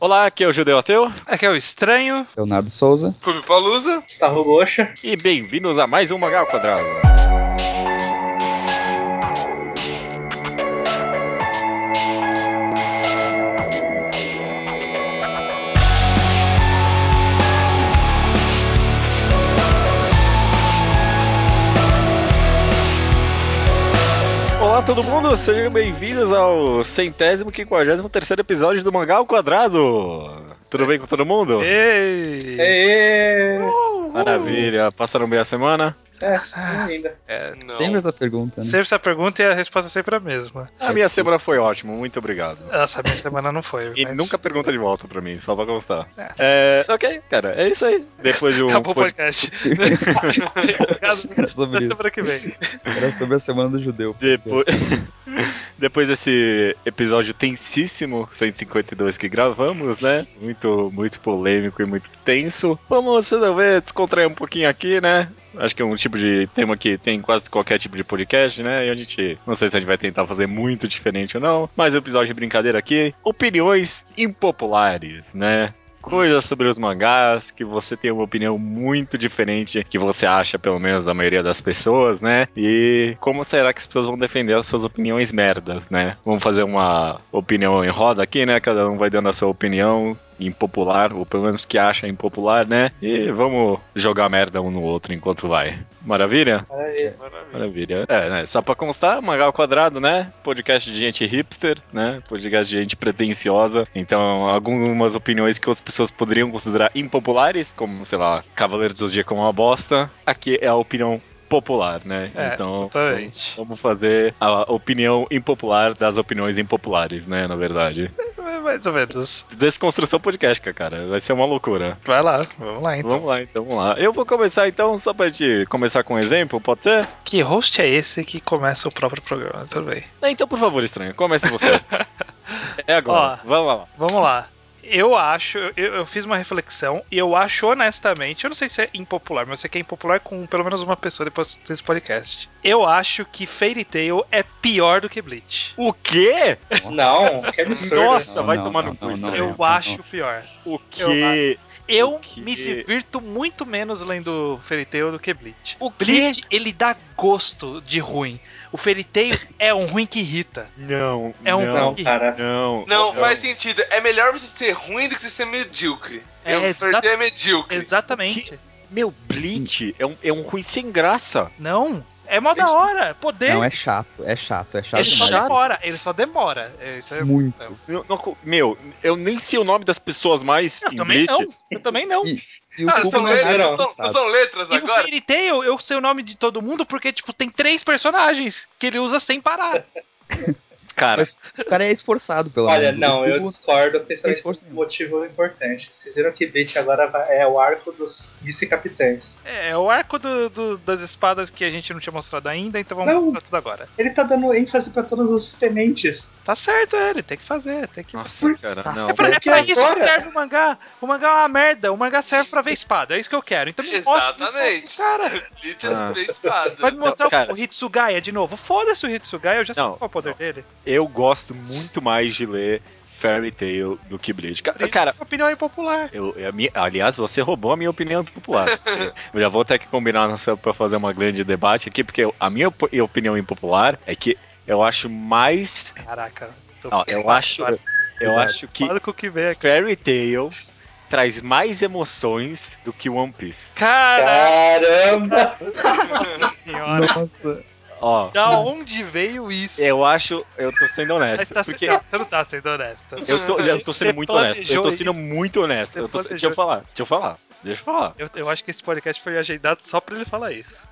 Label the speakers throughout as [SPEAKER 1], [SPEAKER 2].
[SPEAKER 1] Olá, aqui é o Judeu Ateu.
[SPEAKER 2] Aqui é o Estranho.
[SPEAKER 3] Leonardo Souza.
[SPEAKER 4] Clube Palusa.
[SPEAKER 5] Está Robocha.
[SPEAKER 1] E bem-vindos a mais um Mangá ao Quadrado. Olá todo mundo, sejam bem-vindos ao centésimo, quinquagésimo terceiro episódio do Mangá ao Quadrado. Tudo bem com todo mundo?
[SPEAKER 2] Ei!
[SPEAKER 5] Êêêê!
[SPEAKER 1] Maravilha, passaram bem a semana?
[SPEAKER 5] É, ainda.
[SPEAKER 2] É,
[SPEAKER 4] Não.
[SPEAKER 3] Sempre essa pergunta, né?
[SPEAKER 2] sempre essa pergunta e a resposta sempre é a mesma.
[SPEAKER 1] A minha semana foi ótima, muito obrigado.
[SPEAKER 2] Nossa, a minha semana não foi.
[SPEAKER 1] E
[SPEAKER 2] mas-
[SPEAKER 1] nunca pergunta de volta pra mim, só pra constar. É, ok, cara, é isso aí. Depois de um.
[SPEAKER 2] Acabou o
[SPEAKER 1] pod-
[SPEAKER 2] podcast. Obrigado.
[SPEAKER 3] Era
[SPEAKER 2] Na
[SPEAKER 3] sobre isso.
[SPEAKER 2] semana que vem.
[SPEAKER 3] Era sobre a semana do judeu.
[SPEAKER 1] Depois... Depois desse episódio tensíssimo, 152 que gravamos, né? Muito, muito polêmico e muito tenso. Vamos resolver descontrair um pouquinho aqui, né? Acho que é um tipo de tema que tem em quase qualquer tipo de podcast, né? E a gente, não sei se a gente vai tentar fazer muito diferente ou não, mas o episódio de brincadeira aqui, opiniões impopulares, né? coisas sobre os mangás que você tem uma opinião muito diferente que você acha, pelo menos, da maioria das pessoas, né? E como será que as pessoas vão defender as suas opiniões merdas, né? Vamos fazer uma opinião em roda aqui, né? Cada um vai dando a sua opinião impopular, ou pelo menos que acha impopular, né? E vamos jogar merda um no outro enquanto vai. Maravilha?
[SPEAKER 5] Maravilha.
[SPEAKER 1] Maravilha. É, né? Só pra constar, Mangal Quadrado, né? Podcast de gente hipster, né? Podcast de gente pretensiosa. Então, algumas opiniões que as pessoas poderiam considerar impopulares, como, sei lá, Cavaleiros do Dia como uma bosta, aqui é a opinião popular, né?
[SPEAKER 2] É,
[SPEAKER 1] então,
[SPEAKER 2] exatamente.
[SPEAKER 1] vamos fazer a opinião impopular das opiniões impopulares, né? Na verdade.
[SPEAKER 2] É, Mais ou menos.
[SPEAKER 1] Desconstrução podcast, cara. Vai ser uma loucura.
[SPEAKER 2] Vai lá, vamos lá então.
[SPEAKER 1] Vamos lá, então, vamos lá. Eu vou começar, então, só pra gente começar com um exemplo, pode ser?
[SPEAKER 2] Que host é esse que começa o próprio programa? Tudo bem.
[SPEAKER 1] Então, por favor, estranho, comece você. é agora.
[SPEAKER 2] Ó.
[SPEAKER 1] Vamos lá.
[SPEAKER 2] Vamos lá. Eu acho, eu, eu fiz uma reflexão e eu acho honestamente, eu não sei se é impopular, mas eu sei que é impopular com pelo menos uma pessoa depois desse podcast. Eu acho que Fairy Tail é pior do que Bleach.
[SPEAKER 1] O quê?
[SPEAKER 5] Não, que absurdo.
[SPEAKER 1] Nossa,
[SPEAKER 3] Não,
[SPEAKER 1] vai
[SPEAKER 3] não,
[SPEAKER 1] tomar
[SPEAKER 3] não,
[SPEAKER 1] no cu,
[SPEAKER 3] não,
[SPEAKER 1] estranho.
[SPEAKER 2] eu
[SPEAKER 3] não, é. não.
[SPEAKER 2] acho pior.
[SPEAKER 1] O
[SPEAKER 2] Eu
[SPEAKER 1] quê?
[SPEAKER 2] Eu
[SPEAKER 1] O quê?
[SPEAKER 2] me divirto muito menos lendo Fairy Tail do que Bleach. O Bleach, ele dá gosto de ruim. O Fairy Tail é um ruim que irrita.
[SPEAKER 1] Não,
[SPEAKER 2] É um
[SPEAKER 1] não,
[SPEAKER 5] Não, cara.
[SPEAKER 1] não.
[SPEAKER 4] Não, faz sentido. É melhor você ser ruim do que você ser medíocre.
[SPEAKER 2] É,
[SPEAKER 4] Eu
[SPEAKER 2] exa-
[SPEAKER 4] prefiro ser medíocre.
[SPEAKER 2] Exatamente.
[SPEAKER 1] Meu, Bleach é um, é um ruim sem graça.
[SPEAKER 2] Não. É mó da hora. Poder.
[SPEAKER 3] Não, é chato, é chato, é chato.
[SPEAKER 2] Ele só
[SPEAKER 3] demais.
[SPEAKER 2] demora, ele só demora. É, Isso é...
[SPEAKER 3] Muito.
[SPEAKER 1] Eu não co- meu, eu nem sei o nome das pessoas mais
[SPEAKER 2] Eu
[SPEAKER 1] em
[SPEAKER 2] também
[SPEAKER 1] Bleach.
[SPEAKER 2] não, eu também não.
[SPEAKER 3] E, e o
[SPEAKER 4] Ah,
[SPEAKER 3] Cubo
[SPEAKER 4] são
[SPEAKER 5] não
[SPEAKER 3] Leonardo
[SPEAKER 4] letras,
[SPEAKER 5] eram,
[SPEAKER 4] são-
[SPEAKER 3] sabe.
[SPEAKER 4] são letras
[SPEAKER 2] E o
[SPEAKER 4] agora?
[SPEAKER 2] Fairy Tail, eu sei o nome de todo mundo porque, tipo, tem três personagens que ele usa sem parar.
[SPEAKER 1] Cara,
[SPEAKER 3] O cara é esforçado, pelo
[SPEAKER 5] Olha,
[SPEAKER 3] menos.
[SPEAKER 5] não,
[SPEAKER 3] O
[SPEAKER 5] eu
[SPEAKER 3] Cubo-
[SPEAKER 5] discordo, principalmente por
[SPEAKER 3] esforço
[SPEAKER 5] um
[SPEAKER 3] nenhum.
[SPEAKER 5] motivo importante. Vocês viram que Bleach agora vai- é o arco dos vice-capitães.
[SPEAKER 2] É, é o arco do- do- das espadas que a gente não tinha mostrado ainda, então vamos
[SPEAKER 5] Não.
[SPEAKER 2] mostrar tudo agora.
[SPEAKER 5] Ele tá dando ênfase pra todos os tenentes.
[SPEAKER 2] Tá certo, é, ele tem que fazer, tem que.
[SPEAKER 1] nossa, cara,
[SPEAKER 3] Tá
[SPEAKER 1] não.
[SPEAKER 2] É pra, é
[SPEAKER 5] porque
[SPEAKER 2] pra isso que
[SPEAKER 5] agora-
[SPEAKER 2] serve o mangá. O mangá é uma merda. O mangá serve pra ver espada. É isso que eu quero. Então me mostra as espadas dos
[SPEAKER 4] Exatamente.
[SPEAKER 2] cara.
[SPEAKER 4] Bleach é
[SPEAKER 1] Ah.
[SPEAKER 4] super espada.
[SPEAKER 2] Vai me mostrar o-
[SPEAKER 1] cara.
[SPEAKER 2] o Hitsugaya de novo. Foda-se o Hitsugaya, eu já sei
[SPEAKER 1] Não,
[SPEAKER 2] qual é o poder
[SPEAKER 1] não.
[SPEAKER 2] dele.
[SPEAKER 1] Eu gosto muito mais de ler Fairy Tail do que Bleach. Cara,
[SPEAKER 2] Por isso
[SPEAKER 1] cara
[SPEAKER 2] que a opinião é impopular.
[SPEAKER 1] Eu, a minha- aliás, você roubou a minha opinião popular. eu já vou ter que combinar nossa, pra fazer uma grande debate aqui, porque eu- a minha op- opinião impopular é que eu acho mais.
[SPEAKER 2] Caraca. Tô...
[SPEAKER 1] ó, eu acho. Eu acho que
[SPEAKER 2] Fala com o que vem aqui.
[SPEAKER 1] Fairy Tail traz mais emoções do que One Piece.
[SPEAKER 2] Caraca
[SPEAKER 5] Caramba!
[SPEAKER 2] senhora.
[SPEAKER 3] Nossa,
[SPEAKER 1] Ó,
[SPEAKER 2] Da onde veio isso?
[SPEAKER 1] É, eu acho. Eu tô sendo
[SPEAKER 2] Mas
[SPEAKER 1] honesto.
[SPEAKER 2] tá
[SPEAKER 1] Porque
[SPEAKER 2] sendo- Você não tá sendo honesto.
[SPEAKER 1] eu tô, eu tô
[SPEAKER 2] Você
[SPEAKER 1] sendo muito honesto. Eu tô
[SPEAKER 2] planejou
[SPEAKER 1] sendo
[SPEAKER 2] isso.
[SPEAKER 1] muito honesto. Eu tô,
[SPEAKER 2] Você
[SPEAKER 1] deixa eu
[SPEAKER 2] planejou.
[SPEAKER 1] falar. Deixa eu falar. Deixa eu falar.
[SPEAKER 2] Eu, eu acho que esse podcast foi agendado só pra ele falar isso.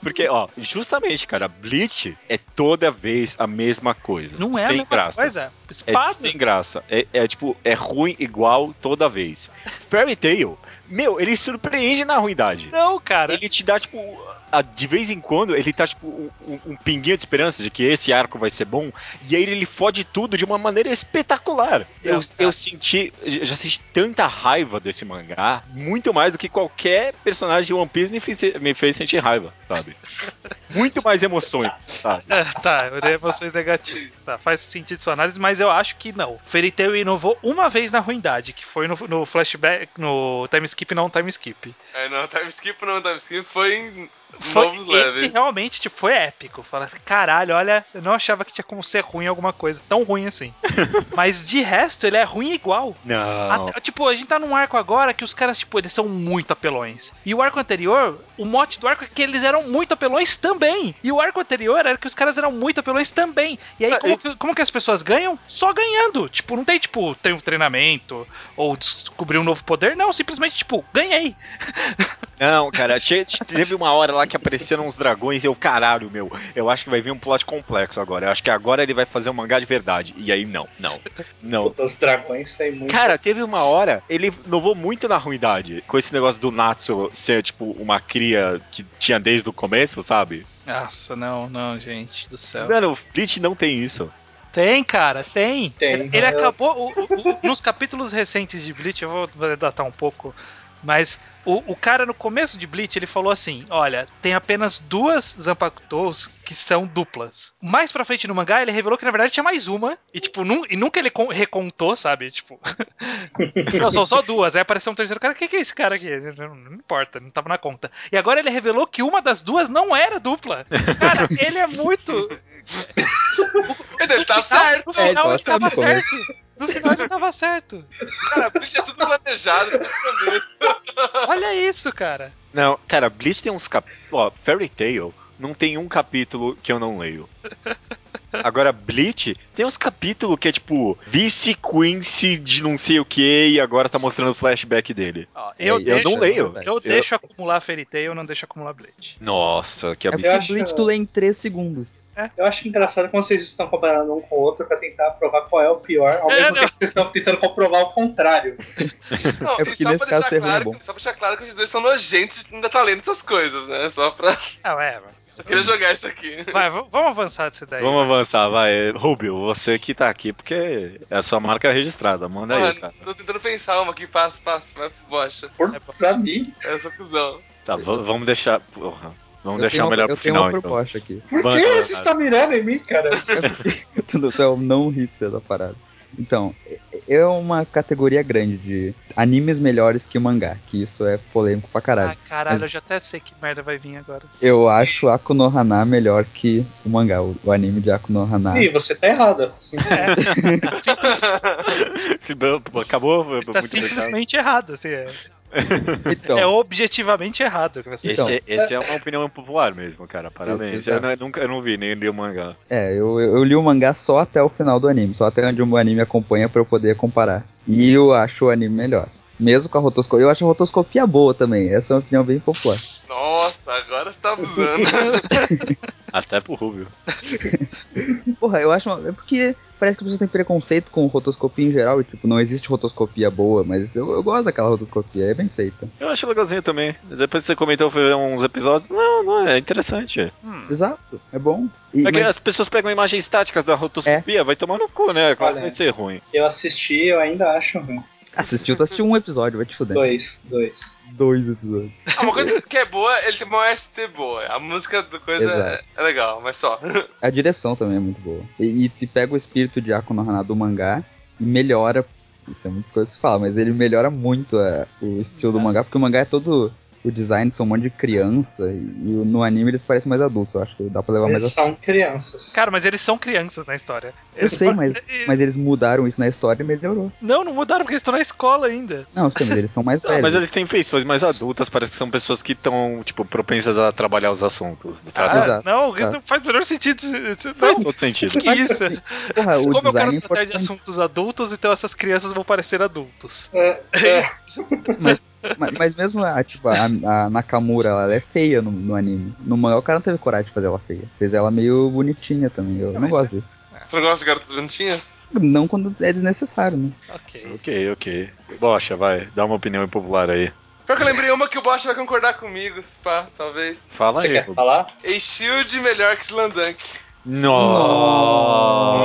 [SPEAKER 1] Porque, ó, justamente, cara, Bleach é toda vez a mesma coisa.
[SPEAKER 2] Não é
[SPEAKER 1] Sem
[SPEAKER 2] a mesma
[SPEAKER 1] graça.
[SPEAKER 2] coisa.
[SPEAKER 1] É
[SPEAKER 2] Espadas.
[SPEAKER 1] sem graça. É, é, tipo, é ruim igual toda vez. Fairy Tail, meu, ele surpreende na ruindade.
[SPEAKER 2] Não, cara.
[SPEAKER 1] Ele te dá, tipo, a- de vez em quando, ele tá, tipo, um, um- um pinguinho de esperança de que esse arco vai ser bom. E aí ele fode tudo de uma maneira espetacular. Eu,
[SPEAKER 2] Não, cara.
[SPEAKER 1] eu senti, eu já senti tanta raiva desse mangá, muito mais do que qualquer personagem de One Piece me fez, me fez sentir raiva. sabe? Muito mais emoções, sabe?
[SPEAKER 2] É, tá, eu dei emoções negativas. Tá, faz sentido sua análise, mas eu acho que não. Fairy Tail inovou uma vez na ruindade, que foi no, no flashback, no time skip, não time skip.
[SPEAKER 4] É, não, time skip não, time skip foi em
[SPEAKER 2] Foi,
[SPEAKER 4] novos
[SPEAKER 2] esse
[SPEAKER 4] levels.
[SPEAKER 2] realmente tipo, foi épico. Fala, caralho, olha, eu não achava que tinha como ser ruim alguma coisa, tão ruim assim. mas de resto, ele é ruim igual.
[SPEAKER 1] Não.
[SPEAKER 2] Até- tipo, a gente tá num arco agora que os caras, tipo, eles são muito apelões. E o arco anterior, o mote do arco é que eles eram muito apelões também. E o arco anterior era que os caras eram muito apelões também. E aí,
[SPEAKER 1] Ah,
[SPEAKER 2] como,
[SPEAKER 1] e-
[SPEAKER 2] que, como que as pessoas ganham? Só ganhando. Tipo, não tem, tipo, tem um treinamento ou descobrir um novo poder. Não, simplesmente, tipo, ganhei.
[SPEAKER 1] Não, cara, che- te- teve uma hora lá que apareceram uns dragões e eu, caralho, meu, eu acho que vai vir um plot complexo agora. Eu acho que agora ele vai fazer um mangá de verdade. E aí, não, não, não.
[SPEAKER 5] Puta, os dragões saem muito.
[SPEAKER 1] Cara, teve uma hora, ele inovou muito na ruindade, com esse negócio do Natsu ser, tipo, uma cria que tinha desde o começo, sabe?
[SPEAKER 2] Nossa, não, não, gente do céu.
[SPEAKER 1] Mano, o Bleach não tem isso.
[SPEAKER 2] Tem, cara, tem.
[SPEAKER 5] Tem.
[SPEAKER 2] Ele, ele é- acabou. o- o- o- nos capítulos recentes de Bleach, eu vou datar um pouco, mas o, o cara no começo de Bleach ele falou assim: olha, tem apenas duas Zanpakutos que são duplas. Mais pra frente no mangá, ele revelou que na verdade tinha mais uma. E tipo, nun- e nunca ele con- recontou, sabe? Tipo. não, são só duas. Aí apareceu um terceiro cara. O que, que é esse cara aqui? Não, não importa, não tava na conta. E agora ele revelou que uma das duas não era dupla. Cara, ele é muito.
[SPEAKER 4] Ele tá
[SPEAKER 2] No final-
[SPEAKER 4] certo,
[SPEAKER 2] No
[SPEAKER 3] É, ele
[SPEAKER 2] final
[SPEAKER 3] tava
[SPEAKER 2] ele
[SPEAKER 3] certo no
[SPEAKER 2] tava
[SPEAKER 3] começo.
[SPEAKER 2] certo. No final ele tava certo.
[SPEAKER 4] cara. Bleach é tudo planejado desde o começo.
[SPEAKER 3] É
[SPEAKER 2] Olha isso, cara.
[SPEAKER 1] Não, cara, Bleach tem uns capítulos. Ó, Fairy Tail não tem um capítulo que eu não leio. Agora, Bleach tem uns capítulos que é tipo Vice Quincy de não sei o que e agora tá mostrando o flashback dele.
[SPEAKER 2] Ó, eu,
[SPEAKER 3] É,
[SPEAKER 1] eu
[SPEAKER 2] deixo,
[SPEAKER 1] não leio.
[SPEAKER 2] eu deixo acumular Fairy Tail, eu não deixo acumular Blade.
[SPEAKER 1] Nossa, que
[SPEAKER 3] É porque
[SPEAKER 1] absurdo.
[SPEAKER 5] acho-
[SPEAKER 3] Bleach tu lê em 3 segundos.
[SPEAKER 5] Eu acho engraçado quando vocês estão comparando um com o outro pra tentar provar qual é o pior, ao
[SPEAKER 2] É,
[SPEAKER 5] mesmo
[SPEAKER 2] não.
[SPEAKER 5] tempo que vocês estão tentando comprovar o contrário.
[SPEAKER 4] Não,
[SPEAKER 3] É porque nesse caso ser ruim é
[SPEAKER 4] claro,
[SPEAKER 3] bom.
[SPEAKER 4] só pra deixar claro que os dois são nojentos e ainda tá lendo essas coisas, né? Só pra.
[SPEAKER 2] Ah, é, mano.
[SPEAKER 4] Eu queria jogar isso aqui.
[SPEAKER 2] Vai, v- vamos avançar disso daí.
[SPEAKER 1] Vamos avançar, vai. Rubio, você que tá aqui, porque é a sua marca registrada. Manda aí,
[SPEAKER 4] Mano,
[SPEAKER 1] cara.
[SPEAKER 4] tô tentando pensar uma aqui, passo, passo, mas bocha.
[SPEAKER 5] Por,
[SPEAKER 2] É bom.
[SPEAKER 5] pra mim,
[SPEAKER 4] É só cuzão.
[SPEAKER 1] Tá, va- vamos deixar. Porra. Vamos
[SPEAKER 3] eu
[SPEAKER 1] deixar
[SPEAKER 3] tenho,
[SPEAKER 1] melhor
[SPEAKER 3] uma,
[SPEAKER 1] pro
[SPEAKER 3] eu tenho
[SPEAKER 1] final,
[SPEAKER 3] uma
[SPEAKER 1] então.
[SPEAKER 3] proposta aqui.
[SPEAKER 5] por
[SPEAKER 1] Manda,
[SPEAKER 5] que
[SPEAKER 1] manda.
[SPEAKER 5] vocês estão mirando em mim, cara?
[SPEAKER 3] tu, tu é o não hipster da parada. Então, é uma categoria grande de animes melhores que mangá, que isso é polêmico pra caralho.
[SPEAKER 2] Ah, caralho, eu já até sei que merda vai vir agora.
[SPEAKER 3] Eu acho Aku no Hana melhor que o mangá, o, o anime de Aku no Hana.
[SPEAKER 5] Ih, você tá errado. Sim.
[SPEAKER 1] Se- pô, Acabou? foi
[SPEAKER 2] Está
[SPEAKER 1] muito obrigado.
[SPEAKER 2] tá simplesmente errado. Assim, é,
[SPEAKER 3] Então,
[SPEAKER 2] é objetivamente errado. o que você-
[SPEAKER 1] Esse,
[SPEAKER 3] Então.
[SPEAKER 1] é, esse é uma opinião popular mesmo, cara. Parabéns. Eu,
[SPEAKER 3] Exato.
[SPEAKER 1] não- eu nunca eu não vi nem li o mangá.
[SPEAKER 3] é, eu, eu li o mangá só até o final do anime, só até onde o anime acompanha pra eu poder comparar. E eu acho o anime melhor. Mesmo com a rotoscopia, eu acho a rotoscopia boa também, essa é uma opinião bem popular.
[SPEAKER 4] Nossa, agora você tá abusando.
[SPEAKER 1] Até pro Rubio.
[SPEAKER 3] Porra, eu acho. Uma... É porque parece que a pessoa tem preconceito com rotoscopia em geral, e tipo, não existe rotoscopia boa, mas eu, eu gosto daquela rotoscopia, é bem feita.
[SPEAKER 1] Eu acho legalzinho também. Depois que você comentou, foi ver uns episódios. Não, não, é interessante.
[SPEAKER 2] Hum.
[SPEAKER 3] Exato, é bom. E,
[SPEAKER 1] É que
[SPEAKER 3] mas-
[SPEAKER 1] as pessoas pegam imagens estáticas da rotoscopia, vai tomar no cu, né? Claro que
[SPEAKER 5] Olha.
[SPEAKER 1] vai ser ruim.
[SPEAKER 5] Eu assisti, eu ainda acho ruim.
[SPEAKER 3] Assistiu, tu assistiu um episódio, vai te fuder.
[SPEAKER 5] Dois, dois.
[SPEAKER 3] Dois episódios.
[SPEAKER 4] Ah, uma coisa que é boa, ele tem uma ST boa. A música do coisa é,
[SPEAKER 3] Exato.
[SPEAKER 4] é legal, mas só.
[SPEAKER 3] A direção também é muito boa. E, e te pega o espírito de Akuno Hana do mangá e melhora. Isso é muitas coisas que se fala, mas ele melhora muito é, o estilo do mangá, porque o mangá é todo. O design são um monte de criança, e, e no anime eles parecem mais adultos, eu acho que dá pra levar mais
[SPEAKER 5] Eles
[SPEAKER 3] a
[SPEAKER 5] são crianças.
[SPEAKER 2] Cara, mas eles são crianças na história.
[SPEAKER 3] Eu sei, mas,
[SPEAKER 2] E-
[SPEAKER 3] mas eles mudaram isso na história e melhorou.
[SPEAKER 2] Não, não mudaram porque eles estão na escola ainda.
[SPEAKER 3] Não, eu sei, mas eles são mais
[SPEAKER 1] Não,
[SPEAKER 3] velhos.
[SPEAKER 1] mas eles têm feições mais adultas, parece que são pessoas que estão, tipo, propensas a trabalhar os assuntos do
[SPEAKER 2] Ah,
[SPEAKER 1] trabalho.
[SPEAKER 3] Exato,
[SPEAKER 2] não,
[SPEAKER 3] tá.
[SPEAKER 2] faz o menor sentido. isso- isso-
[SPEAKER 1] Faz
[SPEAKER 2] Não,
[SPEAKER 1] todo sentido.
[SPEAKER 2] que isso?
[SPEAKER 3] Porra, o
[SPEAKER 2] Como
[SPEAKER 3] design é
[SPEAKER 2] eu quero tratar de
[SPEAKER 3] importante,
[SPEAKER 2] assuntos adultos, então essas crianças vão parecer adultos.
[SPEAKER 5] É, é,
[SPEAKER 3] mas, mas mesmo a, tipo, a, a Nakamura, ela é feia no, no anime. No mangá o cara não teve coragem de fazer ela feia. Fez ela meio bonitinha também, eu não gosto disso.
[SPEAKER 4] Você não gosta de garotas bonitinhas?
[SPEAKER 3] Não quando é desnecessário, né?
[SPEAKER 2] Ok.
[SPEAKER 1] ok, ok. Bocha, vai, dá uma opinião impopular aí.
[SPEAKER 4] Pior que eu lembrei uma que o Bosch vai concordar comigo, se pá, talvez.
[SPEAKER 1] Fala
[SPEAKER 5] você
[SPEAKER 1] aí.
[SPEAKER 5] quer
[SPEAKER 1] Rubio.
[SPEAKER 5] falar?
[SPEAKER 4] E Shield melhor que Slandunk.
[SPEAKER 1] Nossa!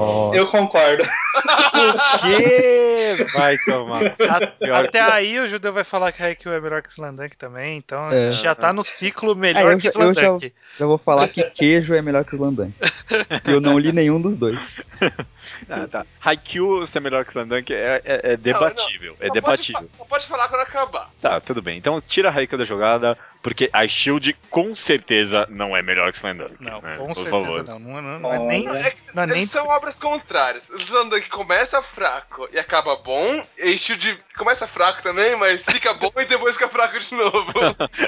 [SPEAKER 5] Oh. Eu concordo.
[SPEAKER 1] Que? vai tomar.
[SPEAKER 2] A- Até aí o judeu vai falar que Haikyuu é melhor que Slandank também, então
[SPEAKER 3] É.
[SPEAKER 2] a gente já tá no ciclo melhor
[SPEAKER 3] Ah, eu
[SPEAKER 2] que
[SPEAKER 3] já- eu já-
[SPEAKER 2] Slandank.
[SPEAKER 3] Já vou falar que queijo é melhor que Slandan. E eu não li nenhum dos dois.
[SPEAKER 1] Ah, tá. Haikyuu ser melhor que Slandank é, é, é debatível. é
[SPEAKER 4] Mas
[SPEAKER 1] debatível.
[SPEAKER 4] Pode, fa- mas pode falar quando acabar.
[SPEAKER 1] Tá, tudo bem. Então tira a Haikyuu da jogada, porque a Shield com certeza não é melhor que Slandank.
[SPEAKER 2] Não,
[SPEAKER 1] né?
[SPEAKER 2] com
[SPEAKER 1] Por
[SPEAKER 2] certeza
[SPEAKER 1] favor.
[SPEAKER 2] não. Não, não- não é nem.
[SPEAKER 4] Não, é que
[SPEAKER 2] Não é nem-
[SPEAKER 4] eles são obras contrárias. O Zandank começa fraco e acaba bom. E Shield começa fraco também, mas fica bom e depois fica fraco de novo.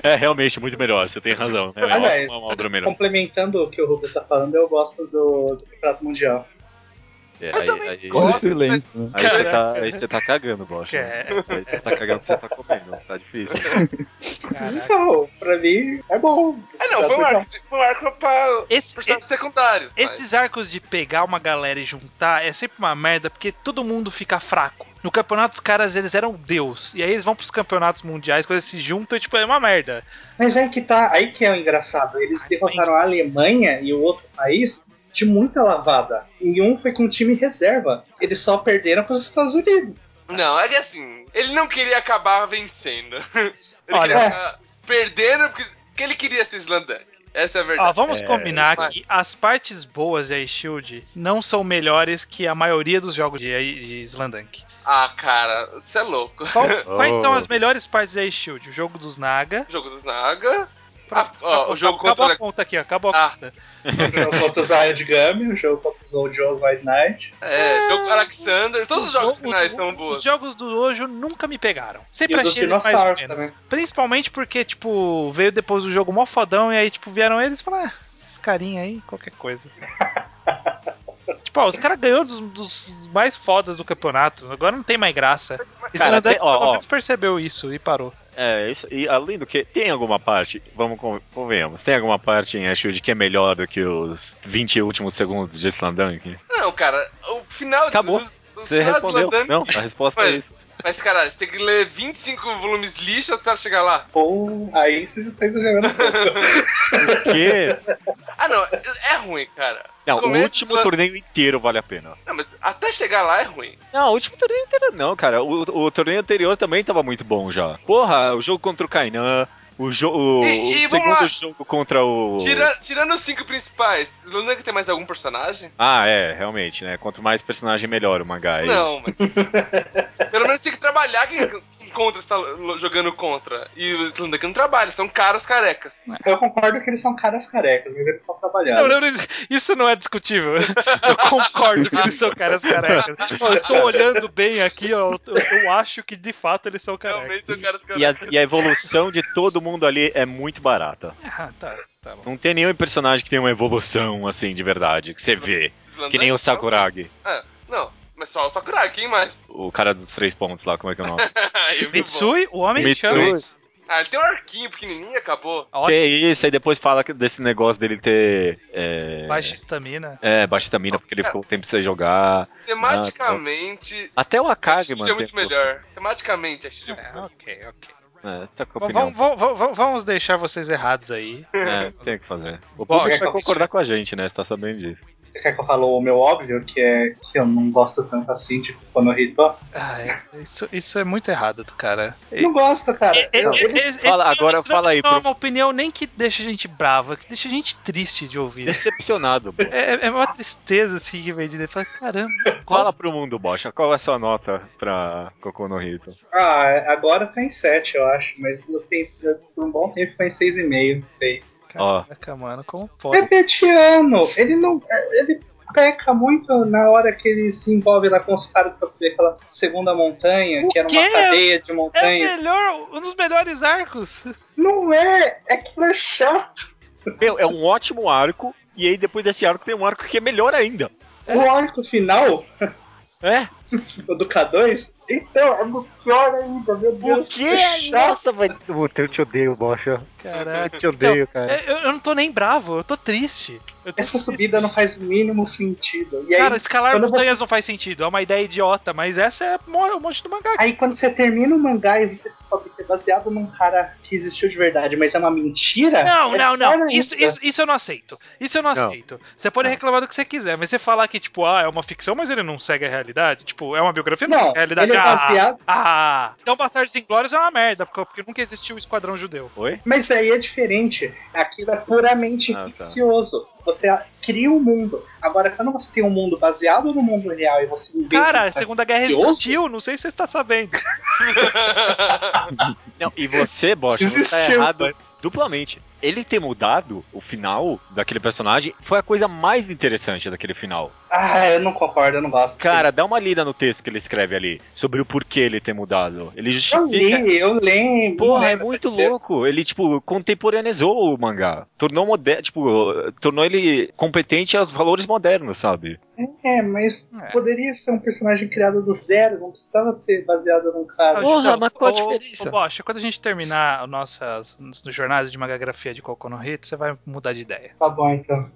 [SPEAKER 1] É realmente muito melhor, você tem razão. É uma,
[SPEAKER 5] Aliás,
[SPEAKER 1] uma obra melhor.
[SPEAKER 5] complementando o que o Rubio tá falando, eu gosto do, do Prato Mundial.
[SPEAKER 1] É,
[SPEAKER 4] Eu
[SPEAKER 1] aí,
[SPEAKER 4] também
[SPEAKER 1] aí-
[SPEAKER 3] Olha o
[SPEAKER 4] gosto,
[SPEAKER 3] silêncio. né?
[SPEAKER 1] aí você tá, aí você tá cagando, Bosch.
[SPEAKER 2] Que é,
[SPEAKER 1] Aí você tá cagando, você tá comendo. Tá difícil.
[SPEAKER 2] caraca.
[SPEAKER 5] Então, pra mim, é bom.
[SPEAKER 4] É, não, foi um arco, de- foi um arco pra
[SPEAKER 2] Esse-
[SPEAKER 4] personagens secundários. mas-
[SPEAKER 2] Esses arcos de pegar uma galera e juntar é sempre uma merda, porque todo mundo fica fraco. No campeonato, os caras, eles eram deus. E aí eles vão pros campeonatos mundiais, quando eles se juntam, e, tipo, é uma merda.
[SPEAKER 5] Mas aí que tá, aí que é o engraçado. Eles
[SPEAKER 2] Ai,
[SPEAKER 5] derrotaram a
[SPEAKER 2] mas-
[SPEAKER 5] Alemanha e o outro país de muita lavada. E um foi com o time reserva. Eles só perderam pros Estados Unidos.
[SPEAKER 4] Não, é que assim, ele não queria acabar vencendo. ele
[SPEAKER 2] Olha-
[SPEAKER 4] queria acabar perdendo porque, porque ele queria ser Slandank. Essa é a
[SPEAKER 2] Ó,
[SPEAKER 4] verdade.
[SPEAKER 2] vamos
[SPEAKER 1] É,
[SPEAKER 2] combinar
[SPEAKER 4] vai.
[SPEAKER 2] que as partes boas de Ice Shield não são melhores que a maioria dos jogos de, de Slandank.
[SPEAKER 4] Ah, cara, você é louco.
[SPEAKER 2] Qual- Quais
[SPEAKER 1] Oh.
[SPEAKER 2] são as melhores partes de Ice Shield? O jogo dos Naga.
[SPEAKER 4] O jogo dos Naga. Ah, ó,
[SPEAKER 2] Acabou-
[SPEAKER 4] o jogo
[SPEAKER 2] acabou
[SPEAKER 4] contra o
[SPEAKER 2] a
[SPEAKER 4] Alex...
[SPEAKER 2] conta aqui, ó, acabou a
[SPEAKER 4] Ah.
[SPEAKER 2] conta.
[SPEAKER 5] O jogo contra os Ayodgami, o jogo contra os Old Jones White Knight.
[SPEAKER 4] É, jogo com o Alexander. Todos os jogos
[SPEAKER 2] jogo
[SPEAKER 4] finais
[SPEAKER 2] do-
[SPEAKER 4] são
[SPEAKER 2] Os
[SPEAKER 4] boas.
[SPEAKER 2] jogos do Dojo nunca me pegaram. Sempre
[SPEAKER 5] E o dos
[SPEAKER 2] achei eles mais ou
[SPEAKER 5] dinossauros
[SPEAKER 2] menos.
[SPEAKER 5] também.
[SPEAKER 2] Principalmente porque, tipo, veio depois do jogo mó fodão e aí, tipo, vieram eles e falaram, ah, esses carinha aí, qualquer coisa. tipo, ó, os caras ganhou dos, dos mais fodas do campeonato, agora não tem mais graça. Esse
[SPEAKER 1] Cara,
[SPEAKER 2] Landank
[SPEAKER 1] tem- ó,
[SPEAKER 2] pelo
[SPEAKER 1] ó.
[SPEAKER 2] menos percebeu isso e parou.
[SPEAKER 1] É, isso, e além do que, tem alguma parte, vamos con- convenhamos, tem alguma parte em Ashwood que é melhor do que os 20 últimos segundos de Slandunk?
[SPEAKER 4] Não, cara, o final dos-
[SPEAKER 1] Acabou.
[SPEAKER 4] dos, dos
[SPEAKER 1] Você
[SPEAKER 4] finais do
[SPEAKER 1] respondeu.
[SPEAKER 4] Slandank-
[SPEAKER 1] Não, a resposta é
[SPEAKER 4] Mas-
[SPEAKER 1] isso.
[SPEAKER 4] Mas, cara, você tem que ler 25 volumes lixo pra chegar lá.
[SPEAKER 5] Ou aí você já tá exagerando um pouco.
[SPEAKER 1] Porque.
[SPEAKER 4] Ah, não, é ruim, cara.
[SPEAKER 1] Não, o
[SPEAKER 4] Começa
[SPEAKER 1] último
[SPEAKER 4] Slan-
[SPEAKER 1] torneio inteiro vale a pena.
[SPEAKER 4] Não, mas até chegar lá é ruim.
[SPEAKER 1] Não, o último torneio inteiro não, cara. O, o torneio anterior também tava muito bom já. Porra, o jogo contra o Kainan, o, jo o,
[SPEAKER 4] E- e
[SPEAKER 1] o
[SPEAKER 4] vamos
[SPEAKER 1] segundo
[SPEAKER 4] lá.
[SPEAKER 1] jogo contra o.
[SPEAKER 4] Tira- tirando os cinco principais, Slandank tem mais algum personagem?
[SPEAKER 1] Ah, é, realmente, né? Quanto mais personagem, melhor o mangá. é
[SPEAKER 4] Não, mas. Pelo menos tem que trabalhar quem quem contra está jogando contra. E os Slandank não trabalham, são caras carecas.
[SPEAKER 5] Eu concordo que eles são caras carecas, mas eles só trabalharam.
[SPEAKER 2] Não, não, não, isso não é discutível. Eu concordo que eles são caras carecas. Ó, eu estou olhando bem aqui, ó, eu, eu acho que de fato eles são carecas.
[SPEAKER 4] Realmente são caras
[SPEAKER 1] E a,
[SPEAKER 4] carecas.
[SPEAKER 1] e a evolução de todo mundo ali é muito barata.
[SPEAKER 2] Ah, tá, tá bom.
[SPEAKER 1] Não tem nenhum personagem que tenha uma evolução, assim, de verdade, que você vê.
[SPEAKER 4] Slandank,
[SPEAKER 1] Que nem o
[SPEAKER 4] são-
[SPEAKER 1] Sakuragi,
[SPEAKER 4] Ah, é não, mas só o Sakuragi, quem mais?
[SPEAKER 1] o cara dos três pontos lá, como é que é o nome?
[SPEAKER 4] Aí, muito bom.
[SPEAKER 2] Mitsui, o homem de
[SPEAKER 1] Mitsui.
[SPEAKER 2] chamas.
[SPEAKER 4] Ah, ele tem um arquinho pequenininho e acabou.
[SPEAKER 1] que é isso, aí depois fala que- desse negócio dele ter. É,
[SPEAKER 2] Baixa estamina.
[SPEAKER 1] é baixa estamina, porque ele ficou um tempo sem jogar.
[SPEAKER 4] Tematicamente,
[SPEAKER 1] Até o
[SPEAKER 4] a
[SPEAKER 1] Akagi,
[SPEAKER 4] Shield
[SPEAKER 1] mano.
[SPEAKER 4] é muito melhor. Tematicamente, a Shield é muito
[SPEAKER 2] É,
[SPEAKER 4] melhor.
[SPEAKER 2] ok, ok.
[SPEAKER 1] É, tá com a
[SPEAKER 2] Vamos,
[SPEAKER 1] opinião.
[SPEAKER 2] vamos, vamos- vamos deixar vocês errados aí.
[SPEAKER 1] É, tem que fazer. O
[SPEAKER 2] Bom,
[SPEAKER 1] público vai
[SPEAKER 5] gente.
[SPEAKER 1] concordar com a gente, né? Você tá sabendo disso.
[SPEAKER 5] Você quer que eu fale o meu óbvio, que é que eu não gosto tanto assim de Konohito?
[SPEAKER 2] Ah, é- isso, isso é muito errado, cara.
[SPEAKER 5] Não gosto, cara.
[SPEAKER 2] E- e-
[SPEAKER 5] Eu-
[SPEAKER 2] e- é, esse-
[SPEAKER 1] Fala,
[SPEAKER 2] esse-
[SPEAKER 1] agora
[SPEAKER 2] isso não-
[SPEAKER 1] fala aí,
[SPEAKER 2] isso não é
[SPEAKER 1] pro-
[SPEAKER 2] uma opinião nem que deixa a gente brava, que deixa a gente triste de ouvir.
[SPEAKER 1] Decepcionado, Bocha.
[SPEAKER 2] É, é uma tristeza assim que vem de dentro. Fala, Caramba,
[SPEAKER 1] Fala pro mundo, Bocha. Qual é a sua nota pra Cocô no Rito?
[SPEAKER 5] Ah, agora tá em 7, eu acho, mas eu pensei, por um bom tempo foi em 6,5, 6.
[SPEAKER 1] Ó.
[SPEAKER 2] caraca, mano, como pode?
[SPEAKER 5] Repetiano! É Ele não. é, Ele peca muito na hora que ele se envolve lá com os caras pra subir aquela segunda montanha,
[SPEAKER 2] O
[SPEAKER 5] que era
[SPEAKER 2] quê?
[SPEAKER 5] uma cadeia de
[SPEAKER 2] É o
[SPEAKER 5] montanhas.
[SPEAKER 2] melhor, um dos melhores arcos.
[SPEAKER 5] não é! É que é chato.
[SPEAKER 1] Meu, é um ótimo arco. E aí, depois desse arco, tem um arco que é melhor ainda.
[SPEAKER 2] É.
[SPEAKER 5] O arco final
[SPEAKER 1] É?
[SPEAKER 5] o do K2, então, é muito pior ainda, meu Deus. que chato.
[SPEAKER 1] Nossa, vai. Puta, eu te odeio, Bocha.
[SPEAKER 2] Caraca.
[SPEAKER 1] te odeio, né? cara.
[SPEAKER 2] É, Eu, eu não tô nem bravo, eu tô triste. Eu tô
[SPEAKER 5] Essa
[SPEAKER 2] triste.
[SPEAKER 5] subida não faz o mínimo sentido. E aí,
[SPEAKER 2] Cara, escalar
[SPEAKER 5] quando
[SPEAKER 2] montanhas não faz sentido, é uma ideia idiota, mas essa é mo- um monte do mangá.
[SPEAKER 5] Aí quando você termina o mangá e você descobre que é baseado num cara que existiu de verdade, mas é uma mentira.
[SPEAKER 2] Não,
[SPEAKER 5] é
[SPEAKER 2] não,
[SPEAKER 5] pior
[SPEAKER 2] não.
[SPEAKER 5] ainda.
[SPEAKER 2] Isso, isso, isso eu não aceito. Isso eu não,
[SPEAKER 1] Não.
[SPEAKER 2] aceito. Você pode
[SPEAKER 1] Não.
[SPEAKER 2] reclamar do que você quiser, mas você falar que, tipo, ah, é uma ficção, mas ele não segue a realidade. Tipo, tipo, é uma biografia?
[SPEAKER 5] Não,
[SPEAKER 2] na realidade.
[SPEAKER 5] ele é
[SPEAKER 2] ah,
[SPEAKER 5] baseado-
[SPEAKER 2] Ah, então Bastardos Inglórios é uma merda, porque, porque nunca existiu o Esquadrão Judeu.
[SPEAKER 1] Oi?
[SPEAKER 5] Mas isso aí é diferente. Aquilo é puramente
[SPEAKER 1] Ah, tá.
[SPEAKER 5] ficcioso. Você cria um mundo. Agora, quando você tem um mundo baseado no mundo real e você inventa.
[SPEAKER 2] Cara,
[SPEAKER 5] um
[SPEAKER 2] a Segunda Guerra
[SPEAKER 5] Ansioso?
[SPEAKER 2] existiu, não sei se você está sabendo.
[SPEAKER 1] Não, e você, Bosch, você tá
[SPEAKER 5] Desistiu.
[SPEAKER 1] errado duplamente. Ele ter mudado o final daquele personagem foi a coisa mais interessante daquele final.
[SPEAKER 5] Ah, eu não concordo, eu não gosto.
[SPEAKER 1] Cara, dá uma lida no texto que ele escreve ali sobre o porquê ele ter mudado. Ele
[SPEAKER 5] eu
[SPEAKER 1] justifica.
[SPEAKER 5] li, eu lembro.
[SPEAKER 1] Porra, é
[SPEAKER 5] lembro.
[SPEAKER 1] muito louco. Ele, tipo, contemporaneizou o mangá. Tornou moderno, tipo, tornou ele competente aos valores modernos, sabe?
[SPEAKER 5] É, mas
[SPEAKER 2] É.
[SPEAKER 5] poderia ser um personagem criado do zero, não precisava ser baseado num cara.
[SPEAKER 1] Porra,
[SPEAKER 2] Então,
[SPEAKER 1] mas qual a
[SPEAKER 2] ô-
[SPEAKER 1] diferença?
[SPEAKER 2] Ô, Bosch, quando a gente terminar as nossas nos- nos jornadas de magagrafia de Coco no Hit, você vai mudar de ideia.
[SPEAKER 5] Tá bom, então.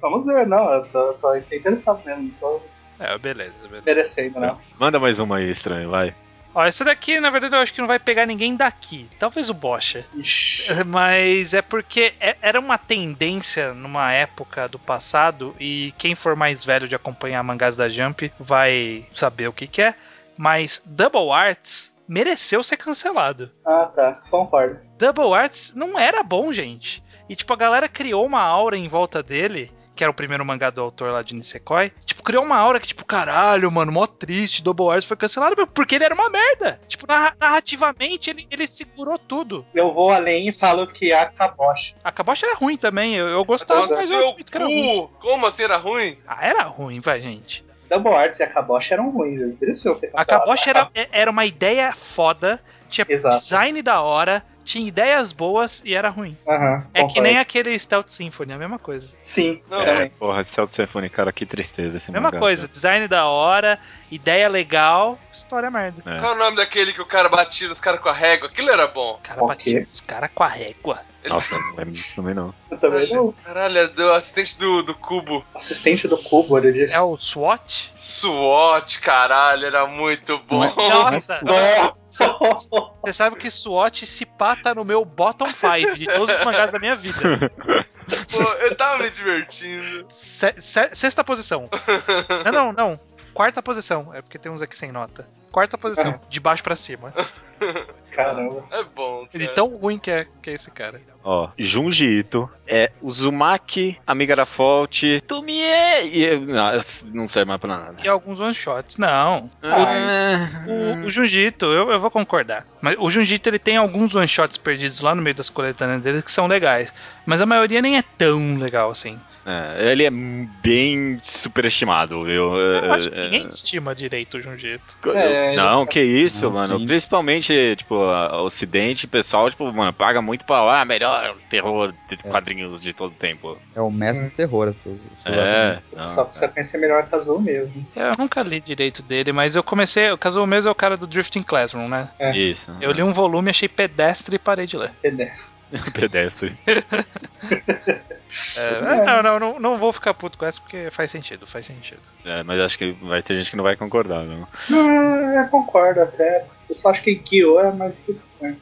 [SPEAKER 5] Vamos ver, não, eu tô, tô, tô interessado mesmo, não tô
[SPEAKER 2] É, beleza, beleza.
[SPEAKER 5] merecendo, não.
[SPEAKER 1] Manda mais uma aí, estranho, vai.
[SPEAKER 2] Ó, essa daqui, na verdade, eu acho que não vai pegar ninguém daqui. Talvez o Bosch.
[SPEAKER 5] Ixi.
[SPEAKER 2] Mas é porque é- era uma tendência numa época do passado, e quem for mais velho de acompanhar mangás da Jump vai saber o que, que é. Mas Double Arts mereceu ser cancelado.
[SPEAKER 5] Ah, tá, concordo.
[SPEAKER 2] Double Arts não era bom, gente. E tipo, a galera criou uma aura em volta dele, que era o primeiro mangá do autor lá de Nisekoi. Tipo, criou uma aura que, tipo, caralho, mano, mó triste, Double Arts foi cancelado, meu, porque ele era uma merda. Tipo, narra- narrativamente ele, ele segurou tudo.
[SPEAKER 5] Eu vou além e falo que a Kabosh.
[SPEAKER 2] A Kabocha era ruim também, eu, eu gostava,
[SPEAKER 5] Nossa,
[SPEAKER 2] mas eu
[SPEAKER 4] Seu
[SPEAKER 2] admito que era ruim.
[SPEAKER 4] cu! Como assim era ruim?
[SPEAKER 2] Ah, era ruim, vai, gente.
[SPEAKER 5] Double Arts e a Kabosh eram ruins, eles mereciam ser
[SPEAKER 2] A
[SPEAKER 5] cancelados.
[SPEAKER 2] Kabocha era, é- era uma ideia foda, tinha
[SPEAKER 5] Exato.
[SPEAKER 2] design da hora, tinha ideias boas e era ruim.
[SPEAKER 5] Aham,
[SPEAKER 2] É que
[SPEAKER 5] concordo.
[SPEAKER 2] nem aquele Stealth Symphony, é a mesma coisa.
[SPEAKER 5] Sim,
[SPEAKER 4] Não,
[SPEAKER 5] também.
[SPEAKER 1] É, porra, Celso Symphony, cara, que tristeza esse
[SPEAKER 2] Mesma
[SPEAKER 1] mangá,
[SPEAKER 2] coisa, design da hora, ideia legal, história merda.
[SPEAKER 1] É.
[SPEAKER 4] Qual é o nome daquele que o cara batia nos caras com a régua? Aquilo era bom.
[SPEAKER 2] O cara
[SPEAKER 5] Ok.
[SPEAKER 2] batia os caras com a régua.
[SPEAKER 1] cara. Nossa, não lembro disso também não.
[SPEAKER 5] Eu também não.
[SPEAKER 4] Caralho, é do assistente do, do cubo.
[SPEAKER 5] Assistente do cubo, ele disse.
[SPEAKER 2] É o SWAT?
[SPEAKER 4] SWAT, caralho, era muito bom.
[SPEAKER 3] é-
[SPEAKER 2] Nossa!
[SPEAKER 5] Nossa!
[SPEAKER 2] Você sabe que SWAT se pata no meu bottom 5 de todos os mangás da minha vida.
[SPEAKER 4] Pô, eu tava me divertindo.
[SPEAKER 2] Se- se- sexta posição. Não, não, não. Quarta posição. É porque tem uns aqui sem nota. Quarta posição, de baixo pra cima.
[SPEAKER 5] Caramba.
[SPEAKER 4] É bom, cara.
[SPEAKER 3] tá,
[SPEAKER 2] De tão ruim que é, que é esse cara.
[SPEAKER 1] Ó, Junji Ito, é Uzumaki, Amiga da Fault, Tomie! E, eu- não, eu não serve mais pra nada.
[SPEAKER 2] E alguns one shots. Não.
[SPEAKER 1] Ah,
[SPEAKER 2] O, o Junjito, eu, eu vou concordar. Mas o Junjito ele tem alguns one shots perdidos lá no meio das coletâneas dele que são legais. Mas a maioria nem é tão legal assim.
[SPEAKER 1] é, ele é bem superestimado, viu?
[SPEAKER 2] Eu
[SPEAKER 1] É,
[SPEAKER 2] acho que
[SPEAKER 1] é,
[SPEAKER 2] ninguém estima direito o Junjito.
[SPEAKER 1] eu-
[SPEAKER 5] É,
[SPEAKER 1] não, que isso,
[SPEAKER 3] Não,
[SPEAKER 1] mano.
[SPEAKER 3] sim.
[SPEAKER 1] Principalmente, tipo, a- o Ocidente, o pessoal, tipo, mano, paga muito pra lá, melhor terror de quadrinhos de todo tempo.
[SPEAKER 3] É o mestre do terror. as pessoas-
[SPEAKER 1] É, não,
[SPEAKER 5] Só
[SPEAKER 1] cara.
[SPEAKER 5] precisa conhecer melhor a Kazuo mesmo.
[SPEAKER 2] Eu nunca li direito dele, mas eu comecei. O Kazuo mesmo é o cara do Drifting Classroom, né?
[SPEAKER 5] é.
[SPEAKER 1] isso.
[SPEAKER 2] Eu li um volume, achei pedestre e parei de ler.
[SPEAKER 5] Beleza.
[SPEAKER 1] pedestre.
[SPEAKER 2] É, é, não, não, não, não vou ficar puto com essa porque faz sentido, faz sentido.
[SPEAKER 1] É, mas acho que vai ter gente que não vai concordar, não.
[SPEAKER 5] Não, eu concordo até. Eu só acho que Gyo é mais interessante.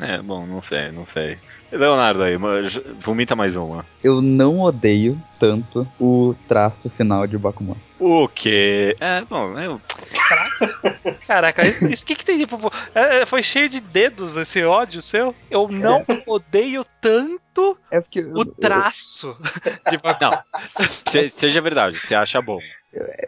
[SPEAKER 1] É, bom, não sei, não sei. Leonardo aí, mas vomita mais uma.
[SPEAKER 3] Eu não odeio tanto o traço final de Bakuman.
[SPEAKER 1] O quê? É, bom, eu...
[SPEAKER 2] Caraca, isso, isso que, que tem tipo. é, Foi cheio de dedos esse ódio seu. Eu não odeio tanto
[SPEAKER 3] É porque.
[SPEAKER 2] O
[SPEAKER 3] eu-
[SPEAKER 2] traço de Bakuman.
[SPEAKER 1] se- seja verdade, você acha bom.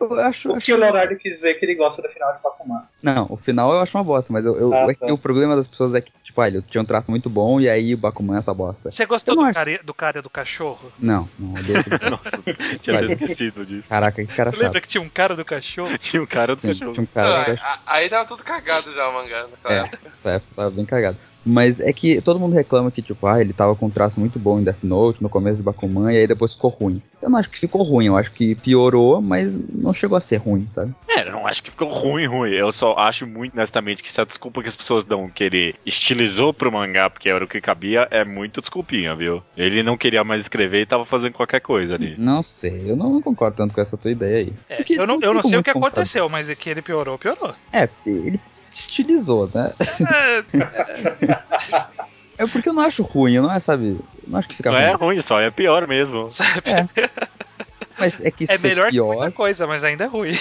[SPEAKER 3] Eu, eu acho.
[SPEAKER 5] O que o Leonardo quis dizer é que ele gosta do final de Bakuman.
[SPEAKER 3] Não, o final eu acho uma bosta, mas eu, eu-
[SPEAKER 5] Ah,
[SPEAKER 3] é que
[SPEAKER 5] tá.
[SPEAKER 3] o problema das pessoas é que, tipo, ah, ele tinha um traço muito bom e aí o Bakuman é essa bosta.
[SPEAKER 2] Você gostou
[SPEAKER 3] Eu não
[SPEAKER 2] do
[SPEAKER 3] acho.
[SPEAKER 2] cara, do cara do cachorro?
[SPEAKER 3] Não, não odeio. aquele cara.
[SPEAKER 1] Nossa, tinha até esquecido disso.
[SPEAKER 3] Caraca, que cara Tá chato.
[SPEAKER 2] Lembra que tinha um cara do cachorro?
[SPEAKER 1] Tinha um cara do
[SPEAKER 3] Ah, Sim,
[SPEAKER 1] cachorro.
[SPEAKER 3] tinha um
[SPEAKER 4] Não,
[SPEAKER 3] cara que eu
[SPEAKER 4] Ah, aí, aí tava tudo cagado já o mangá né, naquela
[SPEAKER 3] É,
[SPEAKER 2] Tá.
[SPEAKER 4] época.
[SPEAKER 3] essa época tava bem cagado. Mas é que todo mundo reclama que, tipo, ah, ele tava com um traço muito bom em Death Note, no começo de Bakuman, e aí depois ficou ruim. Eu não acho que ficou ruim, eu acho que piorou, mas não chegou a ser ruim, sabe?
[SPEAKER 1] É, eu não acho que ficou ruim, ruim. Eu só acho muito, honestamente, que essa desculpa que as pessoas dão que ele estilizou pro mangá porque era o que cabia é muito desculpinha, viu? Ele não queria mais escrever e tava fazendo qualquer coisa ali.
[SPEAKER 3] Não sei, eu não, não concordo tanto com essa tua ideia aí.
[SPEAKER 2] É,
[SPEAKER 3] Porque
[SPEAKER 2] eu não, eu
[SPEAKER 3] tem
[SPEAKER 2] não sei
[SPEAKER 3] como
[SPEAKER 2] o que
[SPEAKER 3] como
[SPEAKER 2] aconteceu, mas é que ele piorou, piorou.
[SPEAKER 3] saber. É, ele estilizou, né?
[SPEAKER 2] É,
[SPEAKER 3] É porque
[SPEAKER 1] é
[SPEAKER 3] eu é,
[SPEAKER 2] é?
[SPEAKER 3] não acho ruim, eu não, sabe, eu não acho que fica
[SPEAKER 1] Não
[SPEAKER 3] ruim.
[SPEAKER 1] é ruim, só é pior mesmo.
[SPEAKER 2] sabe?
[SPEAKER 3] Mas é que
[SPEAKER 2] É
[SPEAKER 3] ser
[SPEAKER 2] melhor que
[SPEAKER 3] pior.
[SPEAKER 2] muita coisa, mas ainda é ruim.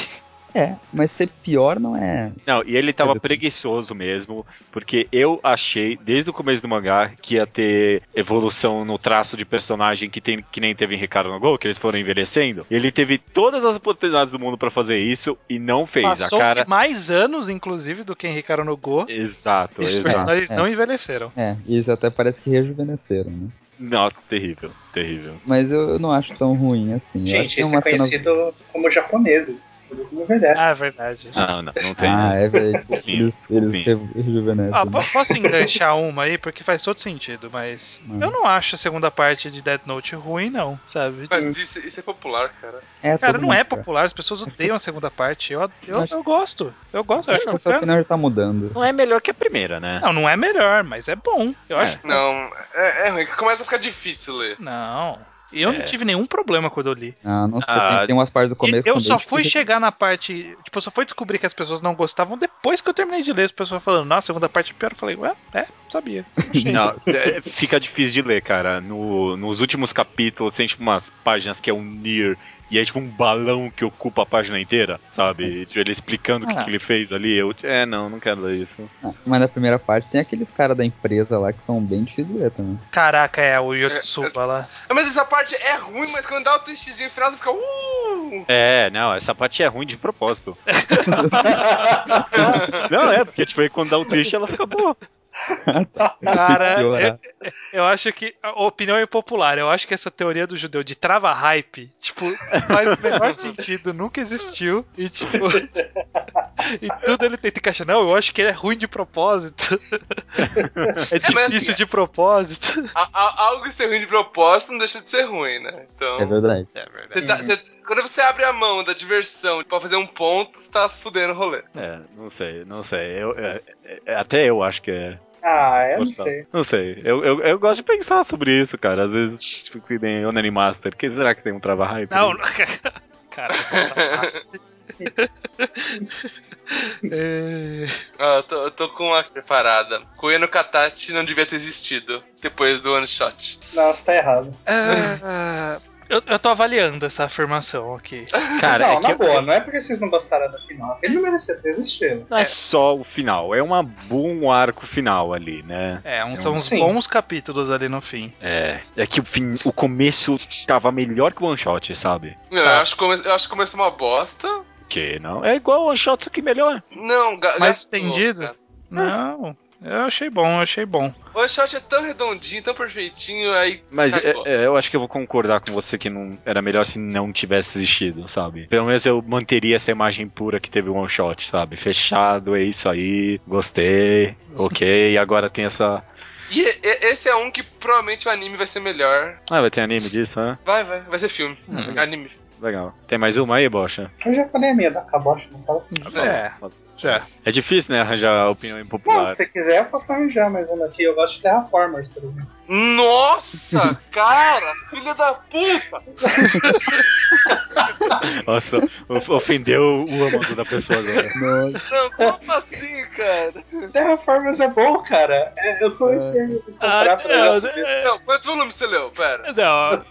[SPEAKER 3] É, mas ser pior não é.
[SPEAKER 1] Não, e ele tava
[SPEAKER 3] Mas eu-
[SPEAKER 1] preguiçoso mesmo, porque eu achei, desde o começo do mangá, que ia ter evolução no traço de personagem que, tem, que nem teve em Ricardo no Gol, que eles foram envelhecendo. Ele teve todas as oportunidades do mundo pra fazer isso e não fez. A
[SPEAKER 2] Passou-se
[SPEAKER 1] cara.
[SPEAKER 2] mais anos, inclusive, do que Henrique no Go.
[SPEAKER 1] Exato,
[SPEAKER 2] E os
[SPEAKER 1] exato.
[SPEAKER 2] personagens
[SPEAKER 3] é.
[SPEAKER 2] não envelheceram.
[SPEAKER 3] É, e eles até parece que rejuvenesceram, né?
[SPEAKER 1] Nossa, terrível, terrível.
[SPEAKER 3] Mas eu, eu não acho tão ruim assim. eu acho
[SPEAKER 5] Gente,
[SPEAKER 3] que é
[SPEAKER 5] isso é
[SPEAKER 3] uma cena.
[SPEAKER 5] conhecido como japoneses. Eles não envelhecem.
[SPEAKER 2] Ah, é verdade.
[SPEAKER 1] Não, não, não tem.
[SPEAKER 3] Ah, é verdade.
[SPEAKER 1] Desculpinha,
[SPEAKER 3] Eles, eles
[SPEAKER 1] desculpinha.
[SPEAKER 3] re- rejuvenescem.
[SPEAKER 2] né? Ah,
[SPEAKER 3] né?
[SPEAKER 2] po- posso enganchar uma aí, porque faz todo sentido, mas.
[SPEAKER 3] Hum.
[SPEAKER 2] Eu não acho a segunda parte de Death Note ruim, não, sabe?
[SPEAKER 4] Mas isso, isso é popular, cara.
[SPEAKER 3] É,
[SPEAKER 2] Cara,
[SPEAKER 3] todo
[SPEAKER 2] não
[SPEAKER 3] mundo,
[SPEAKER 2] é popular, as pessoas odeiam a segunda parte. Eu, eu,
[SPEAKER 3] Acho-
[SPEAKER 2] eu gosto. Eu gosto, eu
[SPEAKER 3] Acho
[SPEAKER 2] acho
[SPEAKER 3] que essa
[SPEAKER 2] bacana.
[SPEAKER 3] opinião já tá mudando.
[SPEAKER 1] Não é melhor que a primeira, né?
[SPEAKER 2] Não, não é melhor, mas é bom. Eu
[SPEAKER 1] É.
[SPEAKER 2] acho.
[SPEAKER 4] Não, é, é ruim, que começa a ficar difícil ler.
[SPEAKER 2] Não. E eu
[SPEAKER 1] É.
[SPEAKER 2] não tive nenhum problema quando eu li.
[SPEAKER 3] Ah, não sei,
[SPEAKER 1] Ah,
[SPEAKER 3] tem, tem umas partes do começo
[SPEAKER 2] E eu
[SPEAKER 3] também
[SPEAKER 2] só
[SPEAKER 3] que
[SPEAKER 2] fui
[SPEAKER 3] fica-
[SPEAKER 2] chegar na parte. Tipo, eu só fui descobrir que as pessoas não gostavam depois que eu terminei de ler. As pessoas falando, nossa, a segunda parte é pior. Eu falei, ué, é, sabia. Achei.
[SPEAKER 1] Não, é, fica difícil de ler, cara. No- nos últimos capítulos tem tipo umas páginas que é um Nier e é tipo um balão que ocupa a página inteira, sabe? E, tipo, Ele explicando o que
[SPEAKER 2] Ah.
[SPEAKER 1] que, ele fez ali. Eu, é, não, não quero ler isso.
[SPEAKER 3] Ah, Mas na primeira parte tem aqueles caras da empresa lá que são bem difíceis de ler também.
[SPEAKER 2] Caraca, é o Yotsuba lá.
[SPEAKER 4] Mas essa parte é ruim, mas quando dá o twistzinho final, você fica. Uh!
[SPEAKER 1] É, não, essa parte é ruim de propósito. não, é, porque tipo, aí quando dá o twist ela fica boa.
[SPEAKER 2] Cara,
[SPEAKER 3] Piorar.
[SPEAKER 2] Eu acho que a opinião é impopular. Eu acho que essa teoria do judeu de trava hype, tipo, faz o menor sentido, nunca existiu. E tipo. e tudo ele tenta encaixar. Não, eu acho que ele é ruim de propósito. é
[SPEAKER 4] mas
[SPEAKER 2] difícil
[SPEAKER 4] assim,
[SPEAKER 2] de propósito.
[SPEAKER 4] A- a- algo ser ruim de propósito não deixa de ser ruim, né? Então.
[SPEAKER 3] É verdade.
[SPEAKER 4] Você tá- você- quando você abre a mão da diversão pra fazer um ponto, você tá fudendo o rolê.
[SPEAKER 1] É, não sei, não sei. Eu- é, é, até eu acho que é.
[SPEAKER 5] Ah, eu não
[SPEAKER 1] forçado.
[SPEAKER 5] sei.
[SPEAKER 1] Não sei. Eu, eu, eu gosto de pensar sobre isso, cara. Às vezes, tipo, que nem Onani Master. Que será que tem um trava hype?
[SPEAKER 2] Não, não. Cara. É,
[SPEAKER 4] Ah, eu, tô, eu tô com uma preparada. Koe no Katachi não devia ter existido depois do one shot.
[SPEAKER 5] Não, você tá errado.
[SPEAKER 2] ah, É, eu, eu tô avaliando essa afirmação aqui.
[SPEAKER 1] Cara,
[SPEAKER 5] não,
[SPEAKER 1] é
[SPEAKER 5] na
[SPEAKER 1] que eu-
[SPEAKER 5] boa, não é porque vocês não gostaram da final. Ele não merecia ter existido.
[SPEAKER 1] Não é só o final, é uma, um arco final ali, né?
[SPEAKER 2] É, um- são uns
[SPEAKER 5] Sim.
[SPEAKER 2] bons capítulos ali no fim.
[SPEAKER 1] É. É que o, fim, o começo tava melhor que o one shot, sabe?
[SPEAKER 4] Não,
[SPEAKER 2] Tá.
[SPEAKER 4] eu, acho que come- eu acho que começou uma bosta.
[SPEAKER 1] Que não. É igual o one shot, só que melhor.
[SPEAKER 4] Não, ga-
[SPEAKER 2] Mais
[SPEAKER 4] gastou,
[SPEAKER 2] estendido?
[SPEAKER 4] cara.
[SPEAKER 2] Não, eu achei bom, eu achei bom.
[SPEAKER 4] O one shot é tão redondinho, tão perfeitinho, aí.
[SPEAKER 1] Mas é-
[SPEAKER 4] Cagou.
[SPEAKER 1] é, eu acho que eu vou concordar com você que não era melhor se não tivesse existido, sabe? Pelo menos eu manteria essa imagem pura que teve o one shot, sabe? Fechado, é isso aí, gostei, ok, e agora tem essa.
[SPEAKER 4] E, e- esse é um que provavelmente o anime vai ser melhor.
[SPEAKER 1] Ah, vai ter anime disso, né?
[SPEAKER 4] Vai, vai, vai ser filme. Anime.
[SPEAKER 1] Legal. Tem mais uma aí, Bocha?
[SPEAKER 5] Eu já falei a minha da Kabocha, não fala.
[SPEAKER 2] É, já.
[SPEAKER 1] É difícil, né? Arranjar opinião
[SPEAKER 5] Não,
[SPEAKER 1] impopular.
[SPEAKER 5] se você quiser, eu posso arranjar mais uma aqui. Eu gosto de Terraformers, por exemplo.
[SPEAKER 4] Nossa, cara, filha da puta!
[SPEAKER 1] Nossa, of- ofendeu o âmago da pessoa agora.
[SPEAKER 3] Nossa,
[SPEAKER 4] Não, como assim, cara?
[SPEAKER 5] Terraformers é bom, cara. É, eu comecei a comprar
[SPEAKER 2] Ah,
[SPEAKER 5] pra ler
[SPEAKER 2] não,
[SPEAKER 5] os
[SPEAKER 3] assim.
[SPEAKER 5] textos.
[SPEAKER 4] Não, quantos volumes você leu? Pera.
[SPEAKER 2] Não,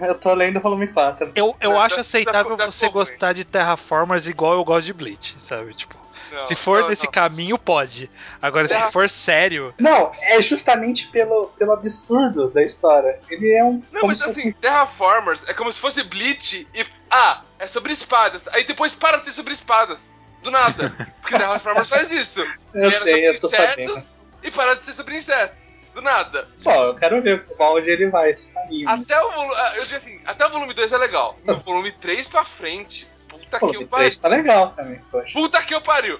[SPEAKER 5] Eu tô lendo o volume 4.
[SPEAKER 2] eu, eu
[SPEAKER 4] Já-
[SPEAKER 2] acho
[SPEAKER 4] já-
[SPEAKER 2] aceitável
[SPEAKER 4] já
[SPEAKER 3] assim.
[SPEAKER 2] você
[SPEAKER 4] ficou ruim.
[SPEAKER 2] gostar de Terraformers igual eu gosto de Bleach, sabe? Tipo,
[SPEAKER 4] Não,
[SPEAKER 2] se for
[SPEAKER 4] não,
[SPEAKER 2] desse
[SPEAKER 4] não.
[SPEAKER 2] caminho, pode. Agora, se
[SPEAKER 3] Tá.
[SPEAKER 4] Terra-
[SPEAKER 2] for sério,
[SPEAKER 5] Não, é justamente pelo, pelo absurdo da história. Ele é um.
[SPEAKER 4] Não,
[SPEAKER 5] como
[SPEAKER 4] mas
[SPEAKER 5] se fosse
[SPEAKER 4] assim, Terraformers é como se fosse Bleach e. Ah, é sobre espadas. Aí depois para de ser sobre espadas. Do nada. Porque Terraformers faz isso.
[SPEAKER 5] um- Eu sei, eu tô sabendo.
[SPEAKER 4] e para de ser sobre insetos. Do nada.
[SPEAKER 5] Bom, eu quero ver pra onde ele vai, tá esse caminho.
[SPEAKER 4] Até o volume. Eu digo assim, até o volume 2 é legal. No volume 3 pra frente. Puta
[SPEAKER 5] Pô,
[SPEAKER 4] que
[SPEAKER 5] o
[SPEAKER 4] eu pariu.
[SPEAKER 5] 3 tá legal também, poxa.
[SPEAKER 4] Puta que eu pariu.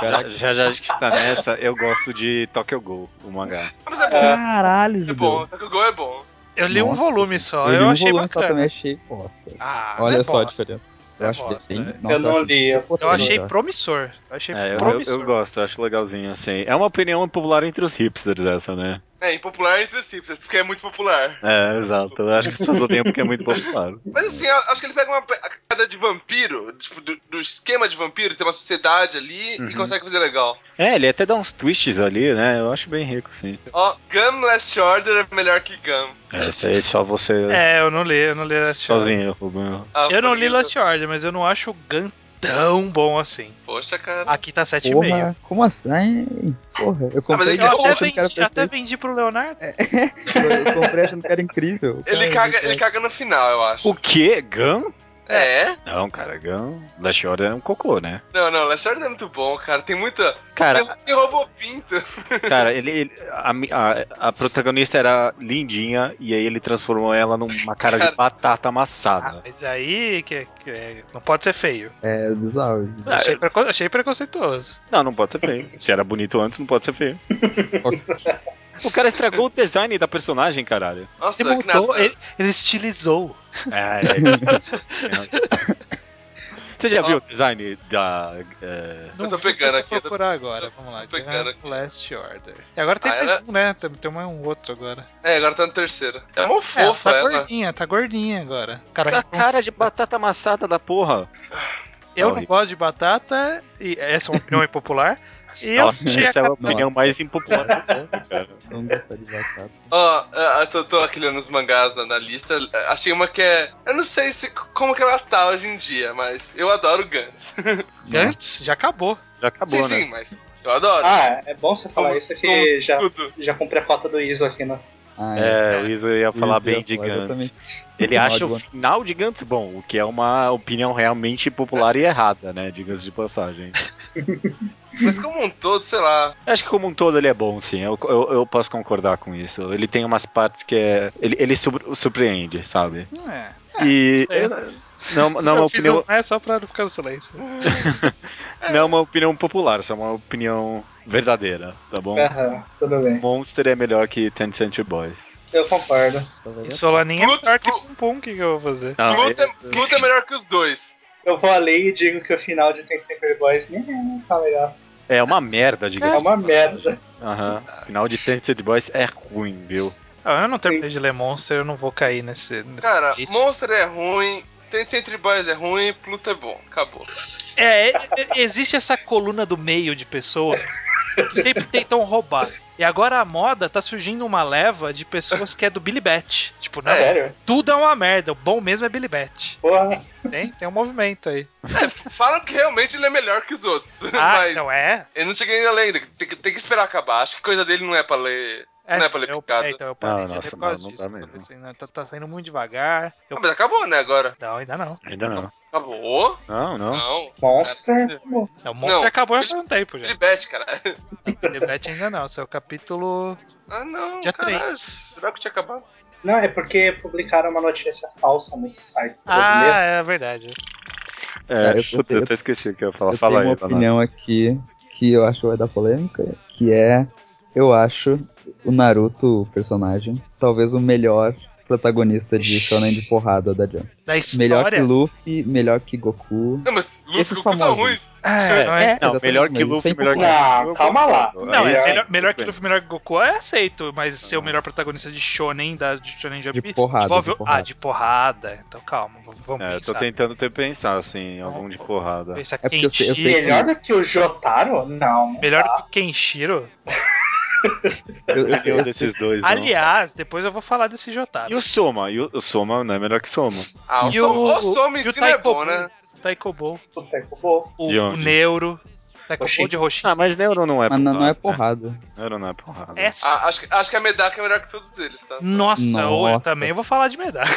[SPEAKER 1] Já, já, já que tá nessa, eu gosto de Tokyo Ghoul, o mangá.
[SPEAKER 4] Ah, Mas é bom.
[SPEAKER 3] caralho,
[SPEAKER 4] É
[SPEAKER 3] Judeu.
[SPEAKER 4] bom. Tá que o gol é bom.
[SPEAKER 2] eu li um
[SPEAKER 3] Nossa,
[SPEAKER 2] volume só,
[SPEAKER 3] Eu, li
[SPEAKER 2] eu,
[SPEAKER 3] um
[SPEAKER 2] achei
[SPEAKER 3] volume só também
[SPEAKER 2] bacana.
[SPEAKER 3] achei bosta.
[SPEAKER 2] Ah,
[SPEAKER 3] Olha
[SPEAKER 2] não é
[SPEAKER 3] só a
[SPEAKER 2] bosta.
[SPEAKER 3] diferença.
[SPEAKER 2] Não
[SPEAKER 3] Eu
[SPEAKER 2] é
[SPEAKER 3] acho
[SPEAKER 2] bosta,
[SPEAKER 3] bem.
[SPEAKER 2] é.
[SPEAKER 3] Nossa,
[SPEAKER 5] eu não
[SPEAKER 3] acho
[SPEAKER 5] li. eu-
[SPEAKER 2] Eu achei
[SPEAKER 3] Nossa.
[SPEAKER 2] promissor. Eu achei
[SPEAKER 1] É, eu, eu-
[SPEAKER 2] promissor.
[SPEAKER 1] eu gosto, acho legalzinho assim. É uma opinião popular entre os hipsters essa, né?
[SPEAKER 4] É, impopular entre si, porque é muito popular.
[SPEAKER 1] É, exato. Eu acho que as pessoas odeiam porque é muito popular.
[SPEAKER 4] Mas assim, eu acho que ele pega uma pegada de vampiro, tipo, do, do esquema de vampiro, tem uma sociedade ali e
[SPEAKER 1] Uhum.
[SPEAKER 4] consegue fazer legal.
[SPEAKER 1] É, ele até dá uns twists ali, né? Eu acho bem rico, sim.
[SPEAKER 4] Ó, Gun Last Order é melhor que Gun.
[SPEAKER 1] É, isso aí só você
[SPEAKER 2] É, eu não li, eu não li Last Order.
[SPEAKER 1] sozinho, Rubinho.
[SPEAKER 4] Ah,
[SPEAKER 2] Eu não li
[SPEAKER 4] bonito.
[SPEAKER 2] Last Order, mas eu não acho o Gun tão bom assim.
[SPEAKER 4] Poxa, cara.
[SPEAKER 2] Aqui tá 7,5.
[SPEAKER 3] Porra, como assim? Porra, eu
[SPEAKER 4] mas
[SPEAKER 3] comprei
[SPEAKER 4] ele-
[SPEAKER 2] Eu
[SPEAKER 4] Porra,
[SPEAKER 2] até
[SPEAKER 4] achando
[SPEAKER 3] achando que era
[SPEAKER 2] vendi, até
[SPEAKER 3] perfeito.
[SPEAKER 2] vendi pro Leonardo.
[SPEAKER 4] É.
[SPEAKER 3] Eu comprei achando que era incrível.
[SPEAKER 2] é,
[SPEAKER 3] É
[SPEAKER 4] Ele
[SPEAKER 3] Cara,
[SPEAKER 4] caga, ele caga no final, eu acho.
[SPEAKER 1] O quê? Gun?
[SPEAKER 4] É?
[SPEAKER 1] Não, cara, Gun. Last Order é um cocô, né?
[SPEAKER 4] Não, não, Last Order é muito bom, cara. Tem muita.
[SPEAKER 1] Cara,
[SPEAKER 4] Tem, tem Robopinto.
[SPEAKER 1] cara, ele. ele- a, mi- a- a protagonista era lindinha e aí ele transformou ela numa cara de
[SPEAKER 4] Cara.
[SPEAKER 1] batata
[SPEAKER 2] Ah,
[SPEAKER 1] amassada.
[SPEAKER 2] mas aí que, que é- não pode ser feio.
[SPEAKER 3] É bizarro.
[SPEAKER 1] Ah,
[SPEAKER 2] Achei, preco- achei preconceituoso.
[SPEAKER 1] Não, não pode ser feio. Se era bonito antes, não pode ser feio. o cara estragou o design da personagem, caralho.
[SPEAKER 4] Nossa,
[SPEAKER 2] Ele
[SPEAKER 4] que nada.
[SPEAKER 2] mudou, ele, ele estilizou.
[SPEAKER 1] É, é isso. Você já viu o design da. é,
[SPEAKER 4] Eu tô
[SPEAKER 2] vou
[SPEAKER 4] pegando
[SPEAKER 2] tentar
[SPEAKER 4] aqui, eu tô-
[SPEAKER 2] procurar agora, vamos lá.
[SPEAKER 4] tô pegando
[SPEAKER 2] Grand Last Order. E agora tem
[SPEAKER 4] Ah,
[SPEAKER 2] mais
[SPEAKER 4] ela-
[SPEAKER 2] um, né? Tem, tem mais um outro agora.
[SPEAKER 4] É, agora tá no terceiro. É mó
[SPEAKER 2] É,
[SPEAKER 4] fofa
[SPEAKER 2] tá
[SPEAKER 4] ela.
[SPEAKER 2] gordinha, tá gordinha agora. Cara,
[SPEAKER 1] a cara de batata amassada da porra.
[SPEAKER 2] eu não
[SPEAKER 1] horrível.
[SPEAKER 2] gosto de batata, e essa é uma opinião impopular. E eu
[SPEAKER 1] Nossa,
[SPEAKER 2] sei
[SPEAKER 1] essa é a
[SPEAKER 2] a-
[SPEAKER 1] opinião mais impopular do mundo, cara.
[SPEAKER 3] Não gosto de batata.
[SPEAKER 4] Ó, ah, ah, tô, tô aqui lendo os mangás na, na lista. Ah, Achei uma que é. Eu não sei se, como que ela tá hoje em dia, mas eu adoro Guns.
[SPEAKER 2] Gantz já acabou.
[SPEAKER 1] Já acabou,
[SPEAKER 4] sim,
[SPEAKER 1] né?
[SPEAKER 4] sim, mas eu adoro.
[SPEAKER 5] Ah, é bom você falar isso que já,
[SPEAKER 4] Tudo.
[SPEAKER 5] já cumpri a cota do ISO aqui, né?
[SPEAKER 3] Ah,
[SPEAKER 1] É, o Isa ia
[SPEAKER 3] Isso,
[SPEAKER 1] falar
[SPEAKER 3] eu
[SPEAKER 1] bem
[SPEAKER 3] ia
[SPEAKER 1] de
[SPEAKER 3] falar
[SPEAKER 1] Gantz.
[SPEAKER 3] exatamente.
[SPEAKER 1] Ele acha o
[SPEAKER 3] Ótimo.
[SPEAKER 1] final de Gantz bom, o que é uma opinião realmente popular e errada, né? Diga-se de passagem.
[SPEAKER 4] Mas como um todo, sei lá.
[SPEAKER 1] Acho que como um todo ele é bom, sim. Eu, eu, eu posso concordar com isso. Ele tem umas partes que é. Ele, ele sur- surpreende, sabe?
[SPEAKER 2] É.
[SPEAKER 1] E.
[SPEAKER 2] sei.
[SPEAKER 1] eu- Não, não, é
[SPEAKER 2] eu
[SPEAKER 1] uma
[SPEAKER 2] fiz
[SPEAKER 1] opinião,
[SPEAKER 2] um, é só pra não ficar no silêncio.
[SPEAKER 1] não é uma opinião popular, só uma opinião verdadeira, tá bom?
[SPEAKER 5] Aham, tudo bem.
[SPEAKER 1] Monster é melhor que Ten Century Boys.
[SPEAKER 5] Eu concordo.
[SPEAKER 2] E Solaninha é
[SPEAKER 4] Pluto-
[SPEAKER 2] pior que Pum Pum, o que, que eu vou fazer?
[SPEAKER 1] Não,
[SPEAKER 4] Pluto, é, Pluto é melhor que os dois.
[SPEAKER 5] Eu vou à lei e digo que o final de Tem Sempre Boys nem é tá legal. assim.
[SPEAKER 1] é, é uma merda, diga-se
[SPEAKER 5] É
[SPEAKER 1] de
[SPEAKER 5] uma
[SPEAKER 1] passagem.
[SPEAKER 5] merda.
[SPEAKER 1] Aham. Final de Ten Century Boys é ruim, viu?
[SPEAKER 2] Ah, eu não terminei de ler Monster, eu não vou cair nesse. nesse
[SPEAKER 4] Cara,
[SPEAKER 2] hate.
[SPEAKER 4] Monster é ruim. Tem Century Boys é ruim, Pluto é bom. Acabou.
[SPEAKER 2] É, é, é, existe essa coluna do meio de pessoas que sempre tentam roubar. E agora a moda tá surgindo uma leva de pessoas que é do Billy Bat. Tipo, não,
[SPEAKER 5] Sério?
[SPEAKER 2] tudo é uma merda, o bom mesmo é Billy Bat.
[SPEAKER 5] Porra.
[SPEAKER 2] Tem, tem um movimento aí.
[SPEAKER 4] Falam que realmente ele é melhor que os outros.
[SPEAKER 2] Ah,
[SPEAKER 4] mas
[SPEAKER 2] não é?
[SPEAKER 4] eu não cheguei a ler ainda. Tem, que- tem que esperar acabar. Acho que coisa dele não é pra ler.
[SPEAKER 2] É,
[SPEAKER 4] Não é pra ler
[SPEAKER 2] eu,
[SPEAKER 4] picado.
[SPEAKER 2] é, então eu parei
[SPEAKER 1] Não,
[SPEAKER 2] de
[SPEAKER 1] nossa,
[SPEAKER 2] ler por causa
[SPEAKER 1] não, não
[SPEAKER 2] disso.
[SPEAKER 1] dá
[SPEAKER 2] eu falei
[SPEAKER 1] mesmo.
[SPEAKER 2] assim, não, tá, tá saindo muito devagar. Eu-
[SPEAKER 4] Ah, mas acabou, né, agora?
[SPEAKER 2] não, ainda não.
[SPEAKER 1] Ainda não.
[SPEAKER 4] Acabou?
[SPEAKER 1] Não, não.
[SPEAKER 4] Não.
[SPEAKER 5] Monster. Bom,
[SPEAKER 2] Não, É, O Monster
[SPEAKER 4] Não.
[SPEAKER 2] acabou já faz um tempo já.
[SPEAKER 4] Ele bete, cara.
[SPEAKER 2] Billy Bat ainda não, isso é o capítulo
[SPEAKER 4] Ah, não.
[SPEAKER 2] dia
[SPEAKER 4] caralho.
[SPEAKER 2] 3.
[SPEAKER 4] Será que tinha acabado?
[SPEAKER 5] Não, é porque publicaram uma notícia falsa nesse site brasileiro.
[SPEAKER 2] Ah, é verdade.
[SPEAKER 1] É,
[SPEAKER 3] Cara, eu
[SPEAKER 1] puta, eu
[SPEAKER 3] tenho-
[SPEAKER 1] até esqueci o que eu ia
[SPEAKER 3] Eu
[SPEAKER 1] falar.
[SPEAKER 3] tenho
[SPEAKER 1] Fala
[SPEAKER 3] uma
[SPEAKER 1] aí, Leonardo.
[SPEAKER 3] opinião aqui que eu acho que vai dar polêmica, que é, eu acho o Naruto, o personagem, talvez o melhor protagonista de shonen de porrada da Jump.
[SPEAKER 2] Da história.
[SPEAKER 3] Melhor que Luffy, melhor que Goku.
[SPEAKER 4] Não, mas Luffy
[SPEAKER 3] Esses
[SPEAKER 4] e Goku são
[SPEAKER 3] famosos.
[SPEAKER 4] ruins.
[SPEAKER 2] não é?
[SPEAKER 3] É,
[SPEAKER 1] Não,
[SPEAKER 3] exatamente,
[SPEAKER 1] melhor que
[SPEAKER 3] mas isso
[SPEAKER 1] Luffy,
[SPEAKER 3] é
[SPEAKER 1] melhor que
[SPEAKER 5] impopular. Não,
[SPEAKER 1] Eu
[SPEAKER 5] calma lá.
[SPEAKER 1] concordo.
[SPEAKER 2] Não,
[SPEAKER 1] Aí
[SPEAKER 2] é
[SPEAKER 1] sim,
[SPEAKER 2] melhor, melhor que
[SPEAKER 1] tudo
[SPEAKER 2] Luffy, melhor que Goku, eu aceito, mas ser o melhor protagonista de Shonen da de Shonen Jump
[SPEAKER 3] De porrada,
[SPEAKER 2] envolve-
[SPEAKER 3] de porrada.
[SPEAKER 2] Ah, de porrada. Então calma, vamos,
[SPEAKER 1] bem.
[SPEAKER 2] vamos
[SPEAKER 1] É, eu tô
[SPEAKER 2] pensar.
[SPEAKER 1] tentando até pensar, assim, em algum de porrada.
[SPEAKER 2] Pensar
[SPEAKER 3] É porque eu sei- eu sei
[SPEAKER 2] Kenshiro.
[SPEAKER 5] Melhor do que o Jotaro? Não. não
[SPEAKER 2] Melhor
[SPEAKER 5] dá.
[SPEAKER 2] do que Kenshiro?
[SPEAKER 3] Eu, eu,
[SPEAKER 1] Nenhum
[SPEAKER 3] eu,
[SPEAKER 1] desses dois, não.
[SPEAKER 2] Aliás, depois eu vou falar desse Jotaro.
[SPEAKER 1] E o Soma? E o o Soma não é melhor que Soma.
[SPEAKER 4] Ah, o
[SPEAKER 2] E
[SPEAKER 4] Som- o Soma em
[SPEAKER 2] e o
[SPEAKER 4] si não é
[SPEAKER 2] Taiko
[SPEAKER 4] bom, né?
[SPEAKER 2] Bo, Taiko Bo,
[SPEAKER 5] Puta que bom.
[SPEAKER 2] o,
[SPEAKER 1] De
[SPEAKER 2] o
[SPEAKER 1] onde?
[SPEAKER 2] Neuro, Taiko Bo
[SPEAKER 5] Oxi.
[SPEAKER 2] de Roshin.
[SPEAKER 1] Ah, mas Neuro não é
[SPEAKER 3] mas
[SPEAKER 1] porrada.
[SPEAKER 3] não, não é
[SPEAKER 1] né?
[SPEAKER 3] porrada.
[SPEAKER 1] Neuro não é porrada.
[SPEAKER 2] Essa.
[SPEAKER 4] Ah, acho, que- acho que a Medaka é melhor que todos eles, tá?
[SPEAKER 2] Nossa, ou eu
[SPEAKER 3] Nossa.
[SPEAKER 2] também vou falar de medalha.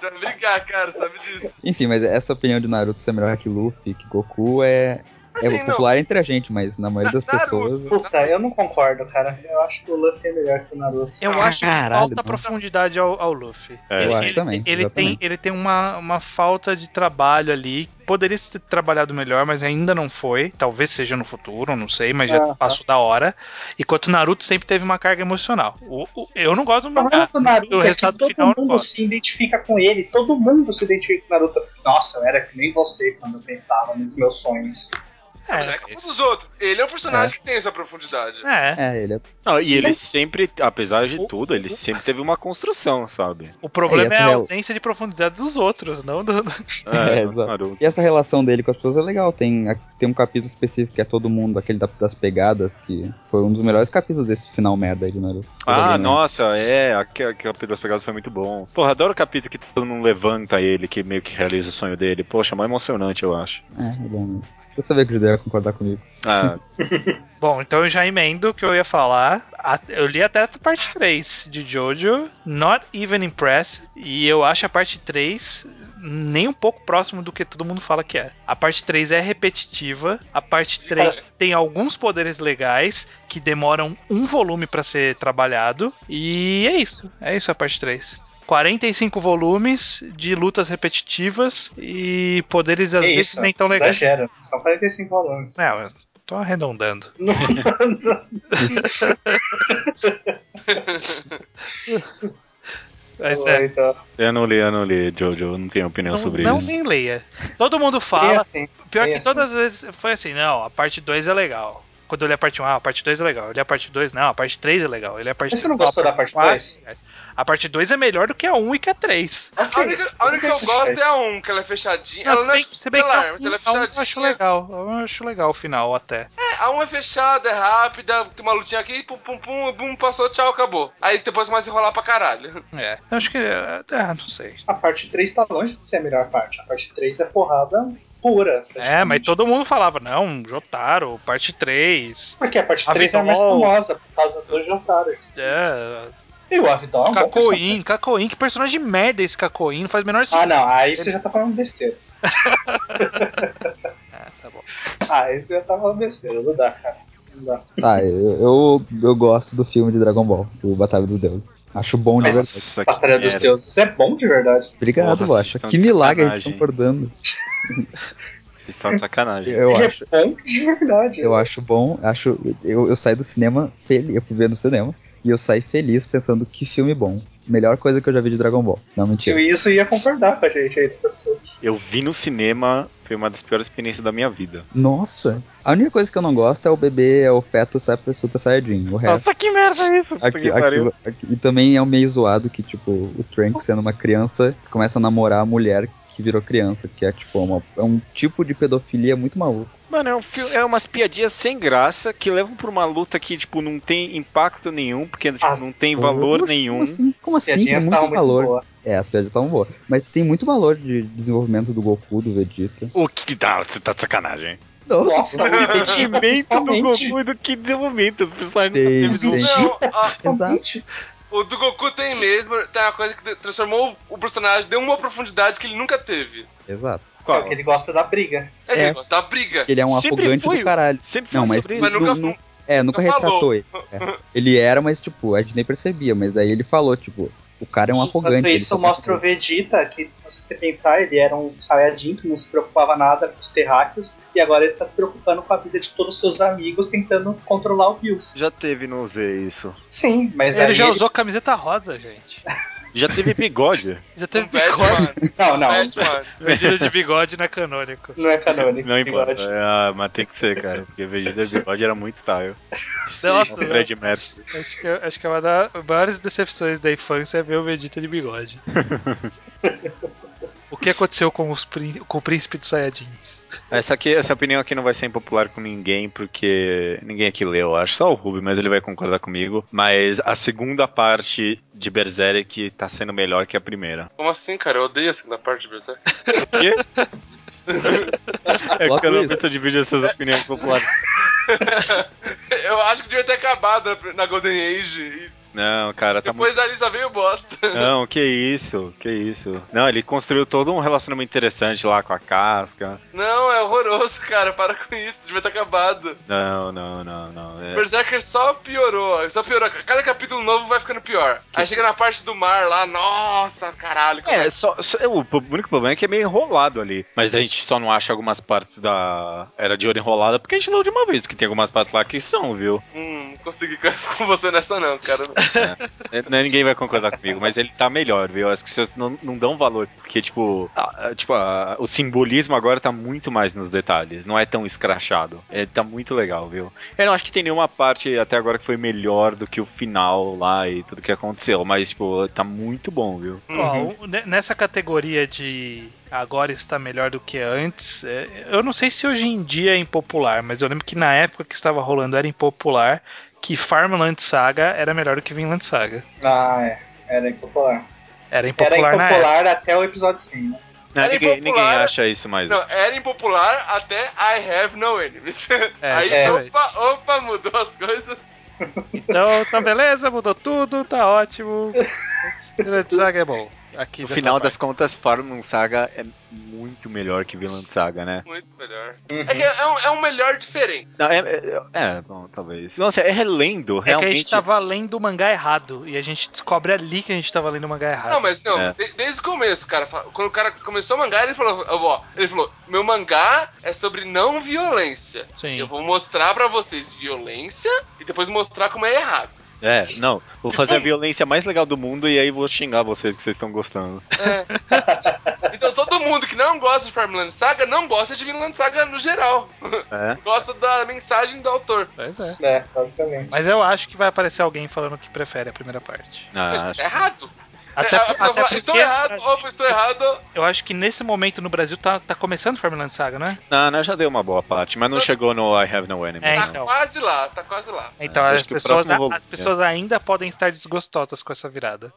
[SPEAKER 4] pra ligar, cara, sabe disso.
[SPEAKER 3] Enfim, mas essa opinião de Naruto ser melhor que Luffy, que Goku é,
[SPEAKER 4] Assim,
[SPEAKER 3] é
[SPEAKER 4] não.
[SPEAKER 3] popular entre a gente, mas na maioria das
[SPEAKER 4] Naruto.
[SPEAKER 3] pessoas.
[SPEAKER 5] Puta, eu não concordo, cara. Eu acho que o Luffy é melhor que o Naruto.
[SPEAKER 2] Eu acho que
[SPEAKER 3] caralho,
[SPEAKER 2] falta
[SPEAKER 3] mano.
[SPEAKER 2] profundidade ao, ao Luffy.
[SPEAKER 1] É,
[SPEAKER 2] ele,
[SPEAKER 1] eu
[SPEAKER 3] acho
[SPEAKER 2] ele-
[SPEAKER 3] também,
[SPEAKER 2] ele tem,
[SPEAKER 3] exatamente.
[SPEAKER 2] ele tem uma, uma falta de trabalho ali. Poderia ter trabalhado melhor, mas ainda não foi. Talvez seja no futuro, não sei, mas já
[SPEAKER 5] Ah, tá.
[SPEAKER 2] passou da hora. Enquanto Naruto sempre teve uma carga emocional. O- o- eu não gosto do
[SPEAKER 5] O problema
[SPEAKER 2] mangá.
[SPEAKER 5] do Naruto
[SPEAKER 2] Ah, O
[SPEAKER 5] é que
[SPEAKER 2] resultado
[SPEAKER 5] todo
[SPEAKER 2] final eu não
[SPEAKER 5] mundo
[SPEAKER 2] gosto.
[SPEAKER 5] se identifica com ele, todo mundo se identifica com o Naruto. Nossa, eu era que nem você quando eu pensava nos meus sonhos.
[SPEAKER 4] Mas é como todos os outros. Ele é um personagem que tem essa profundidade.
[SPEAKER 2] É.
[SPEAKER 3] É, ele é.
[SPEAKER 1] Não, e ele
[SPEAKER 3] Mas-
[SPEAKER 1] sempre, apesar de
[SPEAKER 2] O-
[SPEAKER 1] tudo, ele sempre teve uma construção, sabe?
[SPEAKER 2] O problema
[SPEAKER 3] É,
[SPEAKER 2] é,
[SPEAKER 3] essa
[SPEAKER 2] a
[SPEAKER 3] é o-
[SPEAKER 2] ausência de profundidade dos outros, não do. do-
[SPEAKER 3] É,
[SPEAKER 1] do
[SPEAKER 3] exato.
[SPEAKER 1] Naruto.
[SPEAKER 3] E essa relação dele com as pessoas é legal. Tem, a- tem um capítulo específico que é todo mundo, aquele da- das pegadas, que foi um dos melhores capítulos desse final merda aí do Naruto.
[SPEAKER 1] Ah,
[SPEAKER 3] Alguém-
[SPEAKER 1] nossa, é, aquele capítulo das pegadas foi muito bom. Porra, adoro o capítulo que todo mundo levanta ele, que meio que realiza o sonho dele. Poxa, mais emocionante, eu acho.
[SPEAKER 3] É, é bom mesmo. Eu sabia que o Judeu ia concordar comigo.
[SPEAKER 1] Ah,
[SPEAKER 2] Bom, então eu já emendo o que eu ia falar. A- Eu li até a parte 3 de Jojo, Not Even Impressed, e eu acho a parte 3 nem um pouco próximo do que todo mundo fala que é. A parte 3 é repetitiva, a parte 3
[SPEAKER 5] É.
[SPEAKER 2] tem alguns poderes legais que demoram um volume pra ser trabalhado, e é isso, é isso a parte 3. 45 volumes de lutas repetitivas e poderes às
[SPEAKER 5] É
[SPEAKER 2] vezes
[SPEAKER 5] isso,
[SPEAKER 2] nem tão É, legais.
[SPEAKER 5] Exagera, são 45 alunos.
[SPEAKER 2] Não, eu tô arredondando. Mas, né,
[SPEAKER 5] então,
[SPEAKER 1] eu não li, eu não li, Jojo, eu não tenho opinião
[SPEAKER 2] não,
[SPEAKER 1] um sobre
[SPEAKER 2] não
[SPEAKER 1] isso.
[SPEAKER 2] nem leia. Todo mundo
[SPEAKER 5] Fala.
[SPEAKER 2] fala.
[SPEAKER 5] assim,
[SPEAKER 2] Pior
[SPEAKER 5] é
[SPEAKER 2] que
[SPEAKER 5] assim.
[SPEAKER 2] todas as vezes foi assim, não, a parte 2 é legal. Quando eu li a parte 1, ah, a parte 2 é legal. Eu li a parte 2, não, a parte 3 é legal. Ele a parte
[SPEAKER 5] Mas você
[SPEAKER 2] três,
[SPEAKER 5] não gostou
[SPEAKER 2] a
[SPEAKER 5] da parte
[SPEAKER 2] quatro,
[SPEAKER 5] dois?
[SPEAKER 2] A parte 2 é melhor do que a 1 e que a 3.
[SPEAKER 5] Ah,
[SPEAKER 4] A
[SPEAKER 5] que
[SPEAKER 4] única,
[SPEAKER 5] isso?
[SPEAKER 4] a única que eu
[SPEAKER 5] Nunca
[SPEAKER 4] gosto
[SPEAKER 5] assisti.
[SPEAKER 4] é a 1, que ela é fechadinha.
[SPEAKER 2] Não,
[SPEAKER 4] ela
[SPEAKER 2] se
[SPEAKER 4] não é
[SPEAKER 2] bem, se bem que a
[SPEAKER 4] estelar,
[SPEAKER 2] um-
[SPEAKER 4] mas ela é
[SPEAKER 2] a 1 eu acho
[SPEAKER 4] fechadinha.
[SPEAKER 2] legal. A 1 eu acho legal o final até.
[SPEAKER 4] É, a 1 é fechada, é rápida, tem uma lutinha aqui, pum, pum, pum, pum, passou, tchau, acabou. Aí depois começa a enrolar pra caralho.
[SPEAKER 2] É. Eu acho que. Ah, não sei.
[SPEAKER 5] A parte 3 tá longe de ser a melhor parte. A parte 3 é porrada pura.
[SPEAKER 2] É, mas
[SPEAKER 5] praticamente.
[SPEAKER 2] todo mundo falava, não, Jotaro, parte 3.
[SPEAKER 5] Porque a parte
[SPEAKER 2] A
[SPEAKER 5] 3 é a mais
[SPEAKER 2] Vidol.
[SPEAKER 5] famosa por causa dos jantares.
[SPEAKER 2] É,
[SPEAKER 5] E o Avidon é um bom
[SPEAKER 2] Cacoin, Cacoin, que personagem merda esse Cacoin, não faz o menor
[SPEAKER 5] personagem. Ah,
[SPEAKER 2] sentido.
[SPEAKER 5] não, aí você já tá falando besteira.
[SPEAKER 2] Ah, tá bom.
[SPEAKER 5] Aí você já tá falando besteira, não dá, cara. Não dá.
[SPEAKER 3] Tá, eu, eu, eu gosto do filme de Dragon Ball, o Batalha dos Deuses. Acho bom de é verdade.
[SPEAKER 1] Nossa, que
[SPEAKER 5] Batalha dos
[SPEAKER 1] merda.
[SPEAKER 5] Deuses é bom de verdade.
[SPEAKER 3] Obrigado,
[SPEAKER 1] Porra, vocês
[SPEAKER 3] Bocha.
[SPEAKER 1] estão
[SPEAKER 3] Que
[SPEAKER 1] de
[SPEAKER 3] milagre a
[SPEAKER 1] sacanagem, hein?
[SPEAKER 3] gente concordando.
[SPEAKER 1] Vocês estão de sacanagem.
[SPEAKER 3] Eu
[SPEAKER 5] Ele
[SPEAKER 3] acho.
[SPEAKER 5] é bom de verdade.
[SPEAKER 3] Eu acho bom, acho. Eu, eu saí do cinema feliz. Eu fui ver no cinema. E eu saí feliz pensando que filme bom. Melhor coisa que eu já vi de Dragon Ball. Não, mentira.
[SPEAKER 5] E isso ia concordar com a gente aí, professor.
[SPEAKER 1] Eu vi no cinema, foi uma das piores experiências da minha vida.
[SPEAKER 3] Nossa! A única coisa que eu não gosto é o bebê, é o feto Super, super Saiyajin. O resto.
[SPEAKER 1] que merda é isso!
[SPEAKER 3] É. Aqui, aquilo- aqui- e também é um meio zoado que, tipo, o Trunks sendo uma criança começa a namorar a mulher que virou criança, que é tipo uma- é um tipo de pedofilia muito maluco.
[SPEAKER 1] Mano, é, um filme, é umas piadinhas sem graça que levam pra uma luta que, tipo, não tem impacto nenhum, porque tipo,
[SPEAKER 5] Ah,
[SPEAKER 1] não tem
[SPEAKER 3] Como-
[SPEAKER 1] valor
[SPEAKER 3] como assim-
[SPEAKER 1] nenhum.
[SPEAKER 3] Como assim? Como assim? Tem
[SPEAKER 5] Piadinhas
[SPEAKER 3] muito
[SPEAKER 5] estavam muito
[SPEAKER 3] valor.
[SPEAKER 5] boas.
[SPEAKER 3] é, as piadas estavam boas. Mas tem muito valor de desenvolvimento do Goku, do Vegeta.
[SPEAKER 1] O que dá? Você tá de sacanagem.
[SPEAKER 3] Não,
[SPEAKER 5] Nossa, o
[SPEAKER 1] Sentimento do
[SPEAKER 5] principalmente.
[SPEAKER 1] Goku e do que desenvolvimento. Os personagens
[SPEAKER 3] Tem,
[SPEAKER 1] não teve
[SPEAKER 3] tem.
[SPEAKER 1] desenvolvimento.
[SPEAKER 4] Não, a-
[SPEAKER 5] Principalmente.
[SPEAKER 4] o do Goku tem mesmo, tem uma coisa que de- transformou o personagem, deu uma profundidade que ele nunca teve.
[SPEAKER 3] Exato.
[SPEAKER 5] É,
[SPEAKER 1] Qual?
[SPEAKER 5] Porque ele gosta da briga.
[SPEAKER 4] É que
[SPEAKER 3] É.
[SPEAKER 4] ele gosta da briga.
[SPEAKER 3] Que ele é um
[SPEAKER 1] Sempre
[SPEAKER 3] afogante
[SPEAKER 1] foi
[SPEAKER 3] do caralho.
[SPEAKER 1] Sempre
[SPEAKER 3] Não,
[SPEAKER 1] foi
[SPEAKER 3] mas,
[SPEAKER 1] sobre
[SPEAKER 4] Mas
[SPEAKER 1] isso.
[SPEAKER 4] nunca-
[SPEAKER 3] nu- nu- é, nunca
[SPEAKER 4] nunca
[SPEAKER 3] retratou
[SPEAKER 4] falou.
[SPEAKER 3] ele. É. Ele era, mas tipo, a gente nem percebia, mas aí ele falou, tipo, o cara é um arrogante.
[SPEAKER 5] Enquanto
[SPEAKER 3] ele
[SPEAKER 5] isso
[SPEAKER 3] só
[SPEAKER 5] mostra o Vegeta, que se você pensar, ele era um Saiyajin que não se preocupava nada com os terráqueos, e agora ele tá se preocupando com a vida de todos os seus amigos tentando controlar o Bills.
[SPEAKER 1] Já teve no Z isso.
[SPEAKER 5] Sim, mas
[SPEAKER 2] Ele
[SPEAKER 5] aí
[SPEAKER 2] já
[SPEAKER 5] ele-
[SPEAKER 2] usou camiseta rosa, gente.
[SPEAKER 1] Já teve bigode.
[SPEAKER 2] Já teve
[SPEAKER 4] Um
[SPEAKER 2] bigode.
[SPEAKER 4] Batman.
[SPEAKER 5] Não,
[SPEAKER 4] um
[SPEAKER 5] não,
[SPEAKER 4] Batman.
[SPEAKER 2] Medida de bigode não é canônico.
[SPEAKER 5] não é canônico.
[SPEAKER 1] Não importa.
[SPEAKER 5] bigode.
[SPEAKER 1] É, ah, mas tem que ser, cara. Porque Vegeta e bigode era muito style.
[SPEAKER 5] é
[SPEAKER 2] Nossa, né?
[SPEAKER 1] Fred Mercury.
[SPEAKER 2] acho, que, acho que é uma das maiores decepções da infância é ver o Vegeta de bigode. o que aconteceu com, os, prín- com o príncipe dos Saiyajins?
[SPEAKER 1] Essa, aqui, essa opinião aqui não vai ser impopular com ninguém, porque ninguém aqui leu, eu acho. Só o Ruby, mas ele vai concordar comigo. Mas a segunda parte de Berserk tá sendo melhor que a primeira.
[SPEAKER 4] Como assim, cara? Eu odeio a segunda parte de Berserk.
[SPEAKER 1] É
[SPEAKER 3] Plot
[SPEAKER 1] que eu não
[SPEAKER 3] twist.
[SPEAKER 1] preciso dividir essas opiniões populares.
[SPEAKER 4] Eu acho que devia ter acabado na- na Golden Age. E
[SPEAKER 1] Não, cara, tá muito.
[SPEAKER 4] depois ali só veio bosta.
[SPEAKER 1] Não, que isso, que isso. Não, ele construiu todo um relacionamento interessante lá com a casca.
[SPEAKER 4] Não, é horroroso, cara. Para com isso. Devia ter acabado.
[SPEAKER 1] Não, não, não, não. é.
[SPEAKER 4] Berserker só piorou, só piorou. Cada capítulo novo vai ficando pior. Aí chega na parte do mar lá, nossa, caralho. como
[SPEAKER 1] É, só, só- o, pro- o único problema é que é meio enrolado ali. Mas a gente só não acha algumas partes da Era de Ouro enrolada porque a gente leu de uma vez, porque tem algumas partes lá que são, viu?
[SPEAKER 4] Hum, não consegui com você nessa não, cara.
[SPEAKER 1] É, né, Ninguém vai concordar comigo, mas ele tá melhor, viu? Acho que vocês não, não dão valor, porque, tipo, a- a- tipo a- o simbolismo agora tá muito mais nos detalhes, não é tão escrachado. É, tá muito legal, viu? Eu não acho que tem nenhuma parte até agora que foi melhor do que o final lá e tudo que aconteceu, mas, tipo, tá muito bom, viu?
[SPEAKER 4] Uhum.
[SPEAKER 2] Ó, o- ne- nessa categoria de agora está melhor do que antes, é, eu não sei se hoje em dia é impopular, mas eu lembro que na época que estava rolando era impopular que Farmland Saga era melhor do que Vinland Saga.
[SPEAKER 5] Ah, é. Era impopular.
[SPEAKER 2] Era
[SPEAKER 5] Era
[SPEAKER 2] impopular, na época.
[SPEAKER 5] impopular até o episódio 100, né?
[SPEAKER 1] Não,
[SPEAKER 4] Era
[SPEAKER 1] ninguém, ninguém
[SPEAKER 4] impopular.
[SPEAKER 1] acha isso mais.
[SPEAKER 4] Não, era impopular até I have no enemies.
[SPEAKER 2] É,
[SPEAKER 4] Aí,
[SPEAKER 2] exatamente.
[SPEAKER 4] opa, opa, mudou as coisas.
[SPEAKER 2] Então, tá beleza, mudou tudo, tá ótimo. Vinland Saga é bom. Aqui
[SPEAKER 1] No
[SPEAKER 2] dessa
[SPEAKER 1] final
[SPEAKER 2] parte.
[SPEAKER 1] das contas, Farmland Saga é muito melhor que Vinland Saga, né?
[SPEAKER 4] Muito melhor.
[SPEAKER 5] Uhum.
[SPEAKER 4] É que é um, é um melhor diferente.
[SPEAKER 1] Não, é, é, é, bom, talvez. Nossa, é relendo,
[SPEAKER 2] É que a
[SPEAKER 1] realmente.
[SPEAKER 2] gente tava lendo o mangá errado. E a gente descobre ali que a gente tava lendo o mangá errado.
[SPEAKER 4] Não, mas não,
[SPEAKER 1] É.
[SPEAKER 4] de- desde o começo, cara. fa- Quando o cara começou o mangá, ele falou, ó, ele falou, meu mangá é sobre não violência.
[SPEAKER 2] Sim.
[SPEAKER 4] Eu vou mostrar pra vocês violência e depois mostrar como é errado.
[SPEAKER 1] É, não. Vou fazer a violência mais legal do mundo e aí vou xingar vocês que vocês estão gostando.
[SPEAKER 4] Então todo mundo que não gosta de Farmland Saga não gosta de Vinland Saga no geral.
[SPEAKER 1] É.
[SPEAKER 4] Gosta da mensagem do autor.
[SPEAKER 2] Pois é.
[SPEAKER 5] É, basicamente.
[SPEAKER 2] Mas eu acho que vai aparecer alguém falando que prefere a primeira parte.
[SPEAKER 1] Ah, acho-
[SPEAKER 4] é errado.
[SPEAKER 2] Até,
[SPEAKER 4] É, a
[SPEAKER 2] até
[SPEAKER 4] pessoa fala,
[SPEAKER 2] porque
[SPEAKER 4] estou errado,
[SPEAKER 2] assim,
[SPEAKER 4] opa, estou errado.
[SPEAKER 2] eu acho que nesse momento no Brasil tá, tá começando Farmland Saga, né?
[SPEAKER 1] não, não, já deu uma boa parte, mas não chegou no I Have No Enemy.
[SPEAKER 2] É,
[SPEAKER 4] Tá
[SPEAKER 1] não.
[SPEAKER 2] então.
[SPEAKER 4] quase lá, tá quase lá.
[SPEAKER 2] Então
[SPEAKER 1] É, acho
[SPEAKER 2] as,
[SPEAKER 1] que o
[SPEAKER 2] pessoas,
[SPEAKER 1] próximo vou-
[SPEAKER 2] as pessoas ainda podem estar desgostosas com essa virada.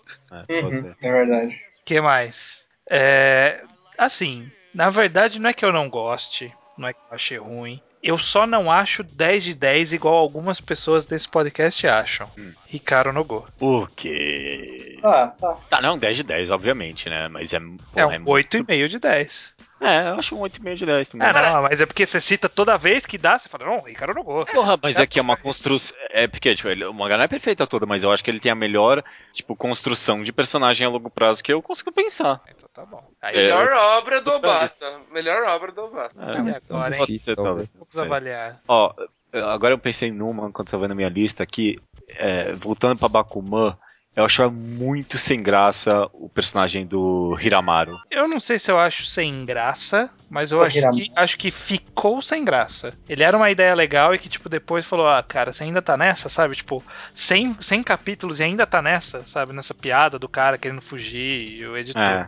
[SPEAKER 1] É, pode
[SPEAKER 5] Uhum,
[SPEAKER 1] ser.
[SPEAKER 5] é verdade.
[SPEAKER 2] que mais? É, assim, na verdade não é que eu não goste, não é que eu achei ruim. Eu só não acho 10 de 10 igual algumas pessoas desse podcast acham.
[SPEAKER 1] Hum.
[SPEAKER 2] Ricardo Nogô.
[SPEAKER 1] Por quê?
[SPEAKER 5] Ah, tá.
[SPEAKER 1] Tá, não, 10 de 10, obviamente, né? Mas é.
[SPEAKER 2] É
[SPEAKER 1] porra,
[SPEAKER 2] um 8,5 de 10.
[SPEAKER 1] É, eu acho um 8,5 de 10 também.
[SPEAKER 2] Ah, não, mas é porque você cita toda vez que dá, você fala, não, Ricardo não gosta.
[SPEAKER 1] Porra, mas é que é uma construção. É porque, tipo, ele- o mangá não é perfeita toda, mas eu acho que ele tem a melhor, tipo, construção de personagem a longo prazo que eu consigo pensar.
[SPEAKER 2] Então tá bom. Aí
[SPEAKER 1] É,
[SPEAKER 4] Melhor
[SPEAKER 1] eu-
[SPEAKER 4] obra do
[SPEAKER 1] eu-
[SPEAKER 4] Obata. Melhor obra do Obata.
[SPEAKER 1] É,
[SPEAKER 2] E
[SPEAKER 1] mas
[SPEAKER 2] agora,
[SPEAKER 1] pode
[SPEAKER 3] hein?
[SPEAKER 1] ser, talvez.
[SPEAKER 2] vamos avaliar.
[SPEAKER 1] Ó, eu- agora eu pensei numa enquanto tava vendo a minha lista aqui. é, voltando pra Bakuman, eu achava muito sem graça o personagem do Hiramaru.
[SPEAKER 2] Eu não sei se eu acho sem graça, mas eu
[SPEAKER 5] Pô,
[SPEAKER 2] acho
[SPEAKER 5] Hiram-
[SPEAKER 2] que, acho que ficou sem graça. Ele era uma ideia legal e que, tipo, depois falou, ah, cara, você ainda tá nessa, sabe? Tipo, 100, 100 capítulos e ainda tá nessa, sabe? Nessa piada do cara querendo fugir e o editor.
[SPEAKER 1] É.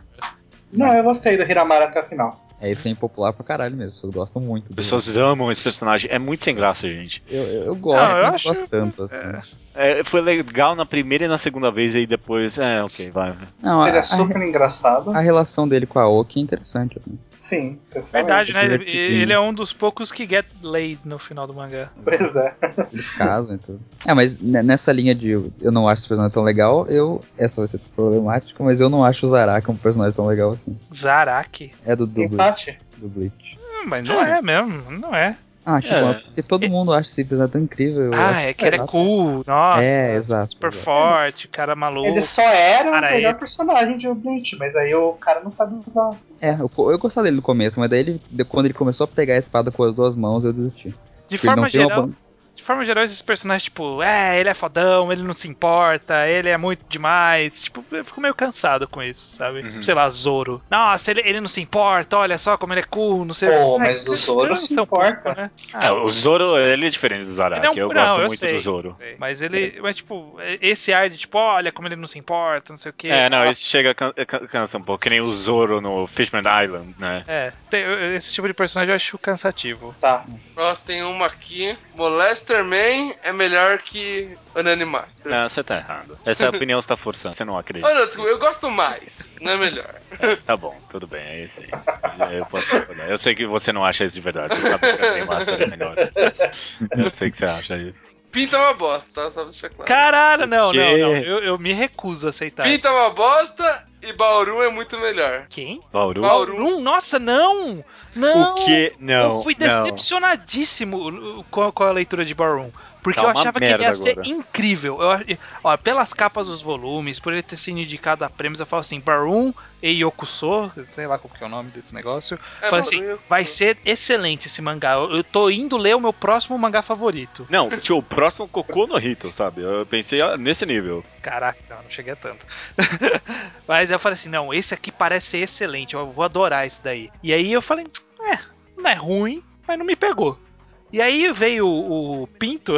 [SPEAKER 5] Não, eu gostei do Hiramara até o final.
[SPEAKER 3] É isso é impopular pra caralho mesmo. As pessoas gostam muito.
[SPEAKER 1] As
[SPEAKER 3] do-
[SPEAKER 1] pessoas amam esse personagem. É muito sem graça, gente.
[SPEAKER 3] Eu, eu, eu gosto,
[SPEAKER 2] Não, eu
[SPEAKER 3] eu não
[SPEAKER 2] acho-
[SPEAKER 3] gosto tanto assim.
[SPEAKER 1] É, foi legal na primeira e na segunda vez, e aí depois. É, ok, vai.
[SPEAKER 3] Não, a,
[SPEAKER 5] Ele
[SPEAKER 3] a-
[SPEAKER 5] é super engraçado.
[SPEAKER 3] a relação dele com a Oki é interessante. né?
[SPEAKER 5] Sim, perfeitamente.
[SPEAKER 2] Verdade, né? Ele,
[SPEAKER 3] divertidinho.
[SPEAKER 2] ele é um dos poucos que get laid no final do mangá.
[SPEAKER 5] Pois é.
[SPEAKER 3] Eles casam e tudo. É, mas ne- nessa linha de eu não acho esse personagem tão legal, eu. Essa vai ser problemática, mas eu não acho o Zaraka um personagem tão legal assim.
[SPEAKER 2] Zaraki.
[SPEAKER 3] É do, do, Bleach,
[SPEAKER 5] Empate?
[SPEAKER 3] do Bleach.
[SPEAKER 2] Hum, mas não é mesmo, não é.
[SPEAKER 3] Ah, que
[SPEAKER 1] É.
[SPEAKER 3] bom, porque todo mundo acha esse personagem tão incrível. eu
[SPEAKER 2] Ah,
[SPEAKER 3] acho
[SPEAKER 2] é que ele é
[SPEAKER 3] legal.
[SPEAKER 2] cool, nossa.
[SPEAKER 3] É, exato,
[SPEAKER 2] Super
[SPEAKER 3] exato.
[SPEAKER 2] forte, cara maluco.
[SPEAKER 5] Ele só era
[SPEAKER 2] Cara,
[SPEAKER 5] o melhor
[SPEAKER 2] ele-
[SPEAKER 5] personagem de Bleach, mas aí o cara não sabe usar.
[SPEAKER 3] É, eu, eu gostava dele no começo, mas daí ele, de- quando ele começou a pegar a espada com as duas mãos, eu desisti.
[SPEAKER 2] De
[SPEAKER 3] Porque ele
[SPEAKER 2] forma
[SPEAKER 3] não tem uma
[SPEAKER 2] geral,
[SPEAKER 3] ban-
[SPEAKER 2] de forma geral, esses personagens, tipo, é, ele é fodão, ele não se importa, ele é muito demais. Tipo, eu fico meio cansado com isso, sabe?
[SPEAKER 1] Uhum.
[SPEAKER 2] Sei lá, Zoro. Nossa, ele, ele não se importa, olha só como ele é cool, não sei
[SPEAKER 5] Pô,
[SPEAKER 2] É,
[SPEAKER 5] mas o
[SPEAKER 2] cansa
[SPEAKER 5] Zoro se
[SPEAKER 2] um pouco,
[SPEAKER 5] importa.
[SPEAKER 2] né?
[SPEAKER 1] É, o Zoro, ele é diferente do
[SPEAKER 2] Ele é um-
[SPEAKER 1] Zaraki. Eu
[SPEAKER 2] não,
[SPEAKER 1] gosto
[SPEAKER 2] eu
[SPEAKER 1] muito
[SPEAKER 2] sei,
[SPEAKER 1] do Zoro. É.
[SPEAKER 2] sei. Mas ele. Mas, tipo, esse ar de tipo, olha como ele não se importa, não sei o quê.
[SPEAKER 1] É, não, isso chega a can- can- cansa um pouco, que nem o Zoro no Fishman Island, né?
[SPEAKER 2] É, tem- eu- esse tipo de personagem eu acho cansativo.
[SPEAKER 5] Tá.
[SPEAKER 4] Ó, tem uma aqui. Molester Man é melhor que Anani Master.
[SPEAKER 1] Não, você tá errado. Essa opinião você tá forçando, você não acredita.
[SPEAKER 4] Oh, não, desculpa, eu gosto mais. Não é melhor.
[SPEAKER 1] Tá bom, tudo bem, é isso aí. Eu posso concordar. Eu sei que você não acha isso de verdade, você sabe que a Game Master é melhor. Eu sei que você acha isso.
[SPEAKER 4] Pinta uma bosta, tá? Só pra deixar claro.
[SPEAKER 2] Caralho, não,
[SPEAKER 1] quê?
[SPEAKER 2] não, não. Eu, eu me recuso a aceitar.
[SPEAKER 4] Pinta uma bosta e Bauru é muito melhor.
[SPEAKER 2] Quem?
[SPEAKER 1] Bauru?
[SPEAKER 4] Bauru.
[SPEAKER 2] Aurum? Nossa, não! Não!
[SPEAKER 1] O que? Não.
[SPEAKER 2] eu fui
[SPEAKER 1] não.
[SPEAKER 2] decepcionadinadíssimo uh, com, com a leitura de Barum. Porque
[SPEAKER 1] Tá
[SPEAKER 2] eu
[SPEAKER 1] uma
[SPEAKER 2] achava que ele ia
[SPEAKER 1] merda
[SPEAKER 2] ser
[SPEAKER 1] agora.
[SPEAKER 2] incrível. Eu ach- ó, pelas capas dos volumes, por ele ter sido indicado a prêmios, eu falo assim, Barum e Yokuso, sei lá qual que é o nome desse negócio.
[SPEAKER 4] É,
[SPEAKER 2] Fala
[SPEAKER 4] Barum
[SPEAKER 2] assim,
[SPEAKER 4] e Yokuso.
[SPEAKER 2] vai ser excelente esse mangá. Eu, eu tô indo ler o meu próximo mangá favorito.
[SPEAKER 1] Não, tio, o próximo cocô no Hito, sabe? Eu pensei ah, nesse nível.
[SPEAKER 2] Caraca, não, não cheguei a tanto. Mas eu falei assim, não, esse aqui parece ser excelente, eu vou adorar esse daí. E aí eu falei, é, não é ruim, mas não me pegou. E aí veio o, o Pinto,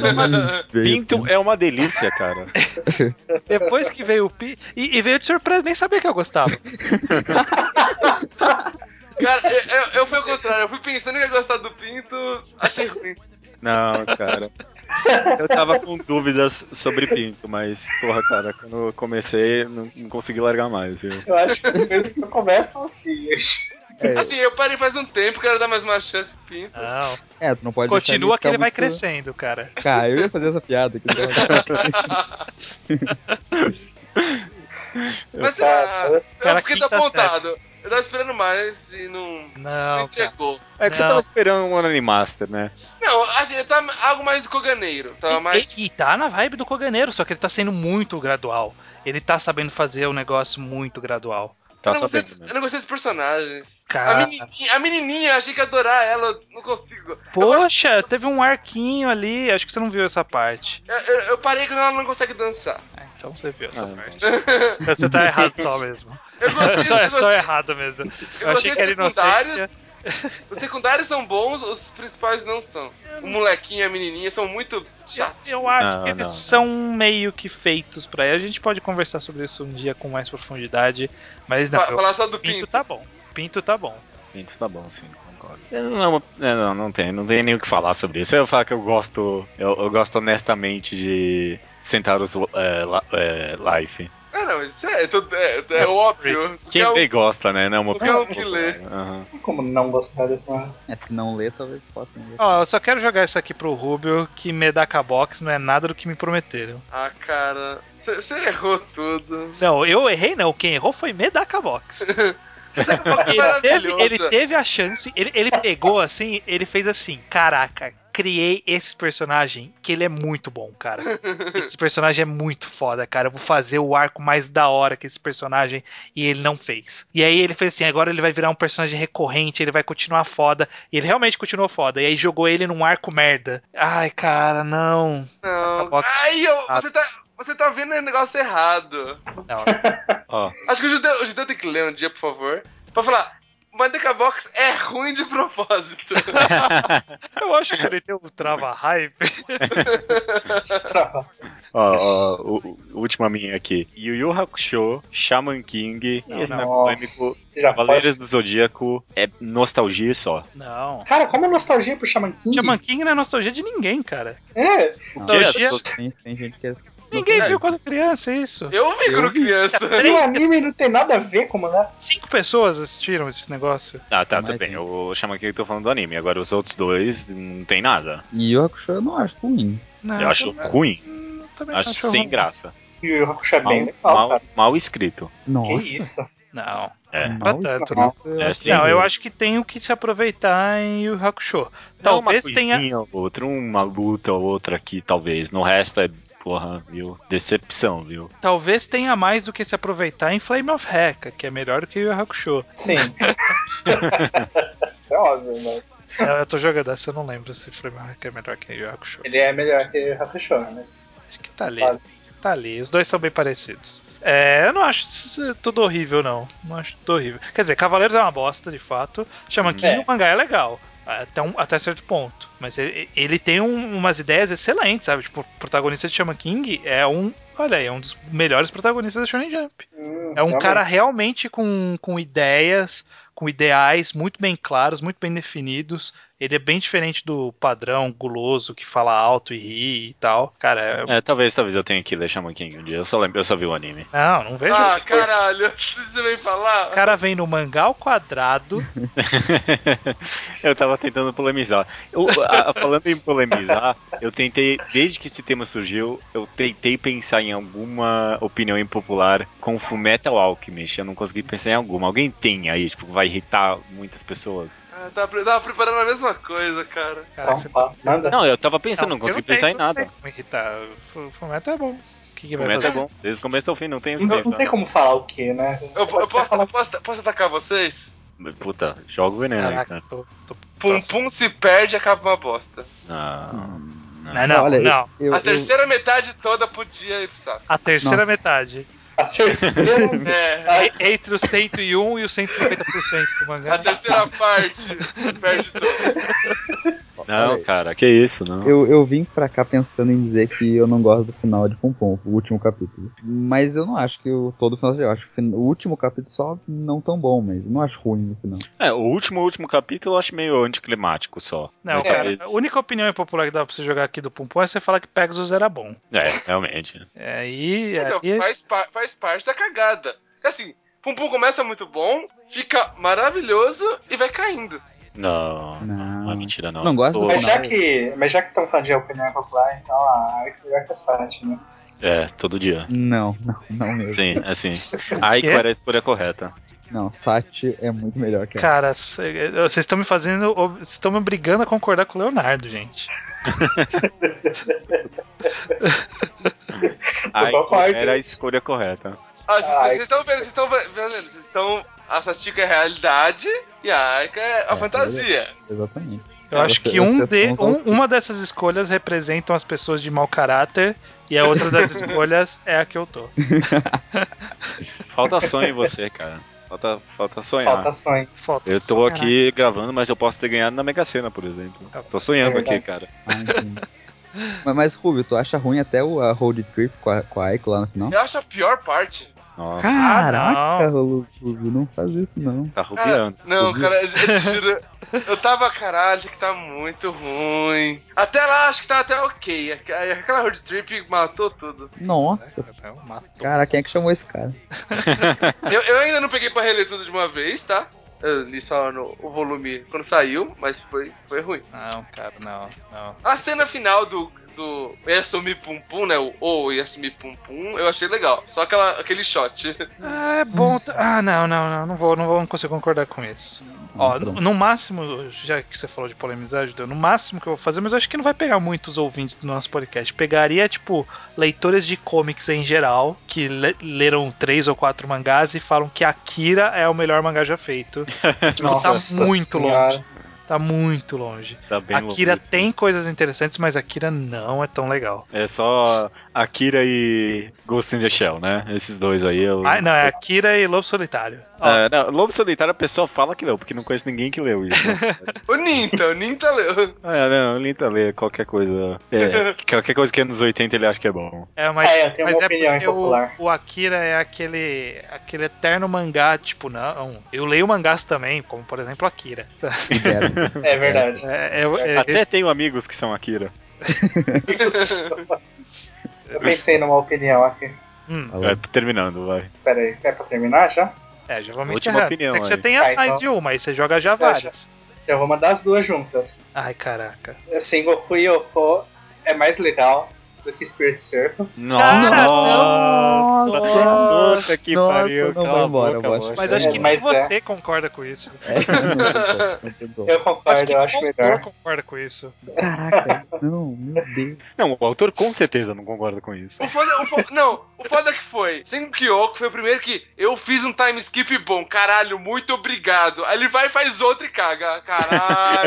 [SPEAKER 1] Pinto é uma delícia, cara.
[SPEAKER 2] depois que veio o Pinto, e, e veio de surpresa, nem sabia que eu gostava.
[SPEAKER 4] Cara, eu, eu, eu fui ao contrário, eu fui pensando que ia gostar do Pinto, achei ruim.
[SPEAKER 1] Não, cara. Eu tava com dúvidas sobre Pinto, mas, porra, cara, quando eu comecei, não, não consegui largar mais, viu?
[SPEAKER 5] Eu acho que os primeiros só começam assim.
[SPEAKER 2] É.
[SPEAKER 4] Assim, eu parei faz um tempo, quero dar mais uma chance pro Pinto.
[SPEAKER 2] Não,
[SPEAKER 3] É, tu não pode deixar
[SPEAKER 2] continua que
[SPEAKER 3] ficar
[SPEAKER 2] ele vai
[SPEAKER 3] tá muito-
[SPEAKER 2] crescendo, cara.
[SPEAKER 3] Cara, eu ia fazer essa piada. né? Que droga.
[SPEAKER 4] Mas ah, é
[SPEAKER 5] Tá,
[SPEAKER 4] será?
[SPEAKER 2] Cara,
[SPEAKER 4] Eu fiquei
[SPEAKER 2] quinta
[SPEAKER 4] desapontado. Eu tava esperando mais e não, não
[SPEAKER 2] Não, cara.
[SPEAKER 4] entregou.
[SPEAKER 1] É que você
[SPEAKER 2] Não.
[SPEAKER 1] tava esperando um Animaster, né?
[SPEAKER 4] Não, assim, eu tava algo mais do coganeiro. Tava mais.
[SPEAKER 2] E, e tá na vibe do Coganeiro, só que ele tá sendo muito gradual. Ele tá sabendo fazer um negócio muito gradual.
[SPEAKER 1] Tá
[SPEAKER 4] eu, não gostei
[SPEAKER 1] sabendo,
[SPEAKER 4] dos,
[SPEAKER 1] né?
[SPEAKER 4] eu não gostei dos personagens.
[SPEAKER 2] Cara.
[SPEAKER 4] A, menininha, a menininha, eu achei que ia adorar ela, eu não consigo.
[SPEAKER 2] Poxa, teve um arquinho ali, acho que você não viu essa parte.
[SPEAKER 4] Eu, eu- eu parei quando ela não consegue dançar.
[SPEAKER 2] É, então você viu essa
[SPEAKER 1] Ah,
[SPEAKER 2] parte. Você tá errado só mesmo.
[SPEAKER 4] Eu gostei,
[SPEAKER 2] só, é
[SPEAKER 4] eu
[SPEAKER 2] só
[SPEAKER 4] gostei,
[SPEAKER 2] errado mesmo. Eu
[SPEAKER 4] eu
[SPEAKER 2] achei
[SPEAKER 4] gostei
[SPEAKER 2] que era
[SPEAKER 4] dos secundários.
[SPEAKER 2] inocência.
[SPEAKER 4] Os secundários são bons, os principais não são. O molequinho e a menininha são muito
[SPEAKER 2] Eu,
[SPEAKER 4] chatos.
[SPEAKER 2] eu acho
[SPEAKER 1] Não,
[SPEAKER 2] que eles
[SPEAKER 1] não.
[SPEAKER 2] são meio que feitos pra ele. A gente pode conversar sobre isso um dia com mais profundidade, mas não.
[SPEAKER 4] Fa-
[SPEAKER 2] eu-
[SPEAKER 4] Falar só do
[SPEAKER 2] Pinto
[SPEAKER 4] Pinto.
[SPEAKER 2] tá bom. Pinto tá bom.
[SPEAKER 1] Pinto tá bom, sim, concordo. É, Não, é uma- é, não, não tem, não tem nem o que falar sobre isso. Eu ia falar que eu gosto, eu, eu gosto honestamente de Centauros é, la- é, Life.
[SPEAKER 4] Ah, não, isso é, é, tudo- é- é
[SPEAKER 2] É
[SPEAKER 4] óbvio.
[SPEAKER 1] Quem
[SPEAKER 4] é o-
[SPEAKER 1] tem gosta, né? Não, é uma
[SPEAKER 4] Qualquer um
[SPEAKER 1] opinião
[SPEAKER 4] que lê.
[SPEAKER 1] popular. Aham.
[SPEAKER 5] Como não gostar dessa. Não,
[SPEAKER 3] é, se não ler, talvez possa não ler.
[SPEAKER 2] Ó, eu só quero jogar isso aqui pro Rubio, que Medaka Box não é nada do que me prometeram.
[SPEAKER 4] Ah, cara, você errou tudo.
[SPEAKER 2] Não, eu errei não. Quem errou foi Medaka Box. ele, teve,
[SPEAKER 4] tá É Maravilhoso.
[SPEAKER 2] ele teve a chance, ele, ele pegou assim, ele fez assim: caraca, criei esse personagem que ele é muito bom, cara. Esse personagem é muito foda, cara. Eu vou fazer o arco mais da hora que esse personagem e ele não fez. E aí ele fez assim: agora ele vai virar um personagem recorrente, ele vai continuar foda. E ele realmente continuou foda. E aí jogou ele num arco merda. Ai, cara, não.
[SPEAKER 4] Não.
[SPEAKER 2] Box.
[SPEAKER 4] Aí, eu,
[SPEAKER 2] Ah.
[SPEAKER 4] você tá. Você tá vendo o negócio errado.
[SPEAKER 2] Não,
[SPEAKER 1] Ó,
[SPEAKER 4] Acho que o judeu, o judeu tem que ler um dia, por favor. Pra falar, Mandeca Box é ruim de propósito.
[SPEAKER 1] tá
[SPEAKER 2] Eu acho que ele tem um trava-hype.
[SPEAKER 5] trava.
[SPEAKER 1] ó, ó, o- o- última minha aqui. Yu Yu Hakusho, Shaman King,
[SPEAKER 2] Não,
[SPEAKER 1] esse
[SPEAKER 2] não.
[SPEAKER 1] não é
[SPEAKER 5] Nossa,
[SPEAKER 1] polêmico,
[SPEAKER 5] já pode...
[SPEAKER 1] Cavaleiros do Zodíaco, é nostalgia só.
[SPEAKER 2] Não.
[SPEAKER 5] Cara, como a nostalgia pro Shaman King?
[SPEAKER 2] Shaman King não é nostalgia de ninguém, cara.
[SPEAKER 5] É,
[SPEAKER 2] Nostalgia.
[SPEAKER 3] Tem, tem gente que é.
[SPEAKER 2] Ninguém
[SPEAKER 4] É.
[SPEAKER 2] viu quando criança isso.
[SPEAKER 4] Eu vi
[SPEAKER 3] Eu
[SPEAKER 4] quando
[SPEAKER 3] vi.
[SPEAKER 4] criança.
[SPEAKER 5] e o anime não tem nada a ver com o mangá.
[SPEAKER 2] Cinco pessoas assistiram esse negócio.
[SPEAKER 1] Ah, tá,
[SPEAKER 3] Mas
[SPEAKER 1] tudo bem.
[SPEAKER 3] tem.
[SPEAKER 1] O Shaman King eu tô falando do anime. Agora os outros dois não tem nada.
[SPEAKER 3] E o Hakusho eu não acho ruim.
[SPEAKER 2] Ah, Não,
[SPEAKER 1] Eu acho ruim.
[SPEAKER 2] eu também
[SPEAKER 1] Acho
[SPEAKER 2] acho
[SPEAKER 1] sem
[SPEAKER 2] ruim.
[SPEAKER 1] graça.
[SPEAKER 5] E o Yu Hakusho é
[SPEAKER 1] Mal,
[SPEAKER 5] bem legal,
[SPEAKER 1] mal,
[SPEAKER 5] cara.
[SPEAKER 1] mal escrito.
[SPEAKER 3] Nossa.
[SPEAKER 5] Que isso?
[SPEAKER 2] Não.
[SPEAKER 1] É.
[SPEAKER 3] Mal
[SPEAKER 2] Pra
[SPEAKER 3] isso,
[SPEAKER 2] tanto, né? assim,
[SPEAKER 5] não.
[SPEAKER 3] eu
[SPEAKER 1] É,
[SPEAKER 3] acho
[SPEAKER 1] sim.
[SPEAKER 3] que-
[SPEAKER 2] não, eu acho que tem o que se aproveitar em Yu Hakusho. Talvez
[SPEAKER 1] é uma
[SPEAKER 2] tenha.
[SPEAKER 1] coisinha ou outra, uma luta ou outra aqui, talvez. No resto é, porra, viu? Decepção, viu?
[SPEAKER 2] Talvez tenha mais do que se aproveitar em Flame of Heka, que é melhor que Yu Hakusho.
[SPEAKER 5] Sim. Isso é óbvio, mas.
[SPEAKER 2] eu, eu tô jogando essa, eu não lembro se Flame of Heka é melhor que Yu Hakusho.
[SPEAKER 5] Ele é melhor que o Hakusho, né? mas.
[SPEAKER 2] Acho que tá ali.
[SPEAKER 5] Vale.
[SPEAKER 2] Tá ali. Os dois são bem parecidos. É, eu não acho isso tudo horrível, não. Não acho tudo horrível. Quer dizer, Cavaleiros é uma bosta, de fato. Chama King,
[SPEAKER 5] É.
[SPEAKER 2] o mangá é legal. Até, um- até certo ponto. Mas ele, ele tem um- umas ideias excelentes, sabe? Tipo, o protagonista de Shaman King é um. Olha aí, é um dos melhores protagonistas da Shonen Jump. É
[SPEAKER 5] Hum,
[SPEAKER 2] um
[SPEAKER 5] realmente.
[SPEAKER 2] cara realmente com, com ideias, com ideais muito bem claros, muito bem definidos. Ele é bem diferente do padrão guloso que fala alto e ri e tal. Cara, é
[SPEAKER 1] É, talvez, talvez eu tenha que ler Shaman King um dia. Eu só lembro, eu só vi o anime.
[SPEAKER 2] Não, não vejo.
[SPEAKER 4] Ah, caralho, você vem falar?
[SPEAKER 2] O cara vem no mangá ao quadrado.
[SPEAKER 1] eu tava tentando polemizar. Eu, a- a- falando em polemizar, eu tentei, desde que esse tema surgiu, eu tentei pensar em alguma opinião impopular com Fullmetal Metal Alchemist. Eu não consegui pensar em alguma. Alguém tem aí, tipo, vai irritar muitas pessoas.
[SPEAKER 4] Ah, tava, tava preparando a mesma coisa, cara.
[SPEAKER 2] Cara,
[SPEAKER 5] Não, fala, nada.
[SPEAKER 1] Não, eu tava pensando, não,
[SPEAKER 2] porque
[SPEAKER 1] consegui
[SPEAKER 2] tem,
[SPEAKER 1] pensar em
[SPEAKER 2] não
[SPEAKER 1] nada.
[SPEAKER 2] tem Como é que tá? Fu- Fullmetal é bom. O que, que
[SPEAKER 1] O
[SPEAKER 2] vai
[SPEAKER 1] meta é
[SPEAKER 2] fazer?
[SPEAKER 1] bom. Desde o começo ao fim, não tem o que
[SPEAKER 5] Não, não tem
[SPEAKER 1] pensar.
[SPEAKER 5] como falar o que, né? Você
[SPEAKER 4] Eu,
[SPEAKER 5] pode
[SPEAKER 4] eu
[SPEAKER 5] até
[SPEAKER 4] posso,
[SPEAKER 5] falar-
[SPEAKER 4] posso, posso atacar vocês?
[SPEAKER 1] Puta, joga o veneno aí,
[SPEAKER 2] Caraca,
[SPEAKER 1] cara.
[SPEAKER 2] tô, tô...
[SPEAKER 4] Pum
[SPEAKER 2] Posso.
[SPEAKER 4] Pum se perde e acaba uma bosta.
[SPEAKER 1] Ah, Não.
[SPEAKER 2] Não, não,
[SPEAKER 3] Olha,
[SPEAKER 2] não.
[SPEAKER 3] Eu,
[SPEAKER 4] a
[SPEAKER 3] eu-
[SPEAKER 4] terceira metade toda podia ir pro saco.
[SPEAKER 2] A terceira
[SPEAKER 3] Nossa.
[SPEAKER 2] metade.
[SPEAKER 5] A terceira
[SPEAKER 4] É.
[SPEAKER 2] E- Entre o 101 e o 150% do mangá.
[SPEAKER 4] A terceira parte perde tudo.
[SPEAKER 1] Não, cara, que isso, não.
[SPEAKER 3] Eu, eu vim pra cá pensando em dizer que eu não gosto do final de Pompom, o último capítulo. Mas eu não acho que o todo o final seja. Eu acho o fin- o último capítulo só não tão bom, mas não acho ruim no final.
[SPEAKER 1] É, o último, o último capítulo eu acho meio anticlimático só.
[SPEAKER 2] Não,
[SPEAKER 1] Mas
[SPEAKER 2] cara,
[SPEAKER 1] talvez-
[SPEAKER 2] a única opinião popular que dá pra você jogar aqui do Pumpum é você falar que Pegasus era bom.
[SPEAKER 1] É, realmente.
[SPEAKER 2] É, Aí,
[SPEAKER 4] Então,
[SPEAKER 2] aí
[SPEAKER 4] faz, pa- faz parte da cagada. Assim, Pum Pum começa muito bom, fica maravilhoso e vai caindo.
[SPEAKER 1] Não,
[SPEAKER 3] Não.
[SPEAKER 1] não é mentira, não.
[SPEAKER 3] Não gosto do-
[SPEAKER 1] Pô,
[SPEAKER 5] Mas já,
[SPEAKER 3] Não.
[SPEAKER 5] que, mas já que estão falando de opinião popular, então a Aiko melhor que a Sati, né?
[SPEAKER 1] É, todo dia.
[SPEAKER 3] Não, não, não mesmo.
[SPEAKER 1] Sim, assim. Aí que
[SPEAKER 2] Quê?
[SPEAKER 1] era a escolha correta.
[SPEAKER 3] Não, Sati é muito melhor que ela.
[SPEAKER 2] Cara, cê- vocês estão me fazendo. Vocês estão me obrigando a concordar com o Leonardo, gente.
[SPEAKER 1] Aí
[SPEAKER 5] tô com a
[SPEAKER 1] era a
[SPEAKER 5] Aiko.
[SPEAKER 1] escolha correta.
[SPEAKER 4] Ah, vocês-
[SPEAKER 5] Ai.
[SPEAKER 4] vocês estão vendo, vocês estão vendo, vocês estão. A Satika é a realidade e a Arca é a
[SPEAKER 3] É,
[SPEAKER 4] fantasia.
[SPEAKER 3] Exatamente.
[SPEAKER 2] Eu
[SPEAKER 3] É,
[SPEAKER 2] acho
[SPEAKER 3] você-
[SPEAKER 2] que um
[SPEAKER 3] vocês
[SPEAKER 2] de,
[SPEAKER 3] são os
[SPEAKER 2] um-
[SPEAKER 3] autistas.
[SPEAKER 2] uma dessas escolhas representam as pessoas de mau caráter e a outra das escolhas é a que eu tô.
[SPEAKER 1] Falta sonho em você, cara. Falta, falta sonhar.
[SPEAKER 5] Falta sonho.
[SPEAKER 2] Falta
[SPEAKER 1] Eu tô
[SPEAKER 2] caraca.
[SPEAKER 1] aqui gravando, mas eu posso ter ganhado na Mega Sena, por exemplo. Tô sonhando
[SPEAKER 5] É
[SPEAKER 1] aqui, cara.
[SPEAKER 3] Ah, entendi. mas, mas, Rubio, tu acha ruim até o a road trip com a, com a Aiko lá no final?
[SPEAKER 4] Eu acho a pior parte.
[SPEAKER 1] Nossa,
[SPEAKER 3] Caraca, Rubio, não faz isso não.
[SPEAKER 1] tá
[SPEAKER 4] Cara,
[SPEAKER 1] rubiando.
[SPEAKER 4] não,
[SPEAKER 3] Uhum.
[SPEAKER 4] cara, eu te juro. Eu tava, caralho, isso aqui tá muito ruim. Até lá, acho que tá até ok. Aquela road trip matou tudo.
[SPEAKER 3] Nossa,
[SPEAKER 2] Não, matou.
[SPEAKER 3] cara, quem é que chamou esse cara?
[SPEAKER 4] Eu, eu ainda não peguei pra reler tudo de uma vez, tá? Eu li só no, o volume quando saiu, mas foi, foi ruim.
[SPEAKER 2] Não, cara, não, não.
[SPEAKER 4] A cena final do, do Yasumi Pum Pum, né? O ou Yasumi Pum Pum, eu achei legal. Só aquela, aquele shot.
[SPEAKER 2] Ah, é bom. t- Ah, não, não, não, não vou, não vou, não consigo concordar com isso. Ó, no,
[SPEAKER 3] pronto.
[SPEAKER 2] no máximo, já que você falou de polemizar, Judeu, no máximo que eu vou fazer, mas eu acho que não vai pegar muitos ouvintes do nosso podcast. Pegaria, tipo, leitores de comics em geral, que le- leram três ou quatro mangás e falam que Akira é o melhor mangá já feito. tipo, tá
[SPEAKER 5] Nossa
[SPEAKER 2] muito
[SPEAKER 5] Senhora.
[SPEAKER 2] longe. Tá muito longe.
[SPEAKER 1] Tá bem louco
[SPEAKER 2] Akira
[SPEAKER 1] isso.
[SPEAKER 2] tem coisas interessantes, mas Akira não é tão legal.
[SPEAKER 1] É só Akira e Ghost in the Shell, né? Esses dois aí. Eu...
[SPEAKER 2] Ah, não, é Akira e Lobo Solitário. Ó,
[SPEAKER 1] É, não, Lobo Solitário a pessoa fala que leu, porque não conheço ninguém que leu isso.
[SPEAKER 4] O Ninta, o Ninta leu.
[SPEAKER 1] ah, não, Linta lê qualquer coisa. É, qualquer coisa que é nos 80 ele acha que é bom.
[SPEAKER 2] É, mas,
[SPEAKER 5] É, eu tenho
[SPEAKER 2] mas
[SPEAKER 5] uma
[SPEAKER 2] é
[SPEAKER 5] opinião
[SPEAKER 2] porque
[SPEAKER 5] impopular.
[SPEAKER 2] O, o Akira é aquele, aquele eterno mangá, tipo, não. Eu leio mangás também, como por exemplo Akira.
[SPEAKER 3] Libera.
[SPEAKER 5] É verdade.
[SPEAKER 2] É, é- é-
[SPEAKER 1] Até tenho amigos que são Akira.
[SPEAKER 5] Eu pensei numa opinião aqui.
[SPEAKER 2] hum,
[SPEAKER 1] É, terminando, vai.
[SPEAKER 5] Pera aí, é pra terminar já?
[SPEAKER 2] é, já vamos
[SPEAKER 1] Última
[SPEAKER 2] encerrar.
[SPEAKER 1] opinião
[SPEAKER 2] é que você
[SPEAKER 1] aí.
[SPEAKER 2] tem
[SPEAKER 5] Tá,
[SPEAKER 2] mais
[SPEAKER 5] então.
[SPEAKER 2] de uma, aí você joga já
[SPEAKER 5] já.
[SPEAKER 2] várias.
[SPEAKER 5] Eu vou mandar as duas juntas.
[SPEAKER 2] Ai, caraca.
[SPEAKER 5] Assim, Goku e Yoko é mais legal do que Spirit Surfer.
[SPEAKER 2] Cara,
[SPEAKER 1] Nossa!
[SPEAKER 3] não!
[SPEAKER 1] Puta que
[SPEAKER 3] Nossa,
[SPEAKER 1] pariu!
[SPEAKER 3] não,
[SPEAKER 1] cala
[SPEAKER 3] vai
[SPEAKER 1] a
[SPEAKER 3] embora,
[SPEAKER 1] boca,
[SPEAKER 3] eu acho.
[SPEAKER 1] bosta.
[SPEAKER 2] Mas acho
[SPEAKER 5] É,
[SPEAKER 2] que
[SPEAKER 5] mas
[SPEAKER 2] nem
[SPEAKER 5] é.
[SPEAKER 2] você concorda com isso.
[SPEAKER 3] É, não tem como.
[SPEAKER 5] Eu
[SPEAKER 2] Acho
[SPEAKER 5] concordo,
[SPEAKER 2] que
[SPEAKER 5] eu acho
[SPEAKER 2] o autor
[SPEAKER 5] melhor.
[SPEAKER 2] concorda com isso.
[SPEAKER 3] Caraca, não, meu Deus.
[SPEAKER 1] Não, o autor com certeza não concorda com isso.
[SPEAKER 4] O foda, o fo- não, o foda que foi. Sem Kyoko foi o primeiro que eu fiz um time skip bom. Caralho, muito obrigado. Aí ele vai e faz outro e caga. Caralho.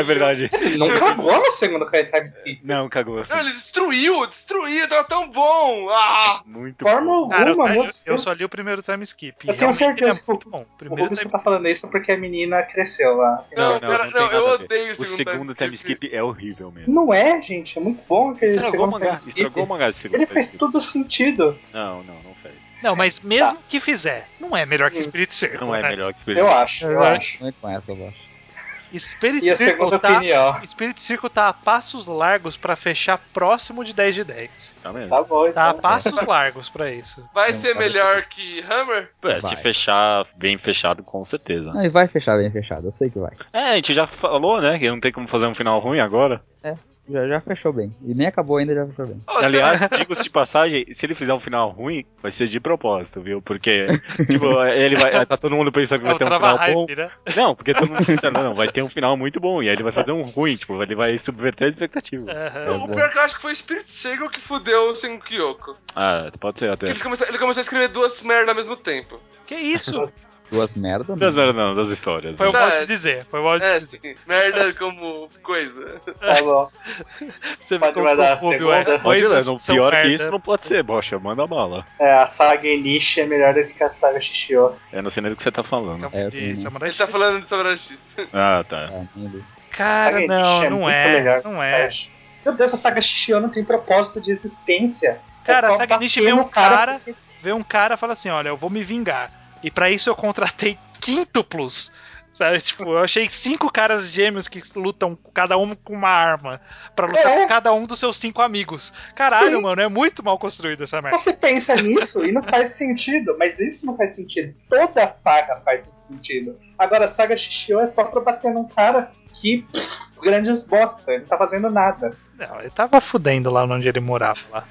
[SPEAKER 1] É verdade.
[SPEAKER 5] Ele não cagou no segundo Time Skip.
[SPEAKER 1] Não, cagou assim.
[SPEAKER 4] Não, ele destruiu, destruiu, tava tão bom. Ah,
[SPEAKER 1] Muito
[SPEAKER 5] Forma
[SPEAKER 1] bom.
[SPEAKER 2] Cara, eu,
[SPEAKER 5] alguma,
[SPEAKER 2] eu-
[SPEAKER 5] moço.
[SPEAKER 2] eu só li o primeiro time skip.
[SPEAKER 5] Eu tenho
[SPEAKER 2] Realmente ele
[SPEAKER 5] certeza
[SPEAKER 2] é
[SPEAKER 5] que o-
[SPEAKER 2] muito bom. O
[SPEAKER 5] O
[SPEAKER 2] Primeiro
[SPEAKER 5] Rubens
[SPEAKER 2] time...
[SPEAKER 5] tá falando isso porque a menina cresceu lá.
[SPEAKER 4] não,
[SPEAKER 1] não, não
[SPEAKER 4] cara, não,
[SPEAKER 1] tem
[SPEAKER 4] eu
[SPEAKER 1] nada a ver.
[SPEAKER 4] odeio o
[SPEAKER 1] O
[SPEAKER 4] segundo,
[SPEAKER 1] segundo time skip é horrível mesmo.
[SPEAKER 5] Não é, gente. É muito bom aquele
[SPEAKER 1] Estragou o
[SPEAKER 5] segundo
[SPEAKER 1] mangá.
[SPEAKER 5] Time Skip.
[SPEAKER 1] Estragou o mangá do segundo
[SPEAKER 5] Ele
[SPEAKER 1] time
[SPEAKER 5] fez
[SPEAKER 1] skip.
[SPEAKER 5] todo sentido.
[SPEAKER 1] Não, não, não fez.
[SPEAKER 2] Não, mas
[SPEAKER 5] Tá.
[SPEAKER 2] mesmo que fizer, não é melhor que
[SPEAKER 5] Hum.
[SPEAKER 2] Spirit Circle.
[SPEAKER 1] Não é
[SPEAKER 2] né?
[SPEAKER 1] melhor que Spirit
[SPEAKER 5] Eu acho, eu
[SPEAKER 2] Verdade.
[SPEAKER 5] acho.
[SPEAKER 3] Não é com essa, eu acho.
[SPEAKER 2] Spirit
[SPEAKER 5] E a
[SPEAKER 2] Circle
[SPEAKER 5] segunda
[SPEAKER 2] tá
[SPEAKER 5] opinião.
[SPEAKER 2] O Spirit Circle tá a passos largos pra fechar próximo de 10 de 10.
[SPEAKER 1] Tá mesmo.
[SPEAKER 5] Tá bom,
[SPEAKER 2] Tá a
[SPEAKER 5] então.
[SPEAKER 2] passos largos pra isso.
[SPEAKER 4] vai
[SPEAKER 3] Não,
[SPEAKER 4] ser
[SPEAKER 3] tá
[SPEAKER 4] melhor que Hammer?
[SPEAKER 1] É, se
[SPEAKER 3] Vai.
[SPEAKER 1] fechar bem fechado, com certeza.
[SPEAKER 3] Não, Ah, e vai fechar bem fechado, eu sei que vai.
[SPEAKER 1] É, a gente já falou, né? Que não tem como fazer um final ruim agora.
[SPEAKER 3] Já, já fechou bem. E nem acabou ainda, já fechou bem.
[SPEAKER 4] Ô, você-
[SPEAKER 1] Aliás, digo-se de passagem, se ele fizer um final ruim, vai ser de propósito, viu? Porque, tipo, ele vai. Tá todo mundo pensando que
[SPEAKER 2] É
[SPEAKER 1] vai
[SPEAKER 2] o
[SPEAKER 1] ter um
[SPEAKER 2] trava
[SPEAKER 1] final bom.
[SPEAKER 2] hype, né?
[SPEAKER 1] Não, porque todo mundo pensando, não, vai ter um final muito bom. E aí ele vai fazer um ruim, tipo, ele vai subverter a expectativa.
[SPEAKER 2] Aham.
[SPEAKER 1] é,
[SPEAKER 4] o pior que eu acho que foi o Spirit Seagull que fudeu o Senkyoko.
[SPEAKER 1] Ah, pode ser até.
[SPEAKER 4] Ele começou, ele começou a escrever duas merdas ao mesmo tempo.
[SPEAKER 5] É.
[SPEAKER 2] Que isso?
[SPEAKER 3] Duas merda,
[SPEAKER 1] Das
[SPEAKER 3] né?
[SPEAKER 1] merdas não, das histórias.
[SPEAKER 2] Foi o
[SPEAKER 1] né?
[SPEAKER 2] modo de dizer. Foi o modo de
[SPEAKER 4] É,
[SPEAKER 2] dizer.
[SPEAKER 4] assim, merda como coisa.
[SPEAKER 5] Tá bom.
[SPEAKER 2] Você vê
[SPEAKER 5] Pode
[SPEAKER 2] como
[SPEAKER 5] mandar a
[SPEAKER 2] o Google
[SPEAKER 5] segunda.
[SPEAKER 2] é.
[SPEAKER 5] Pode
[SPEAKER 1] Pode ir lá,
[SPEAKER 2] Coisas
[SPEAKER 1] não,
[SPEAKER 2] são
[SPEAKER 1] pior
[SPEAKER 2] merda.
[SPEAKER 1] que isso não pode ser, bocha, manda bala.
[SPEAKER 5] É, a saga Enishi é melhor do que a saga Shishio.
[SPEAKER 1] Eu não sei nem do que você tá falando.
[SPEAKER 2] Campo
[SPEAKER 3] É,
[SPEAKER 2] de
[SPEAKER 3] como-
[SPEAKER 2] Samurai
[SPEAKER 4] Ele tá
[SPEAKER 2] X.
[SPEAKER 4] falando de Samurai X.
[SPEAKER 1] Ah, tá.
[SPEAKER 3] Ah, entendi.
[SPEAKER 2] Cara,
[SPEAKER 5] saga Enishi
[SPEAKER 2] não,
[SPEAKER 5] é
[SPEAKER 2] não
[SPEAKER 5] muito
[SPEAKER 2] é.
[SPEAKER 5] melhor que
[SPEAKER 2] Não
[SPEAKER 5] a
[SPEAKER 2] é.
[SPEAKER 5] saga Shishio. Meu Deus, a saga Shishio não tem propósito de existência.
[SPEAKER 2] Cara,
[SPEAKER 5] é só
[SPEAKER 2] a saga
[SPEAKER 5] bater
[SPEAKER 2] Enishi vem
[SPEAKER 5] no
[SPEAKER 2] um cara-
[SPEAKER 5] porque-
[SPEAKER 2] Vê um cara e fala assim: olha, eu vou me vingar. E pra isso eu contratei quíntuplos. Sabe, tipo, eu achei cinco caras gêmeos que lutam cada um com uma arma Pra lutar
[SPEAKER 5] É.
[SPEAKER 2] com cada um dos seus cinco amigos. Caralho,
[SPEAKER 5] Sim.
[SPEAKER 2] mano, é muito mal construído essa merda.
[SPEAKER 5] Você pensa nisso e não faz sentido, mas isso não faz sentido. Toda a saga faz esse sentido. Agora, a saga Shishio é só pra bater num cara que, pff, grandes bosta, ele não tá fazendo nada.
[SPEAKER 2] Não, ele tava fudendo lá onde ele morava lá.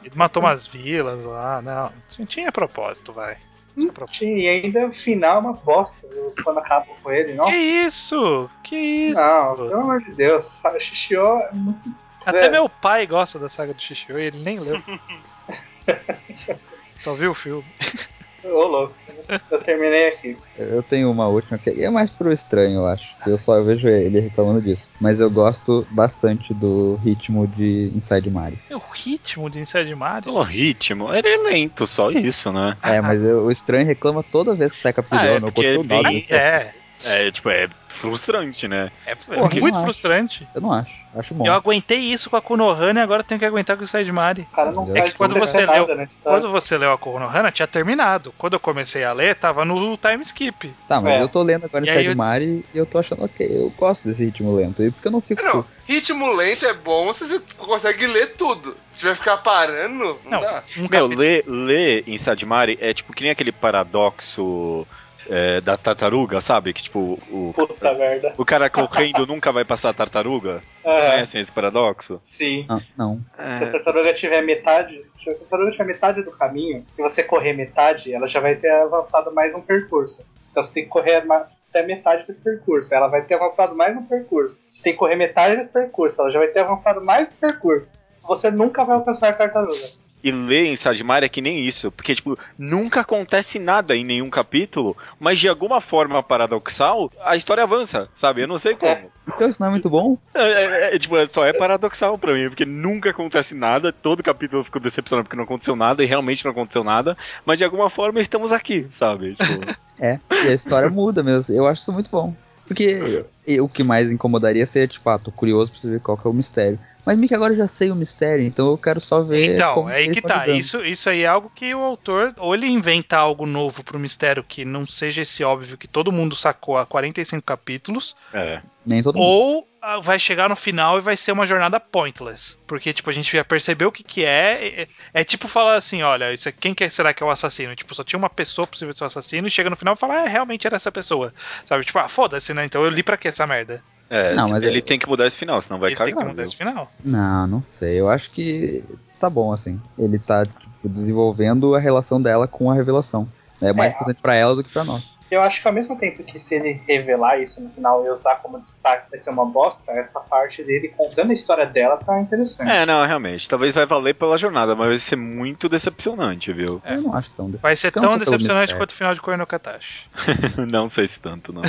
[SPEAKER 2] Ele matou umas vilas lá, não. Tinha- Tinha propósito, vai. Tinha propósito.
[SPEAKER 5] E ainda o final é uma bosta quando acaba com ele, nossa.
[SPEAKER 2] Que isso? Que isso?
[SPEAKER 5] Não, pelo amor de Deus, saga Shishio é muito.
[SPEAKER 2] Até
[SPEAKER 5] é,
[SPEAKER 2] meu pai gosta da saga do Shishio e ele nem leu. Só viu o filme.
[SPEAKER 5] Ô, louco, eu terminei aqui.
[SPEAKER 3] Eu tenho uma última que é mais pro estranho, eu acho. Eu só eu vejo ele reclamando disso. Mas eu gosto bastante do ritmo de Inside Mario.
[SPEAKER 2] É O ritmo de Inside Mario.
[SPEAKER 1] O ritmo, ele é lento, só isso, né?
[SPEAKER 3] É, mas eu- o estranho reclama toda vez que sai capítulo
[SPEAKER 1] Ah, é,
[SPEAKER 3] dela, não
[SPEAKER 1] porque
[SPEAKER 3] contou
[SPEAKER 1] ele
[SPEAKER 3] nada.
[SPEAKER 1] tem-
[SPEAKER 3] disso.
[SPEAKER 2] É,
[SPEAKER 1] É, tipo, é frustrante, né?
[SPEAKER 2] é,
[SPEAKER 3] Porra,
[SPEAKER 2] muito
[SPEAKER 3] eu acho.
[SPEAKER 2] frustrante.
[SPEAKER 3] Eu não acho. Acho bom.
[SPEAKER 2] Eu aguentei isso com a Konohana e agora tenho que aguentar com o Inside Mario.
[SPEAKER 5] O cara não
[SPEAKER 3] É que
[SPEAKER 5] faz
[SPEAKER 2] quando
[SPEAKER 5] acontecer
[SPEAKER 2] você
[SPEAKER 5] nada
[SPEAKER 2] leu-
[SPEAKER 5] na história.
[SPEAKER 2] Quando você leu a Konohana, tinha terminado. Quando eu comecei a ler, tava no time skip.
[SPEAKER 3] Tá, mas
[SPEAKER 5] É.
[SPEAKER 3] eu tô lendo agora
[SPEAKER 2] E aí
[SPEAKER 3] Inside
[SPEAKER 2] eu-
[SPEAKER 3] Mario e eu tô achando ok. Eu gosto desse ritmo lento. E porque eu não fico.
[SPEAKER 4] Não, ritmo lento é bom se você consegue ler tudo. Se vai ficar parando, não,
[SPEAKER 2] Não,
[SPEAKER 4] dá.
[SPEAKER 2] um
[SPEAKER 1] Meu,
[SPEAKER 2] capítulo.
[SPEAKER 1] ler, ler em Sadmari é tipo que nem aquele paradoxo é, da tartaruga, sabe? Que tipo, o,
[SPEAKER 5] Puta merda.
[SPEAKER 1] o cara correndo nunca vai passar a tartaruga. Vocês
[SPEAKER 5] É.
[SPEAKER 1] conhecem esse paradoxo?
[SPEAKER 5] Sim.
[SPEAKER 3] Ah, não.
[SPEAKER 2] É.
[SPEAKER 5] Se a tartaruga tiver metade, se a tartaruga tiver metade do caminho e você correr metade, ela já vai ter avançado mais um percurso. Então você tem que correr ma- até metade desse percurso, ela vai ter avançado mais um percurso. Você tem que correr metade desse percurso, ela já vai ter avançado mais um percurso. Você nunca vai alcançar a tartaruga.
[SPEAKER 1] E ler em Sadmari é que nem isso. Porque, tipo, nunca acontece nada em nenhum capítulo, mas de alguma forma paradoxal, a história avança, sabe? Eu não sei como.
[SPEAKER 3] Então isso não é muito bom?
[SPEAKER 1] É, é, é, tipo, é- só é paradoxal pra mim, porque nunca acontece nada, todo capítulo eu fico decepcionado porque não aconteceu nada, e realmente não aconteceu nada, mas de alguma forma estamos aqui, sabe? Tipo,
[SPEAKER 3] É, e a história muda mesmo. Eu acho isso muito bom. Porque eu- o que mais incomodaria seria, tipo, ah, tô curioso pra saber qual que é o mistério. Mas meio que agora eu já sei o mistério, então eu quero só ver.
[SPEAKER 2] Então,
[SPEAKER 3] como
[SPEAKER 2] é aí
[SPEAKER 3] eles
[SPEAKER 2] que
[SPEAKER 3] estão
[SPEAKER 2] tá.
[SPEAKER 3] lidando.
[SPEAKER 2] Isso, isso aí é algo que o autor, ou ele inventa algo novo pro mistério que não seja esse óbvio que todo mundo sacou há 45 capítulos,
[SPEAKER 1] é.
[SPEAKER 3] Nem todo mundo.
[SPEAKER 2] ou ah, vai chegar no final e vai ser uma jornada pointless. Porque, tipo, a gente já percebeu o que que é. É, é tipo falar assim, olha, isso é- quem que é- será que é o assassino? Tipo, só tinha uma pessoa possível de ser o assassino e chega no final e fala, ah, realmente era essa pessoa. Sabe? Tipo, ah, foda-se, né? Então eu li pra que essa merda?
[SPEAKER 1] É,
[SPEAKER 3] Não,
[SPEAKER 1] se-
[SPEAKER 3] mas
[SPEAKER 1] ele
[SPEAKER 3] é-
[SPEAKER 1] tem que mudar esse final, senão vai
[SPEAKER 2] ele
[SPEAKER 1] cagar.
[SPEAKER 2] tem que mudar
[SPEAKER 1] viu?
[SPEAKER 2] esse final.
[SPEAKER 3] Não, não sei. Eu acho que tá bom, assim. Ele tá, tipo, desenvolvendo a relação dela com a revelação. É mais
[SPEAKER 5] É.
[SPEAKER 3] importante pra ela do que pra nós.
[SPEAKER 5] Eu acho que ao mesmo tempo que se ele revelar isso no final e usar como destaque vai ser uma bosta, essa parte dele contando a história dela tá interessante.
[SPEAKER 1] É, não, realmente. Talvez vai valer pela jornada, mas vai ser muito decepcionante, viu?
[SPEAKER 3] Eu não acho tão decepcionante.
[SPEAKER 2] É. Vai ser
[SPEAKER 3] Então,
[SPEAKER 2] tão
[SPEAKER 3] pelo
[SPEAKER 1] é.
[SPEAKER 2] decepcionante
[SPEAKER 3] mistério.
[SPEAKER 2] quanto o final de Koinokatashi.
[SPEAKER 1] não sei se tanto, não.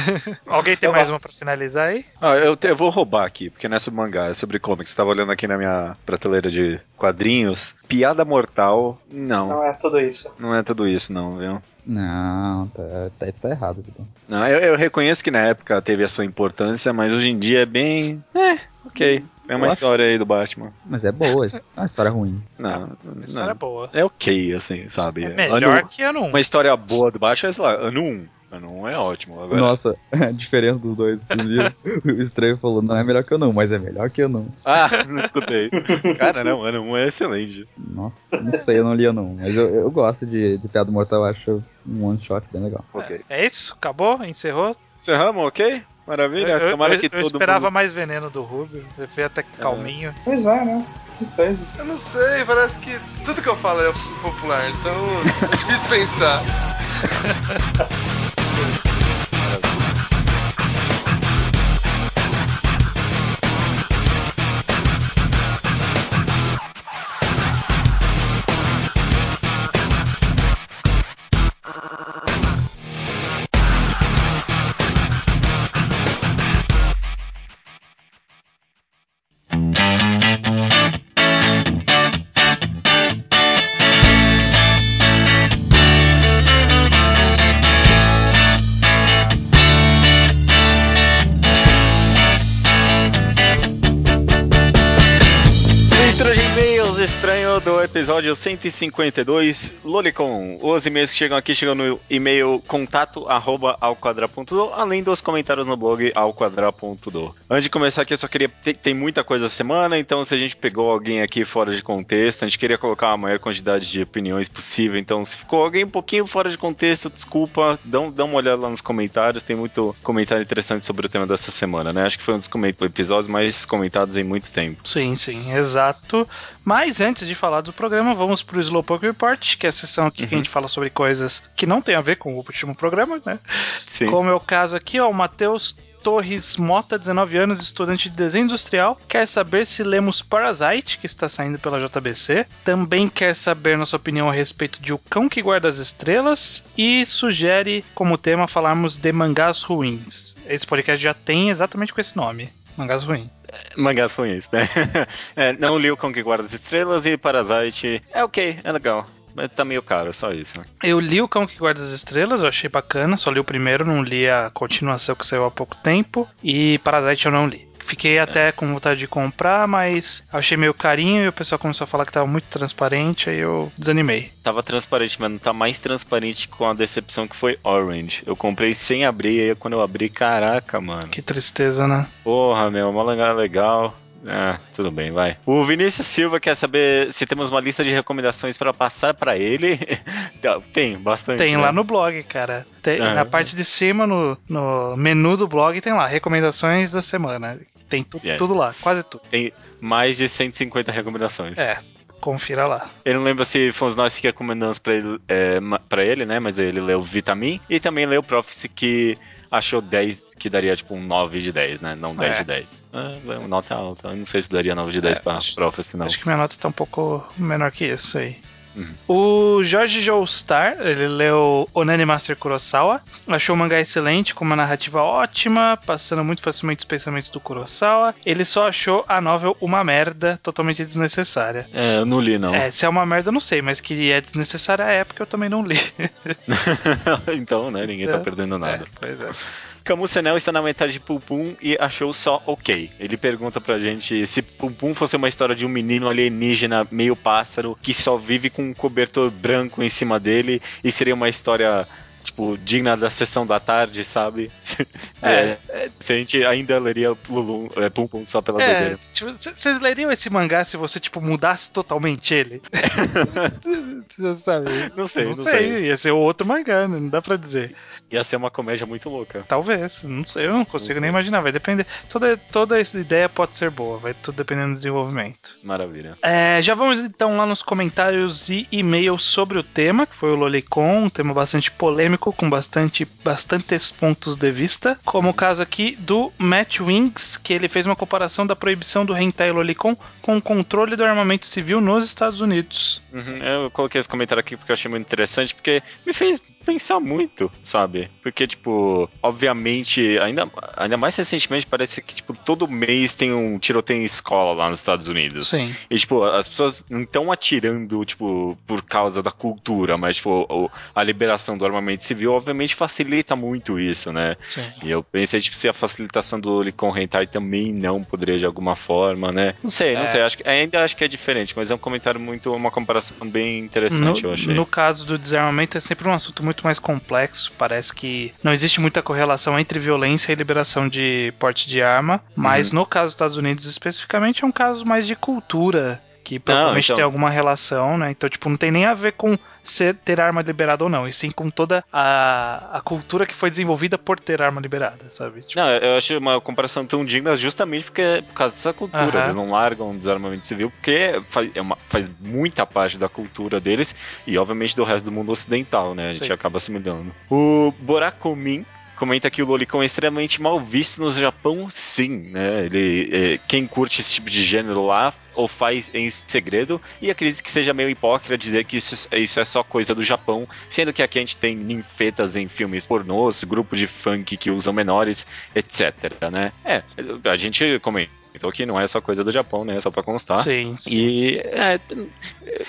[SPEAKER 2] Alguém tem
[SPEAKER 5] Eu
[SPEAKER 2] mais
[SPEAKER 5] gosto.
[SPEAKER 2] uma pra finalizar aí?
[SPEAKER 1] Ah, eu, te- eu vou roubar aqui, porque não é sobre mangá, é sobre comics. Tava olhando aqui na minha prateleira de quadrinhos. Piada Mortal, não.
[SPEAKER 5] Não é tudo isso.
[SPEAKER 1] Não é tudo isso, não, viu?
[SPEAKER 3] Não, tá, tá, isso tá errado, Vitor.
[SPEAKER 1] Não, eu, eu reconheço que na época teve a sua importância, mas hoje em dia é bem. É, ok.
[SPEAKER 2] Hum,
[SPEAKER 1] É uma
[SPEAKER 3] Eu acho-
[SPEAKER 1] história aí do Batman.
[SPEAKER 3] Mas é boa, isso. é uma história ruim.
[SPEAKER 1] Não,
[SPEAKER 2] A história é
[SPEAKER 1] não.
[SPEAKER 2] boa.
[SPEAKER 1] É ok, assim, sabe?
[SPEAKER 2] É melhor
[SPEAKER 1] Ano-
[SPEAKER 2] que ano 1.
[SPEAKER 1] Uma história boa do Batman é, sei lá, ano 1. Ano 1 é ótimo. Agora,
[SPEAKER 3] Nossa, a diferença dos dois, vocês viram? o estranho falou, não é melhor que eu não, mas é melhor que eu não.
[SPEAKER 1] Ah, não escutei. Cara, não, ano 1 é excelente.
[SPEAKER 3] Nossa, não sei, eu não lia não. Mas eu, eu gosto de, de Piada Mortal, eu acho um one shot bem legal.
[SPEAKER 1] Ok.
[SPEAKER 2] É isso? Acabou? Encerrou?
[SPEAKER 1] Encerramos, ok? Maravilha,
[SPEAKER 2] eu, eu-
[SPEAKER 1] tomara que
[SPEAKER 2] eu
[SPEAKER 1] todo
[SPEAKER 2] esperava
[SPEAKER 1] mundo...
[SPEAKER 2] mais veneno do Rubio, eu fui até calminho.
[SPEAKER 5] Pois é, né? Que coisa.
[SPEAKER 4] Eu não sei, parece que tudo que eu falo é popular, então é difícil pensar.
[SPEAKER 1] Leitura de e-mails estranho do episódio 152, Lolicon. Os e-mails que chegam aqui chegam no e-mail contato arroba alquadra.do, além dos comentários no blog alquadra.do. Antes de começar aqui, eu só queria. Tem, tem muita coisa essa semana, então se a gente pegou alguém aqui fora de contexto, a gente queria colocar a maior quantidade de opiniões possível, então se ficou alguém um pouquinho fora de contexto, desculpa, dá, um- dá uma olhada lá nos comentários, tem muito comentário interessante sobre o tema dessa semana, né? Acho que foi um dos comen- episódios mais comentados em muito tempo.
[SPEAKER 2] Sim, sim, exato. Mas antes de falar do programa, vamos pro Slowpoke Report, que é a sessão aqui que a
[SPEAKER 1] Uhum.
[SPEAKER 2] gente fala sobre coisas que não tem a ver com o último programa, né?
[SPEAKER 1] Sim.
[SPEAKER 2] Como é o caso aqui, ó, o Matheus Torres Mota, 19 anos, estudante de desenho industrial, quer saber se lemos Parasite, que está saindo pela JBC. Também quer saber nossa opinião a respeito de O Cão que Guarda as Estrelas e sugere como tema falarmos de mangás ruins. Esse podcast já tem exatamente com esse nome. Mangás ruins.
[SPEAKER 1] Mangás ruins, né? É, não li o Cão que Guarda as Estrelas e Parasite. É ok, é legal. Mas tá meio caro, só isso.
[SPEAKER 2] Eu li O Cão que Guarda as Estrelas, eu achei bacana, só li o primeiro, não li a continuação que saiu há pouco tempo, e Parasite eu não li. Fiquei até com vontade de comprar, mas achei meio carinho e o pessoal começou a falar que tava muito transparente, aí eu desanimei.
[SPEAKER 1] Tava transparente, mas não tá mais transparente com a decepção que foi Orange. Eu comprei sem abrir, e aí quando eu abri, caraca, mano.
[SPEAKER 2] Que tristeza, né?
[SPEAKER 1] Porra, meu, uma mangá legal. Ah, tudo bem, vai. O Vinícius Silva quer saber se temos uma lista de recomendações pra passar pra ele. Tá, Tem, bastante.
[SPEAKER 2] Tem
[SPEAKER 1] né?
[SPEAKER 2] lá no blog, cara. Tem-
[SPEAKER 1] Ah,
[SPEAKER 2] na
[SPEAKER 1] é.
[SPEAKER 2] parte de cima, no, no menu do blog, tem lá, recomendações da semana. Tem tu-
[SPEAKER 1] Yeah.
[SPEAKER 2] tudo lá, quase tudo.
[SPEAKER 1] Mais de 150 recomendações.
[SPEAKER 2] É. Confira lá.
[SPEAKER 1] Eu não lembro se fomos nós que recomendamos pra ele, é, ma- pra ele, né? Mas ele leu Vitamin e também leu Prophecy que achou 10, que daria tipo um 9 de 10, né? Não 10
[SPEAKER 2] É.
[SPEAKER 1] de É, 10. É, uma nota alta. Eu não sei se daria 9 de 10 pra
[SPEAKER 2] acho-
[SPEAKER 1] Prophecy, não.
[SPEAKER 2] Acho que minha nota tá um pouco menor que isso aí.
[SPEAKER 1] Uhum.
[SPEAKER 2] O Jorge Joestar, ele leu Onani Master Kurosawa, achou o mangá excelente, com uma narrativa ótima, passando muito facilmente os pensamentos do Kurosawa. Ele só achou a novel uma merda, totalmente desnecessária.
[SPEAKER 1] É, eu não li, não.
[SPEAKER 2] É, se é uma merda eu não sei, mas que é desnecessária é porque eu também não li.
[SPEAKER 1] então, né? Ninguém tá
[SPEAKER 2] É.
[SPEAKER 1] perdendo nada.
[SPEAKER 2] É, pois é.
[SPEAKER 1] Camus Senel está na metade de Pulpum e achou só ok. Ele pergunta pra gente se Pulpum fosse uma história de um menino alienígena meio pássaro que só vive com um cobertor branco em cima dele e seria uma história. Tipo, digna da sessão da tarde, sabe?
[SPEAKER 2] É.
[SPEAKER 1] Se a gente ainda leria Lulum, é, Pum Pum só pela
[SPEAKER 2] É,
[SPEAKER 1] doideira.
[SPEAKER 2] tipo, c- vocês leriam esse mangá se você, tipo, mudasse totalmente ele? Você sabe?
[SPEAKER 1] Não sei, não,
[SPEAKER 2] não
[SPEAKER 1] sei.
[SPEAKER 2] sei, ia ser outro mangá, né? não dá pra dizer.
[SPEAKER 1] Ia ser uma comédia muito louca.
[SPEAKER 2] Talvez, não sei, eu não consigo
[SPEAKER 1] sei.
[SPEAKER 2] nem imaginar, vai depender. Toda, toda essa ideia pode ser boa, vai tudo dependendo do desenvolvimento.
[SPEAKER 1] Maravilha.
[SPEAKER 2] É, já vamos então lá nos comentários e e-mails sobre o tema, que foi o Lolicon, um tema bastante polêmico, com bastante, bastantes pontos de vista. Como o caso aqui do Matt Wings, que ele fez uma comparação da proibição do Hentai Lolicon com o controle do armamento civil nos Estados Unidos.
[SPEAKER 1] Uhum, eu coloquei esse comentário aqui porque eu achei muito interessante, porque me fez pensar muito, sabe? Porque, tipo, obviamente, ainda, ainda mais recentemente, parece que, tipo, todo mês tem um tiroteio em escola lá nos Estados Unidos.
[SPEAKER 2] Sim.
[SPEAKER 1] E, tipo, as pessoas não estão atirando, tipo, por causa da cultura, mas, tipo, o- a liberação do armamento civil, obviamente, facilita muito isso, né?
[SPEAKER 2] sim.
[SPEAKER 1] E eu pensei, tipo, se a facilitação do Licon Hentai também não poderia de alguma forma, né? Não sei, não
[SPEAKER 2] É.
[SPEAKER 1] sei. Acho que, ainda acho que é diferente, mas é um comentário muito. Uma comparação bem interessante,
[SPEAKER 2] no,
[SPEAKER 1] eu achei.
[SPEAKER 2] no caso do desarmamento é sempre um assunto muito mais complexo. Parece que não existe muita correlação entre violência e liberação de porte de arma. Mas
[SPEAKER 1] Uhum.
[SPEAKER 2] no caso dos Estados Unidos especificamente é um caso mais de cultura. Que provavelmente
[SPEAKER 1] então-
[SPEAKER 2] tem alguma relação, né? Então, tipo, não tem nem a ver com ser, ter arma liberada ou não, e sim com toda a, a cultura que foi desenvolvida por ter arma liberada, sabe? Tipo,
[SPEAKER 1] Não, eu acho uma comparação tão digna justamente porque é por causa dessa cultura.
[SPEAKER 2] Aham.
[SPEAKER 1] Eles não largam o desarmamento civil porque faz, é uma- faz muita parte da cultura deles e, obviamente, do resto do mundo ocidental, né? A gente
[SPEAKER 2] Sim.
[SPEAKER 1] acaba assimilando. O Boracomin comenta que o Lolicon é extremamente mal visto no Japão, sim, né? Ele, é, quem curte esse tipo de gênero lá ou faz em segredo e acredito que seja meio hipócrita dizer que isso, isso é só coisa do Japão, sendo que aqui a gente tem ninfetas em filmes pornôs, grupos de funk que usam menores, etc, né? É, a gente comentou que não é só coisa do Japão, né? Só pra constar.
[SPEAKER 2] Sim, sim.
[SPEAKER 1] E é,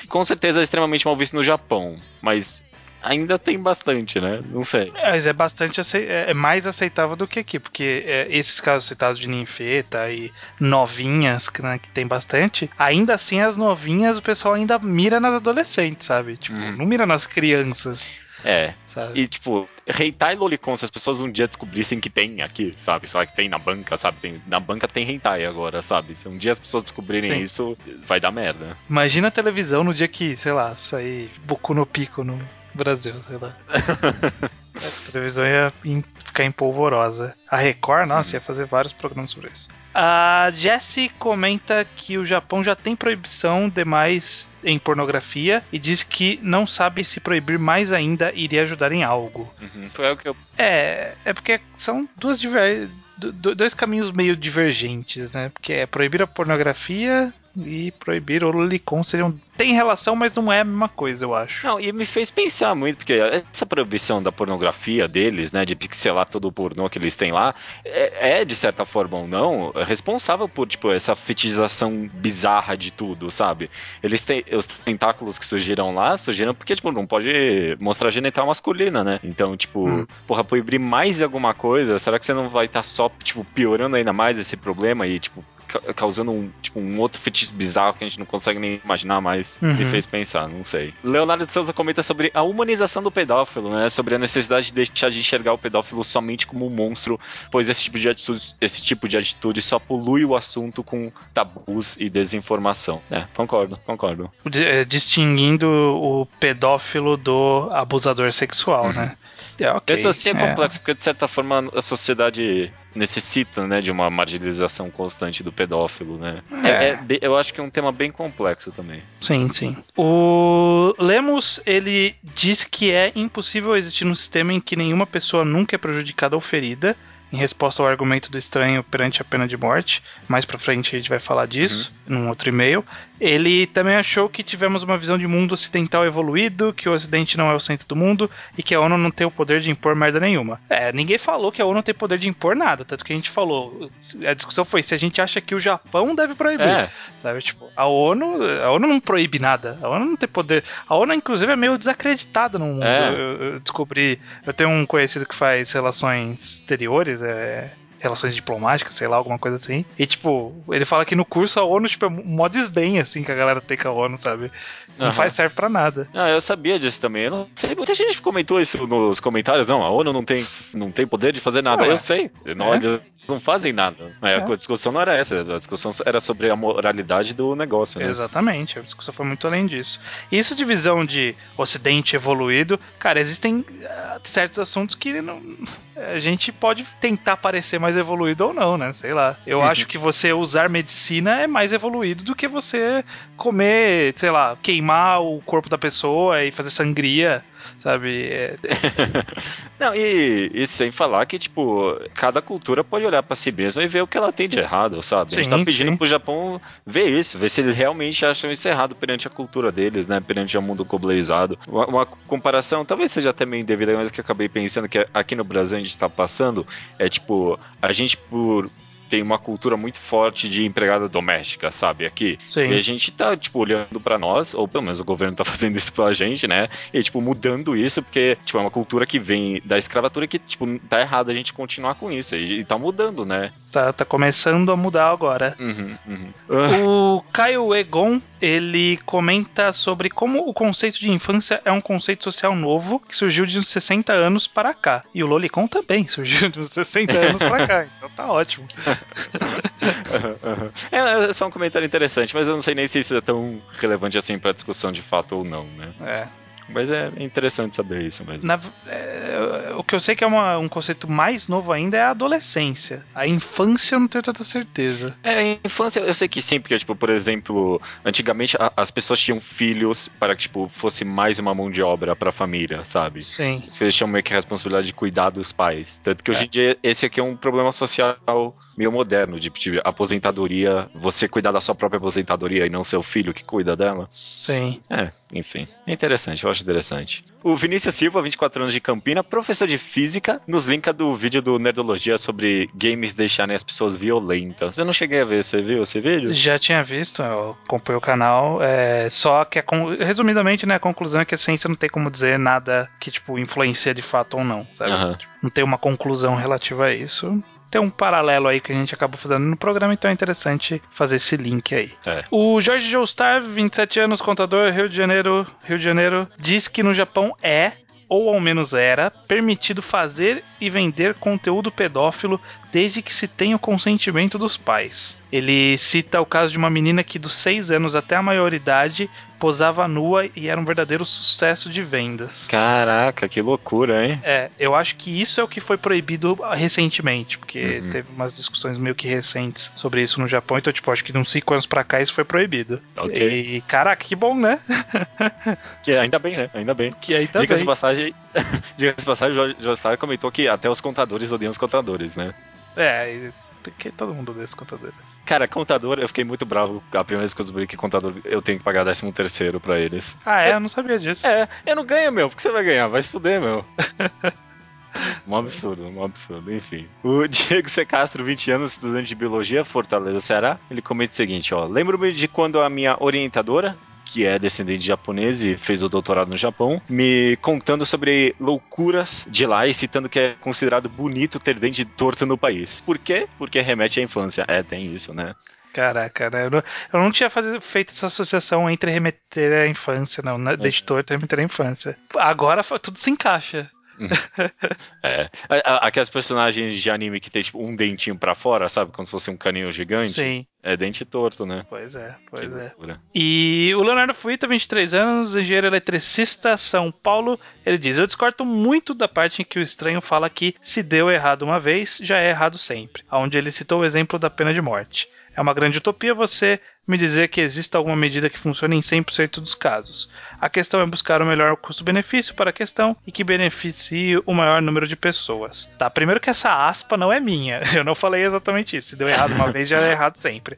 [SPEAKER 1] com certeza é extremamente mal visto no Japão, mas ainda tem bastante, né? Não sei.
[SPEAKER 2] É, Mas é bastante acei- é é mais aceitável do que aqui, porque é, esses casos citados de ninfeta e novinhas, que, né, que tem bastante, ainda assim as novinhas o pessoal ainda mira nas adolescentes, sabe? Tipo,
[SPEAKER 1] Uhum.
[SPEAKER 2] não mira nas crianças,
[SPEAKER 1] É.
[SPEAKER 2] sabe?
[SPEAKER 1] E tipo, hentai e lolicon, se as pessoas um dia descobrissem que tem aqui, sabe? Sei lá, que tem na banca, sabe? Tem- na banca tem hentai agora, sabe? Se um dia as pessoas descobrirem
[SPEAKER 2] Sim.
[SPEAKER 1] isso, vai dar merda.
[SPEAKER 2] Imagina a televisão no dia que, sei lá, sair Boku no Pico no Brasil, sei lá. a televisão ia em- ficar empolvorosa. A Record, nossa, ia fazer vários programas sobre isso. A Jessie comenta que o Japão já tem proibição demais em pornografia e diz que não sabe se proibir mais ainda iria ajudar em algo.
[SPEAKER 1] Uhum. Foi o que eu.
[SPEAKER 2] É, é porque são duas diver- do- do- dois caminhos meio divergentes, né? Porque é proibir a pornografia e proibir o lolicon seriam tem relação, mas não é a mesma coisa, eu acho.
[SPEAKER 1] Não, e me fez pensar muito, porque essa proibição da pornografia deles, né? De pixelar todo o pornô que eles têm lá, é, é, de certa forma ou não, é responsável por, tipo, essa fetichização bizarra de tudo, sabe? Eles têm. Os tentáculos que surgiram lá surgiram porque, tipo, não pode mostrar genital masculina, né? Então, tipo,
[SPEAKER 2] Hum.
[SPEAKER 1] porra, proibir mais alguma coisa, será que você não vai estar só, tipo, piorando ainda mais esse problema e, tipo, ca- causando um, tipo, um outro fetiche bizarro que a gente não consegue nem imaginar mais.
[SPEAKER 2] Uhum.
[SPEAKER 1] Me fez pensar, não sei. Leonardo de Souza comenta sobre a humanização do pedófilo, né? Sobre a necessidade de deixar de enxergar o pedófilo somente como um monstro, pois esse tipo de atitude, esse tipo de atitude só polui o assunto com tabus e desinformação. É, concordo, concordo.
[SPEAKER 2] De- eh, distinguindo o pedófilo do abusador sexual, né? É, ok.
[SPEAKER 1] Isso assim é,
[SPEAKER 2] É.
[SPEAKER 1] complexo, porque de certa forma a sociedade necessita, né, de uma marginalização constante do pedófilo, né? É,
[SPEAKER 2] É.
[SPEAKER 1] é be- eu acho que é um tema bem complexo também.
[SPEAKER 2] Sim, sim. O Lemos, ele diz que é impossível existir um sistema em que nenhuma pessoa nunca é prejudicada ou ferida, em resposta ao argumento do estranho perante a pena de morte. Mais pra frente a gente vai falar disso, num outro e-mail. Ele também achou que tivemos uma visão de mundo ocidental evoluído, que o ocidente não é o centro do mundo e que a ONU não tem o poder de impor merda nenhuma. É, ninguém falou que a ONU tem poder de impor nada, tanto que a gente falou. A discussão foi se a gente acha que o Japão deve proibir.
[SPEAKER 1] É,
[SPEAKER 2] Sabe, tipo, a ONU, a ONU não proíbe nada. A ONU não tem poder. A ONU, inclusive, é meio desacreditada no mundo.
[SPEAKER 1] É.
[SPEAKER 2] Eu, eu descobri. Eu tenho um conhecido que faz relações exteriores, é, relações diplomáticas, sei lá, alguma coisa assim. E, tipo, ele fala que no curso a ONU, tipo, é mó desdém, assim, que a galera tem com a ONU, sabe? Não
[SPEAKER 1] Aham.
[SPEAKER 2] faz, serve pra nada.
[SPEAKER 1] Ah, eu sabia disso também. Eu não sei, muita gente comentou isso nos comentários. Não, a ONU não tem, não tem poder de fazer nada.
[SPEAKER 2] Não, é.
[SPEAKER 1] eu sei. Não,
[SPEAKER 2] É.
[SPEAKER 1] Eles não fazem nada. É,
[SPEAKER 2] É.
[SPEAKER 1] A discussão não era essa. A discussão era sobre a moralidade do negócio, né?
[SPEAKER 2] Exatamente, a discussão foi muito além disso. E essa divisão de Ocidente evoluído, cara, existem ah, certos assuntos que não- a gente pode tentar parecer mais evoluído ou não, né? Sei lá. Eu acho que você usar medicina é mais evoluído do que você comer, sei lá, queimar o corpo da pessoa e fazer sangria, sabe? É,
[SPEAKER 1] Não, e, e sem falar que, tipo, cada cultura pode olhar pra si mesma e ver o que ela tem de errado, sabe? a gente
[SPEAKER 2] Sim,
[SPEAKER 1] tá pedindo
[SPEAKER 2] sim.
[SPEAKER 1] pro Japão ver isso, ver se eles realmente acham isso errado perante a cultura deles, né? Perante o mundo globalizado. Uma, uma comparação, talvez seja também devida, mas é que eu acabei pensando que aqui no Brasil a gente tá passando, é tipo, a gente por. Tem uma cultura muito forte de empregada doméstica, sabe? Aqui. E a
[SPEAKER 2] sim.
[SPEAKER 1] gente tá, tipo, olhando pra nós, ou pelo menos o governo tá fazendo isso pra gente, né? E, tipo, mudando isso, porque, tipo, é uma cultura que vem da escravatura que, tipo, tá errado a gente continuar com isso. E, e tá mudando, né?
[SPEAKER 2] Tá, tá começando a mudar agora.
[SPEAKER 1] Uhum, uhum.
[SPEAKER 2] O Caio Egon, ele comenta sobre como o conceito de infância é um conceito social novo que surgiu de uns 60 anos para cá. E o Lolicon também surgiu de uns 60 anos para cá, então tá ótimo.
[SPEAKER 1] é, é só um comentário interessante, mas eu não sei nem se isso é tão relevante assim pra discussão de fato ou não, né?
[SPEAKER 2] É.
[SPEAKER 1] Mas é interessante saber isso mesmo.
[SPEAKER 2] Na v- é, o que eu sei que é uma- um conceito mais novo ainda é a adolescência. A infância eu não tenho tanta certeza.
[SPEAKER 1] É, infância, eu sei que sim, porque, tipo, por exemplo, antigamente a- as pessoas tinham filhos para que, tipo, fosse mais uma mão de obra para a família, sabe?
[SPEAKER 2] Sim.
[SPEAKER 1] Os filhos tinham meio que a responsabilidade de cuidar dos pais. Tanto que hoje em dia esse aqui é um problema social meio moderno, de tipo, aposentadoria, você cuidar da sua própria aposentadoria e não seu filho que cuida dela.
[SPEAKER 2] Sim.
[SPEAKER 1] É, enfim. É interessante, eu acho interessante. O Vinícius Silva, 24 anos de Campina, professor de física, nos linka do vídeo do Nerdologia sobre games deixarem as pessoas violentas. Eu não cheguei a ver, você viu esse vídeo?
[SPEAKER 2] Já tinha visto, eu acompanho o canal. é, só que, a con- resumidamente, né, a conclusão é que a ciência não tem como dizer nada que, tipo, influencia de fato ou não, sabe?
[SPEAKER 1] Aham.
[SPEAKER 2] Não tem uma conclusão relativa a isso. Tem um paralelo aí que a gente acabou fazendo no programa, então é interessante fazer esse link aí.
[SPEAKER 1] É.
[SPEAKER 2] O Jorge Joestar, 27 anos, contador, Rio de Janeiro, Rio de Janeiro, diz que no Japão é, ou ao menos era, permitido fazer e vender conteúdo pedófilo desde que se tenha o consentimento dos pais. Ele cita o caso de uma menina que dos 6 anos até a maioridade posava nua e era um verdadeiro sucesso de vendas.
[SPEAKER 1] Caraca, que loucura, hein?
[SPEAKER 2] É, eu acho que isso é o que foi proibido recentemente, porque
[SPEAKER 1] Uhum.
[SPEAKER 2] teve umas discussões meio que recentes sobre isso no Japão, então, tipo, acho que de uns 5 anos pra cá isso foi proibido.
[SPEAKER 1] Ok.
[SPEAKER 2] E, caraca, que bom, né?
[SPEAKER 1] Que, ainda bem, né? Ainda bem.
[SPEAKER 2] Que aí tá
[SPEAKER 1] Diga-se de
[SPEAKER 2] bem.
[SPEAKER 1] passagem, diga-se de passagem, o Jorge Star comentou que até os contadores odeiam os contadores, né?
[SPEAKER 2] É, e tem que todo mundo odeia os contadores.
[SPEAKER 1] Cara, contador, eu fiquei muito bravo a primeira vez que eu descobri que contador eu tenho que pagar 13 terceiro pra eles.
[SPEAKER 2] Ah, é? Eu não sabia disso.
[SPEAKER 1] É, eu não ganho, meu. Por que você vai ganhar? Vai se fuder, meu. Um absurdo, um absurdo, enfim. O Diego C. Castro, 20 anos, estudante de Biologia, Fortaleza, Ceará, ele comenta o seguinte, ó. Lembro-me de quando a minha orientadora, que é descendente de japonês e fez o doutorado no Japão, me contando sobre loucuras de lá e citando que é considerado bonito ter dente torto no país. Por quê? Porque remete à infância. É, tem isso, né?
[SPEAKER 2] Caraca, né? eu não, eu não tinha faze- feito essa associação entre remeter à infância, não,
[SPEAKER 1] É.
[SPEAKER 2] né? desde torto e remeter à infância. Agora fa- tudo se encaixa.
[SPEAKER 1] É. A- a- Aquelas personagens de anime que tem, tipo, um dentinho pra fora, sabe? Como se fosse um caninho gigante.
[SPEAKER 2] Sim,
[SPEAKER 1] É dente torto, né?
[SPEAKER 2] pois é, pois
[SPEAKER 1] Que
[SPEAKER 2] é.
[SPEAKER 1] loucura.
[SPEAKER 2] E o Leonardo Fuita, 23 anos, engenheiro eletricista, São Paulo, ele diz: Eu discordo muito da parte em que o estranho fala que se deu errado uma vez, já é errado sempre, onde ele citou o exemplo da pena de morte. É uma grande utopia você me dizer que exista alguma medida que funcione em 100% dos casos. A questão é buscar o melhor custo-benefício para a questão e que beneficie o maior número de pessoas. Tá, primeiro que essa aspa não é minha. Eu não falei exatamente isso. Se deu errado uma vez, já é errado sempre.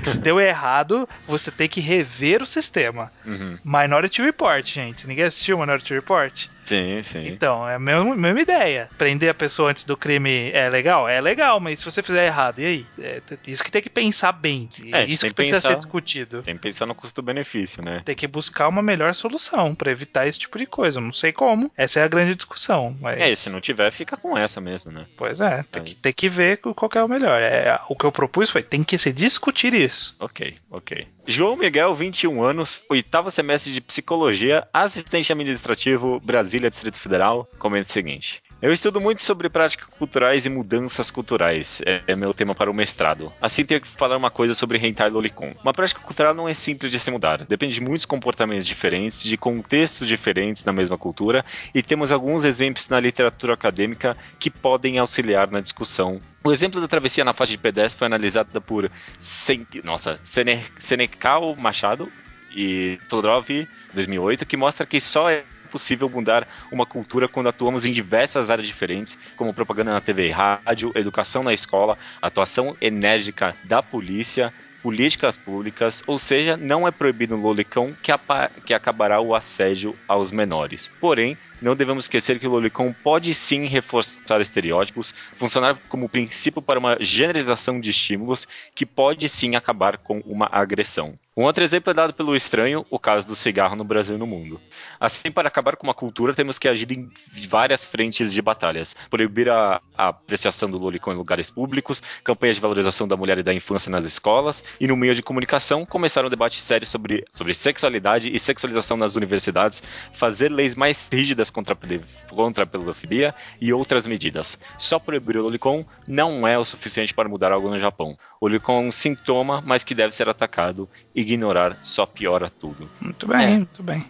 [SPEAKER 2] que se deu errado, você tem que rever o sistema.
[SPEAKER 1] Uhum.
[SPEAKER 2] Minority Report, gente. Ninguém assistiu Minority Report?
[SPEAKER 1] Sim, sim.
[SPEAKER 2] Então, é a mesma, mesma ideia. Prender a pessoa antes do crime é legal? É legal, mas se você fizer errado, e aí? É, t- isso que tem que pensar bem. E
[SPEAKER 1] É,
[SPEAKER 2] isso
[SPEAKER 1] tem
[SPEAKER 2] que
[SPEAKER 1] que
[SPEAKER 2] precisa
[SPEAKER 1] pensar.
[SPEAKER 2] ser discutido.
[SPEAKER 1] Tem que pensar no custo-benefício, né?
[SPEAKER 2] Tem que buscar uma melhor solução pra evitar esse tipo de coisa. Eu não sei como. Essa é a grande discussão. Mas...
[SPEAKER 1] É, e se não tiver, fica com essa mesmo, né?
[SPEAKER 2] Pois é, tem
[SPEAKER 1] Aí.
[SPEAKER 2] que, tem que ver qual que é o melhor. É, o que eu propus foi, tem que se discutir isso.
[SPEAKER 1] Ok, ok. João Miguel, 21 anos, oitavo semestre de Psicologia, assistente administrativo, Brasília, Distrito Federal, comenta o seguinte. Eu estudo muito sobre práticas culturais e mudanças culturais. É, é meu tema para o mestrado. Assim, tenho que falar uma coisa sobre Hentai Lolicon. Uma prática cultural não é simples de se mudar. Depende de muitos comportamentos diferentes, de contextos diferentes na mesma cultura, e temos alguns exemplos na literatura acadêmica que podem auxiliar na discussão. O exemplo da travessia na faixa de pedestre foi analisada por Sen... Nossa, Sene... Senecal Machado e Todorov, 2008, que mostra que só é possível mudar uma cultura quando atuamos em diversas áreas diferentes, como propaganda na TV e rádio, educação na escola, atuação enérgica da polícia, políticas públicas, ou seja, não é proibido no lolicão que, apa- que acabará o assédio aos menores. Porém, não devemos esquecer que o lolicão pode sim reforçar estereótipos, funcionar como princípio para uma generalização de estímulos que pode sim acabar com uma agressão. Um outro exemplo é dado pelo estranho, o caso do cigarro no Brasil e no mundo. Assim, para acabar com uma cultura, temos que agir em várias frentes de batalhas. Proibir a, a apreciação do lolicon em lugares públicos, campanhas de valorização da mulher e da infância nas escolas, e no meio de comunicação, começar um debate sério sobre, sobre sexualidade e sexualização nas universidades, fazer leis mais rígidas contra a pede- contra a pedofilia e outras medidas. Só proibir o Lolicon não é o suficiente para mudar algo no Japão. O Lolicon é um sintoma, mas que deve ser atacado. Ignorar só piora tudo.
[SPEAKER 2] Muito bem, muito bem.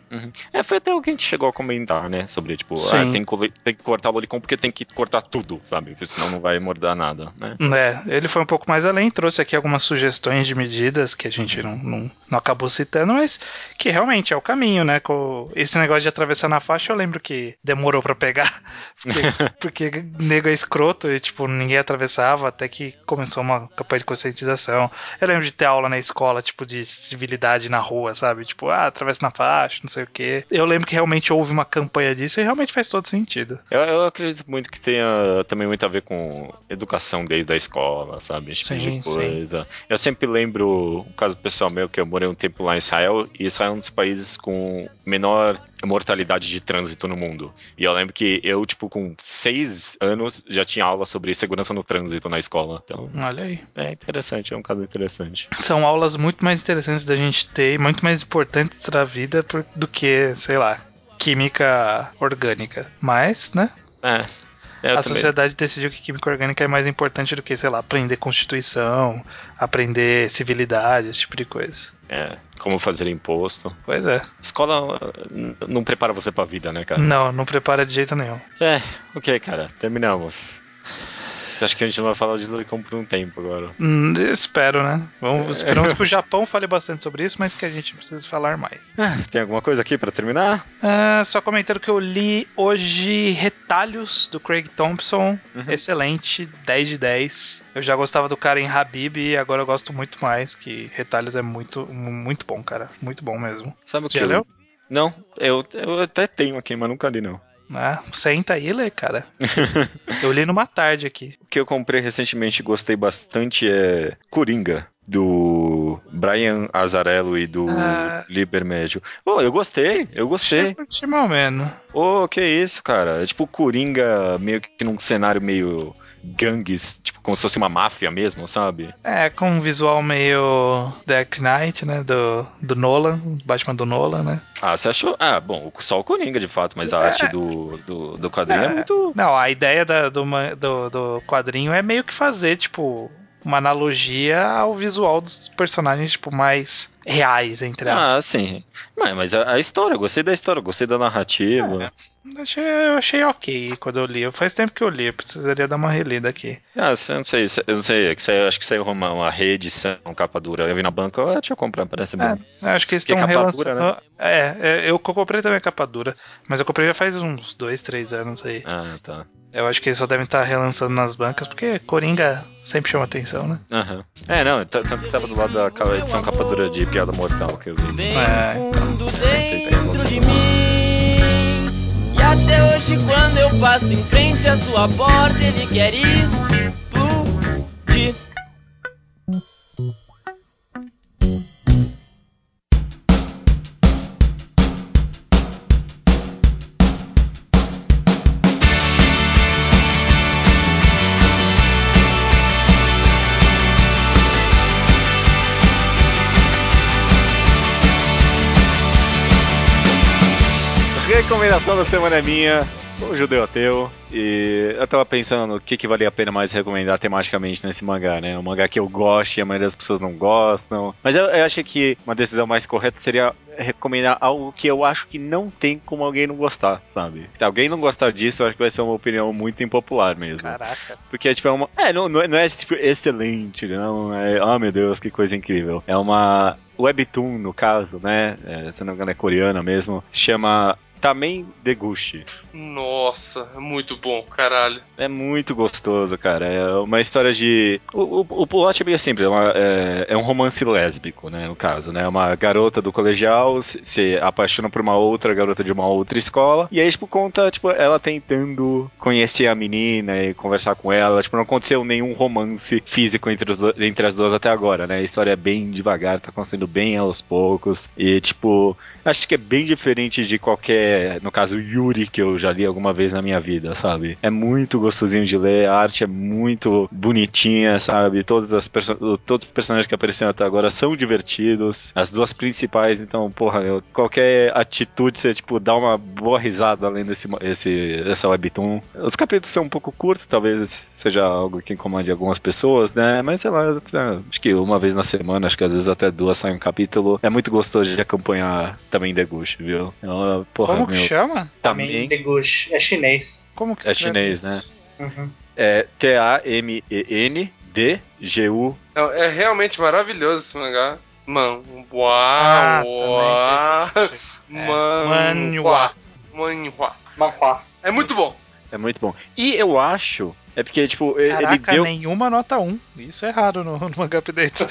[SPEAKER 1] É, foi até alguém que chegou a comentar, né? Sobre, tipo,
[SPEAKER 2] Sim.
[SPEAKER 1] ah, tem, que, cole- tem que cortar o Lolicon porque tem que cortar tudo, sabe? Porque senão não vai mordar nada, né?
[SPEAKER 2] É, ele foi um pouco mais além, trouxe aqui algumas sugestões de medidas que a gente não, não, não acabou citando, mas que realmente é o caminho, né? Com esse negócio de atravessar na faixa, eu lembro que demorou pra pegar, porque, porque nego é escroto e, tipo, ninguém atravessava até que começou uma campanha de conscientização. Eu lembro de ter aula na escola, tipo, de civilidade na rua, sabe? Tipo, ah, atravessa na faixa, não sei o quê. Eu lembro que realmente houve uma campanha disso e realmente faz todo sentido.
[SPEAKER 1] Eu, eu acredito muito que tenha também muito a ver com educação desde a escola, sabe? Esse tipo
[SPEAKER 2] Sim,
[SPEAKER 1] de
[SPEAKER 2] sim.
[SPEAKER 1] coisa. Eu sempre lembro um caso pessoal meu que eu morei um tempo lá em Israel e Israel é um dos países com menor mortalidade de trânsito no mundo. E eu lembro que eu, tipo, com seis anos já tinha aula sobre segurança no trânsito na escola. Então,
[SPEAKER 2] Olha aí.
[SPEAKER 1] é interessante, é um caso interessante.
[SPEAKER 2] são aulas muito mais interessantes da gente ter e muito mais importantes da vida por- do que, sei lá, química orgânica. Mas, né?
[SPEAKER 1] É. Eu
[SPEAKER 2] a
[SPEAKER 1] também-
[SPEAKER 2] sociedade decidiu que química orgânica é mais importante do que, sei lá, aprender constituição, aprender civilidade, esse tipo de coisa.
[SPEAKER 1] é, como fazer imposto.
[SPEAKER 2] Pois é.
[SPEAKER 1] Escola eh, n- não prepara você pra vida, né, cara?
[SPEAKER 2] Não, não prepara de jeito nenhum.
[SPEAKER 1] É, ok, cara, terminamos. Você acha que a gente não vai falar de Lolicon por um tempo agora?
[SPEAKER 2] Hum, espero, né?
[SPEAKER 1] É.
[SPEAKER 2] Vamos, esperamos que o Japão fale bastante sobre isso, mas que a gente precisa falar mais.
[SPEAKER 1] Tem alguma coisa aqui pra terminar?
[SPEAKER 2] Ah, só comentando que eu li hoje Retalhos do Craig Thompson.
[SPEAKER 1] Uhum.
[SPEAKER 2] Excelente, 10 de 10. Eu já gostava do cara em Habib e agora eu gosto muito mais, que Retalhos é muito, mu- muito bom, cara. Muito bom mesmo.
[SPEAKER 1] Sabe o que?
[SPEAKER 2] Já
[SPEAKER 1] eu-
[SPEAKER 2] leu?
[SPEAKER 1] Não, eu, eu até tenho aqui, mas nunca li não.
[SPEAKER 2] Ah, senta aí e lê, cara. eu li numa tarde aqui.
[SPEAKER 1] O que eu comprei recentemente e gostei bastante é Coringa, do Brian Azarello e do
[SPEAKER 2] Ah.
[SPEAKER 1] Libermédio. Oh, eu gostei, eu gostei.
[SPEAKER 2] Curti mal menos.
[SPEAKER 1] Ô, que isso, cara? É tipo Coringa meio que num cenário meio gangues, tipo como se fosse uma máfia mesmo, sabe?
[SPEAKER 2] É, com um visual meio Dark Knight, né? Do, do Nolan, Batman do Nolan, né?
[SPEAKER 1] Ah, você achou? Ah, bom, só o Coringa de fato, mas a arte do, do, do quadrinho é,
[SPEAKER 2] É.
[SPEAKER 1] muito.
[SPEAKER 2] Não, a ideia da- do, ma- do- do quadrinho é meio que fazer, tipo, uma analogia ao visual dos personagens, tipo, mais reais, entre aspas.
[SPEAKER 1] Ah, sim. Mas, mas a, a história, eu gostei da história, eu gostei da narrativa.
[SPEAKER 2] Eu achei, eu achei ok quando eu li. Faz tempo que eu li, eu precisaria dar uma relida aqui.
[SPEAKER 1] Ah, você não sei, você- eu não sei, é que saiu- acho que saiu uma, uma reedição, capa dura. Eu vi na banca, ah, deixa eu comprar, parece bom.
[SPEAKER 2] Eu acho que eles
[SPEAKER 1] Porque é
[SPEAKER 2] estão
[SPEAKER 1] capa
[SPEAKER 2] relançando.
[SPEAKER 1] dura,
[SPEAKER 2] É, é, eu co- comprei também a capa dura, mas eu comprei já faz uns dois, três anos aí.
[SPEAKER 1] Ah, tá.
[SPEAKER 2] Eu acho que eles só devem estar relançando nas bancas, porque Coringa sempre chama atenção, né?
[SPEAKER 1] Aham. É, não, t- tanto que tava do lado da ca- edição capa dura de Piada Mortal que eu vi.
[SPEAKER 6] bem
[SPEAKER 2] É,
[SPEAKER 6] fundo
[SPEAKER 1] Tem- tem algumas
[SPEAKER 6] dentro de
[SPEAKER 1] coisas.
[SPEAKER 6] mim. E até hoje, quando eu passo em frente à sua porta, ele quer explodir.
[SPEAKER 1] Recomendação da semana é minha, o judeu ateu. E eu tava pensando o que, que valia a pena mais recomendar tematicamente nesse mangá, né? Um mangá que eu gosto e a maioria das pessoas não gostam. Mas eu, eu acho que uma decisão mais correta seria recomendar algo que eu acho que não tem como alguém não gostar, sabe? Se alguém não gostar disso, eu acho que vai ser uma opinião muito impopular mesmo.
[SPEAKER 2] Caraca.
[SPEAKER 1] Porque, tipo, é uma. É, não, não é, não é, tipo, excelente, não. É, ah, meu Deus, que coisa incrível. É uma webtoon, no caso, né? É, se não me engano, é coreana mesmo. Se chama Tamen Degushi.
[SPEAKER 4] Nossa, é muito bom, caralho.
[SPEAKER 1] É muito gostoso, cara. É uma história de. O, o, o plot é meio simples. É, uma- é- é um romance lésbico, né? No caso, né? Uma garota do colegial se, se apaixona por uma outra garota de uma outra escola. E aí, tipo, conta, tipo, ela tentando conhecer a menina e conversar com ela. Tipo, não aconteceu nenhum romance físico entre, os do- entre as duas até agora, né? A história é bem devagar, tá acontecendo bem aos poucos. E, tipo, acho que é bem diferente de qualquer é, no caso, Yuri, que eu já li alguma vez na minha vida, sabe? É muito gostosinho de ler, a arte é muito bonitinha, sabe? Todas as perso- todos os personagens que apareceram até agora são divertidos, as duas principais, então, porra, eu- qualquer atitude você, tipo, dá uma boa risada além desse mo- esse, essa webtoon. Os capítulos são um pouco curtos, talvez seja algo que incomode algumas pessoas, né? Mas sei lá, acho que uma vez na semana, acho que às vezes até duas sai um capítulo. É muito gostoso de acompanhar também Deguchi, viu? Então, porra,
[SPEAKER 2] Como que
[SPEAKER 1] meu,
[SPEAKER 2] chama?
[SPEAKER 1] também
[SPEAKER 5] Deguchi. É chinês.
[SPEAKER 2] Como que
[SPEAKER 1] É
[SPEAKER 2] escreve
[SPEAKER 1] chinês,
[SPEAKER 2] isso?
[SPEAKER 5] Uhum.
[SPEAKER 1] é T-A-M-E-N-D-G-U.
[SPEAKER 4] Não, é realmente maravilhoso esse mangá. Man,
[SPEAKER 2] Ah,
[SPEAKER 4] uau, uau,
[SPEAKER 2] também. teve isso.
[SPEAKER 4] man,
[SPEAKER 2] Manhua.
[SPEAKER 4] uau, manhua.
[SPEAKER 5] Manhua.
[SPEAKER 4] É muito bom.
[SPEAKER 1] É muito bom. E eu acho. É porque, tipo, ele
[SPEAKER 2] Caraca,
[SPEAKER 1] deu.
[SPEAKER 2] nenhuma nota 1. Isso é raro no, no Manga Update.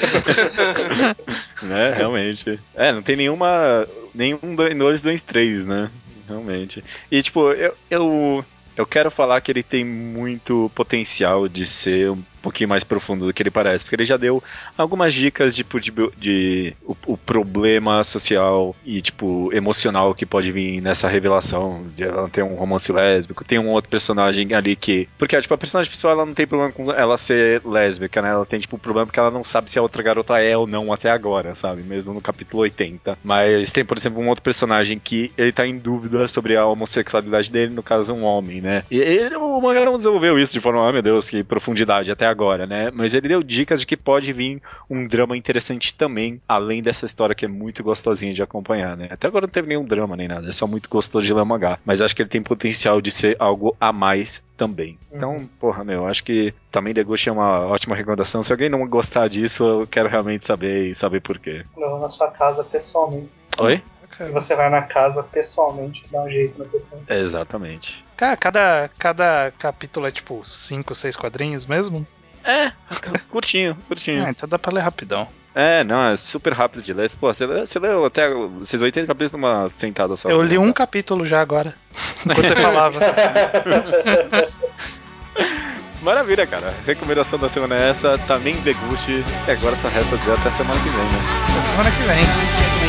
[SPEAKER 1] Né, realmente. É, não tem nenhuma. Nenhum 2, 2, 3, né? Realmente. E, tipo, eu, eu. Eu quero falar que ele tem muito potencial de ser um pouquinho mais profundo do que ele parece, porque ele já deu algumas dicas tipo, de, de o, o problema social e tipo emocional que pode vir nessa revelação. De ela ter um romance lésbico, tem um outro personagem ali que. Porque tipo, a personagem principal ela não tem problema com ela ser lésbica, né? Ela tem tipo um problema porque ela não sabe se a outra garota é ou não até agora, sabe? Mesmo no capítulo 80. Mas tem, por exemplo, um outro personagem que ele tá em dúvida sobre a homossexualidade dele, no caso, um homem, né? E ele, o mangá não desenvolveu isso de forma, ah, meu Deus, que profundidade até agora, né? Mas ele deu dicas de que pode vir um drama interessante também, além dessa história que é muito gostosinha de acompanhar, né? Até agora não teve nenhum drama nem nada, é só muito gostoso de ler mangá. Mas acho que ele tem potencial de ser algo a mais também. Então, porra, meu, acho que também Deguchi é uma ótima recomendação. Se alguém não gostar disso, eu quero realmente saber e saber por quê.
[SPEAKER 5] Não, na sua casa pessoalmente.
[SPEAKER 1] Oi?
[SPEAKER 5] E Você vai na casa pessoalmente, dá um jeito na pessoa.
[SPEAKER 1] Exatamente.
[SPEAKER 2] Cara, cada, cada capítulo é tipo 5, 6 quadrinhos mesmo?
[SPEAKER 1] Curtinho, curtinho.
[SPEAKER 2] Ah, então dá pra ler rapidão.
[SPEAKER 1] É, não, é super rápido de ler. Pô, você, você leu até esses 80 capítulos numa sentada só.
[SPEAKER 2] Eu li um capítulo já agora. Quando você falava.
[SPEAKER 1] Maravilha, cara. Recomendação da tá semana é essa, também deguste. E agora só resta dizer até semana que vem, né?
[SPEAKER 2] Até semana que vem.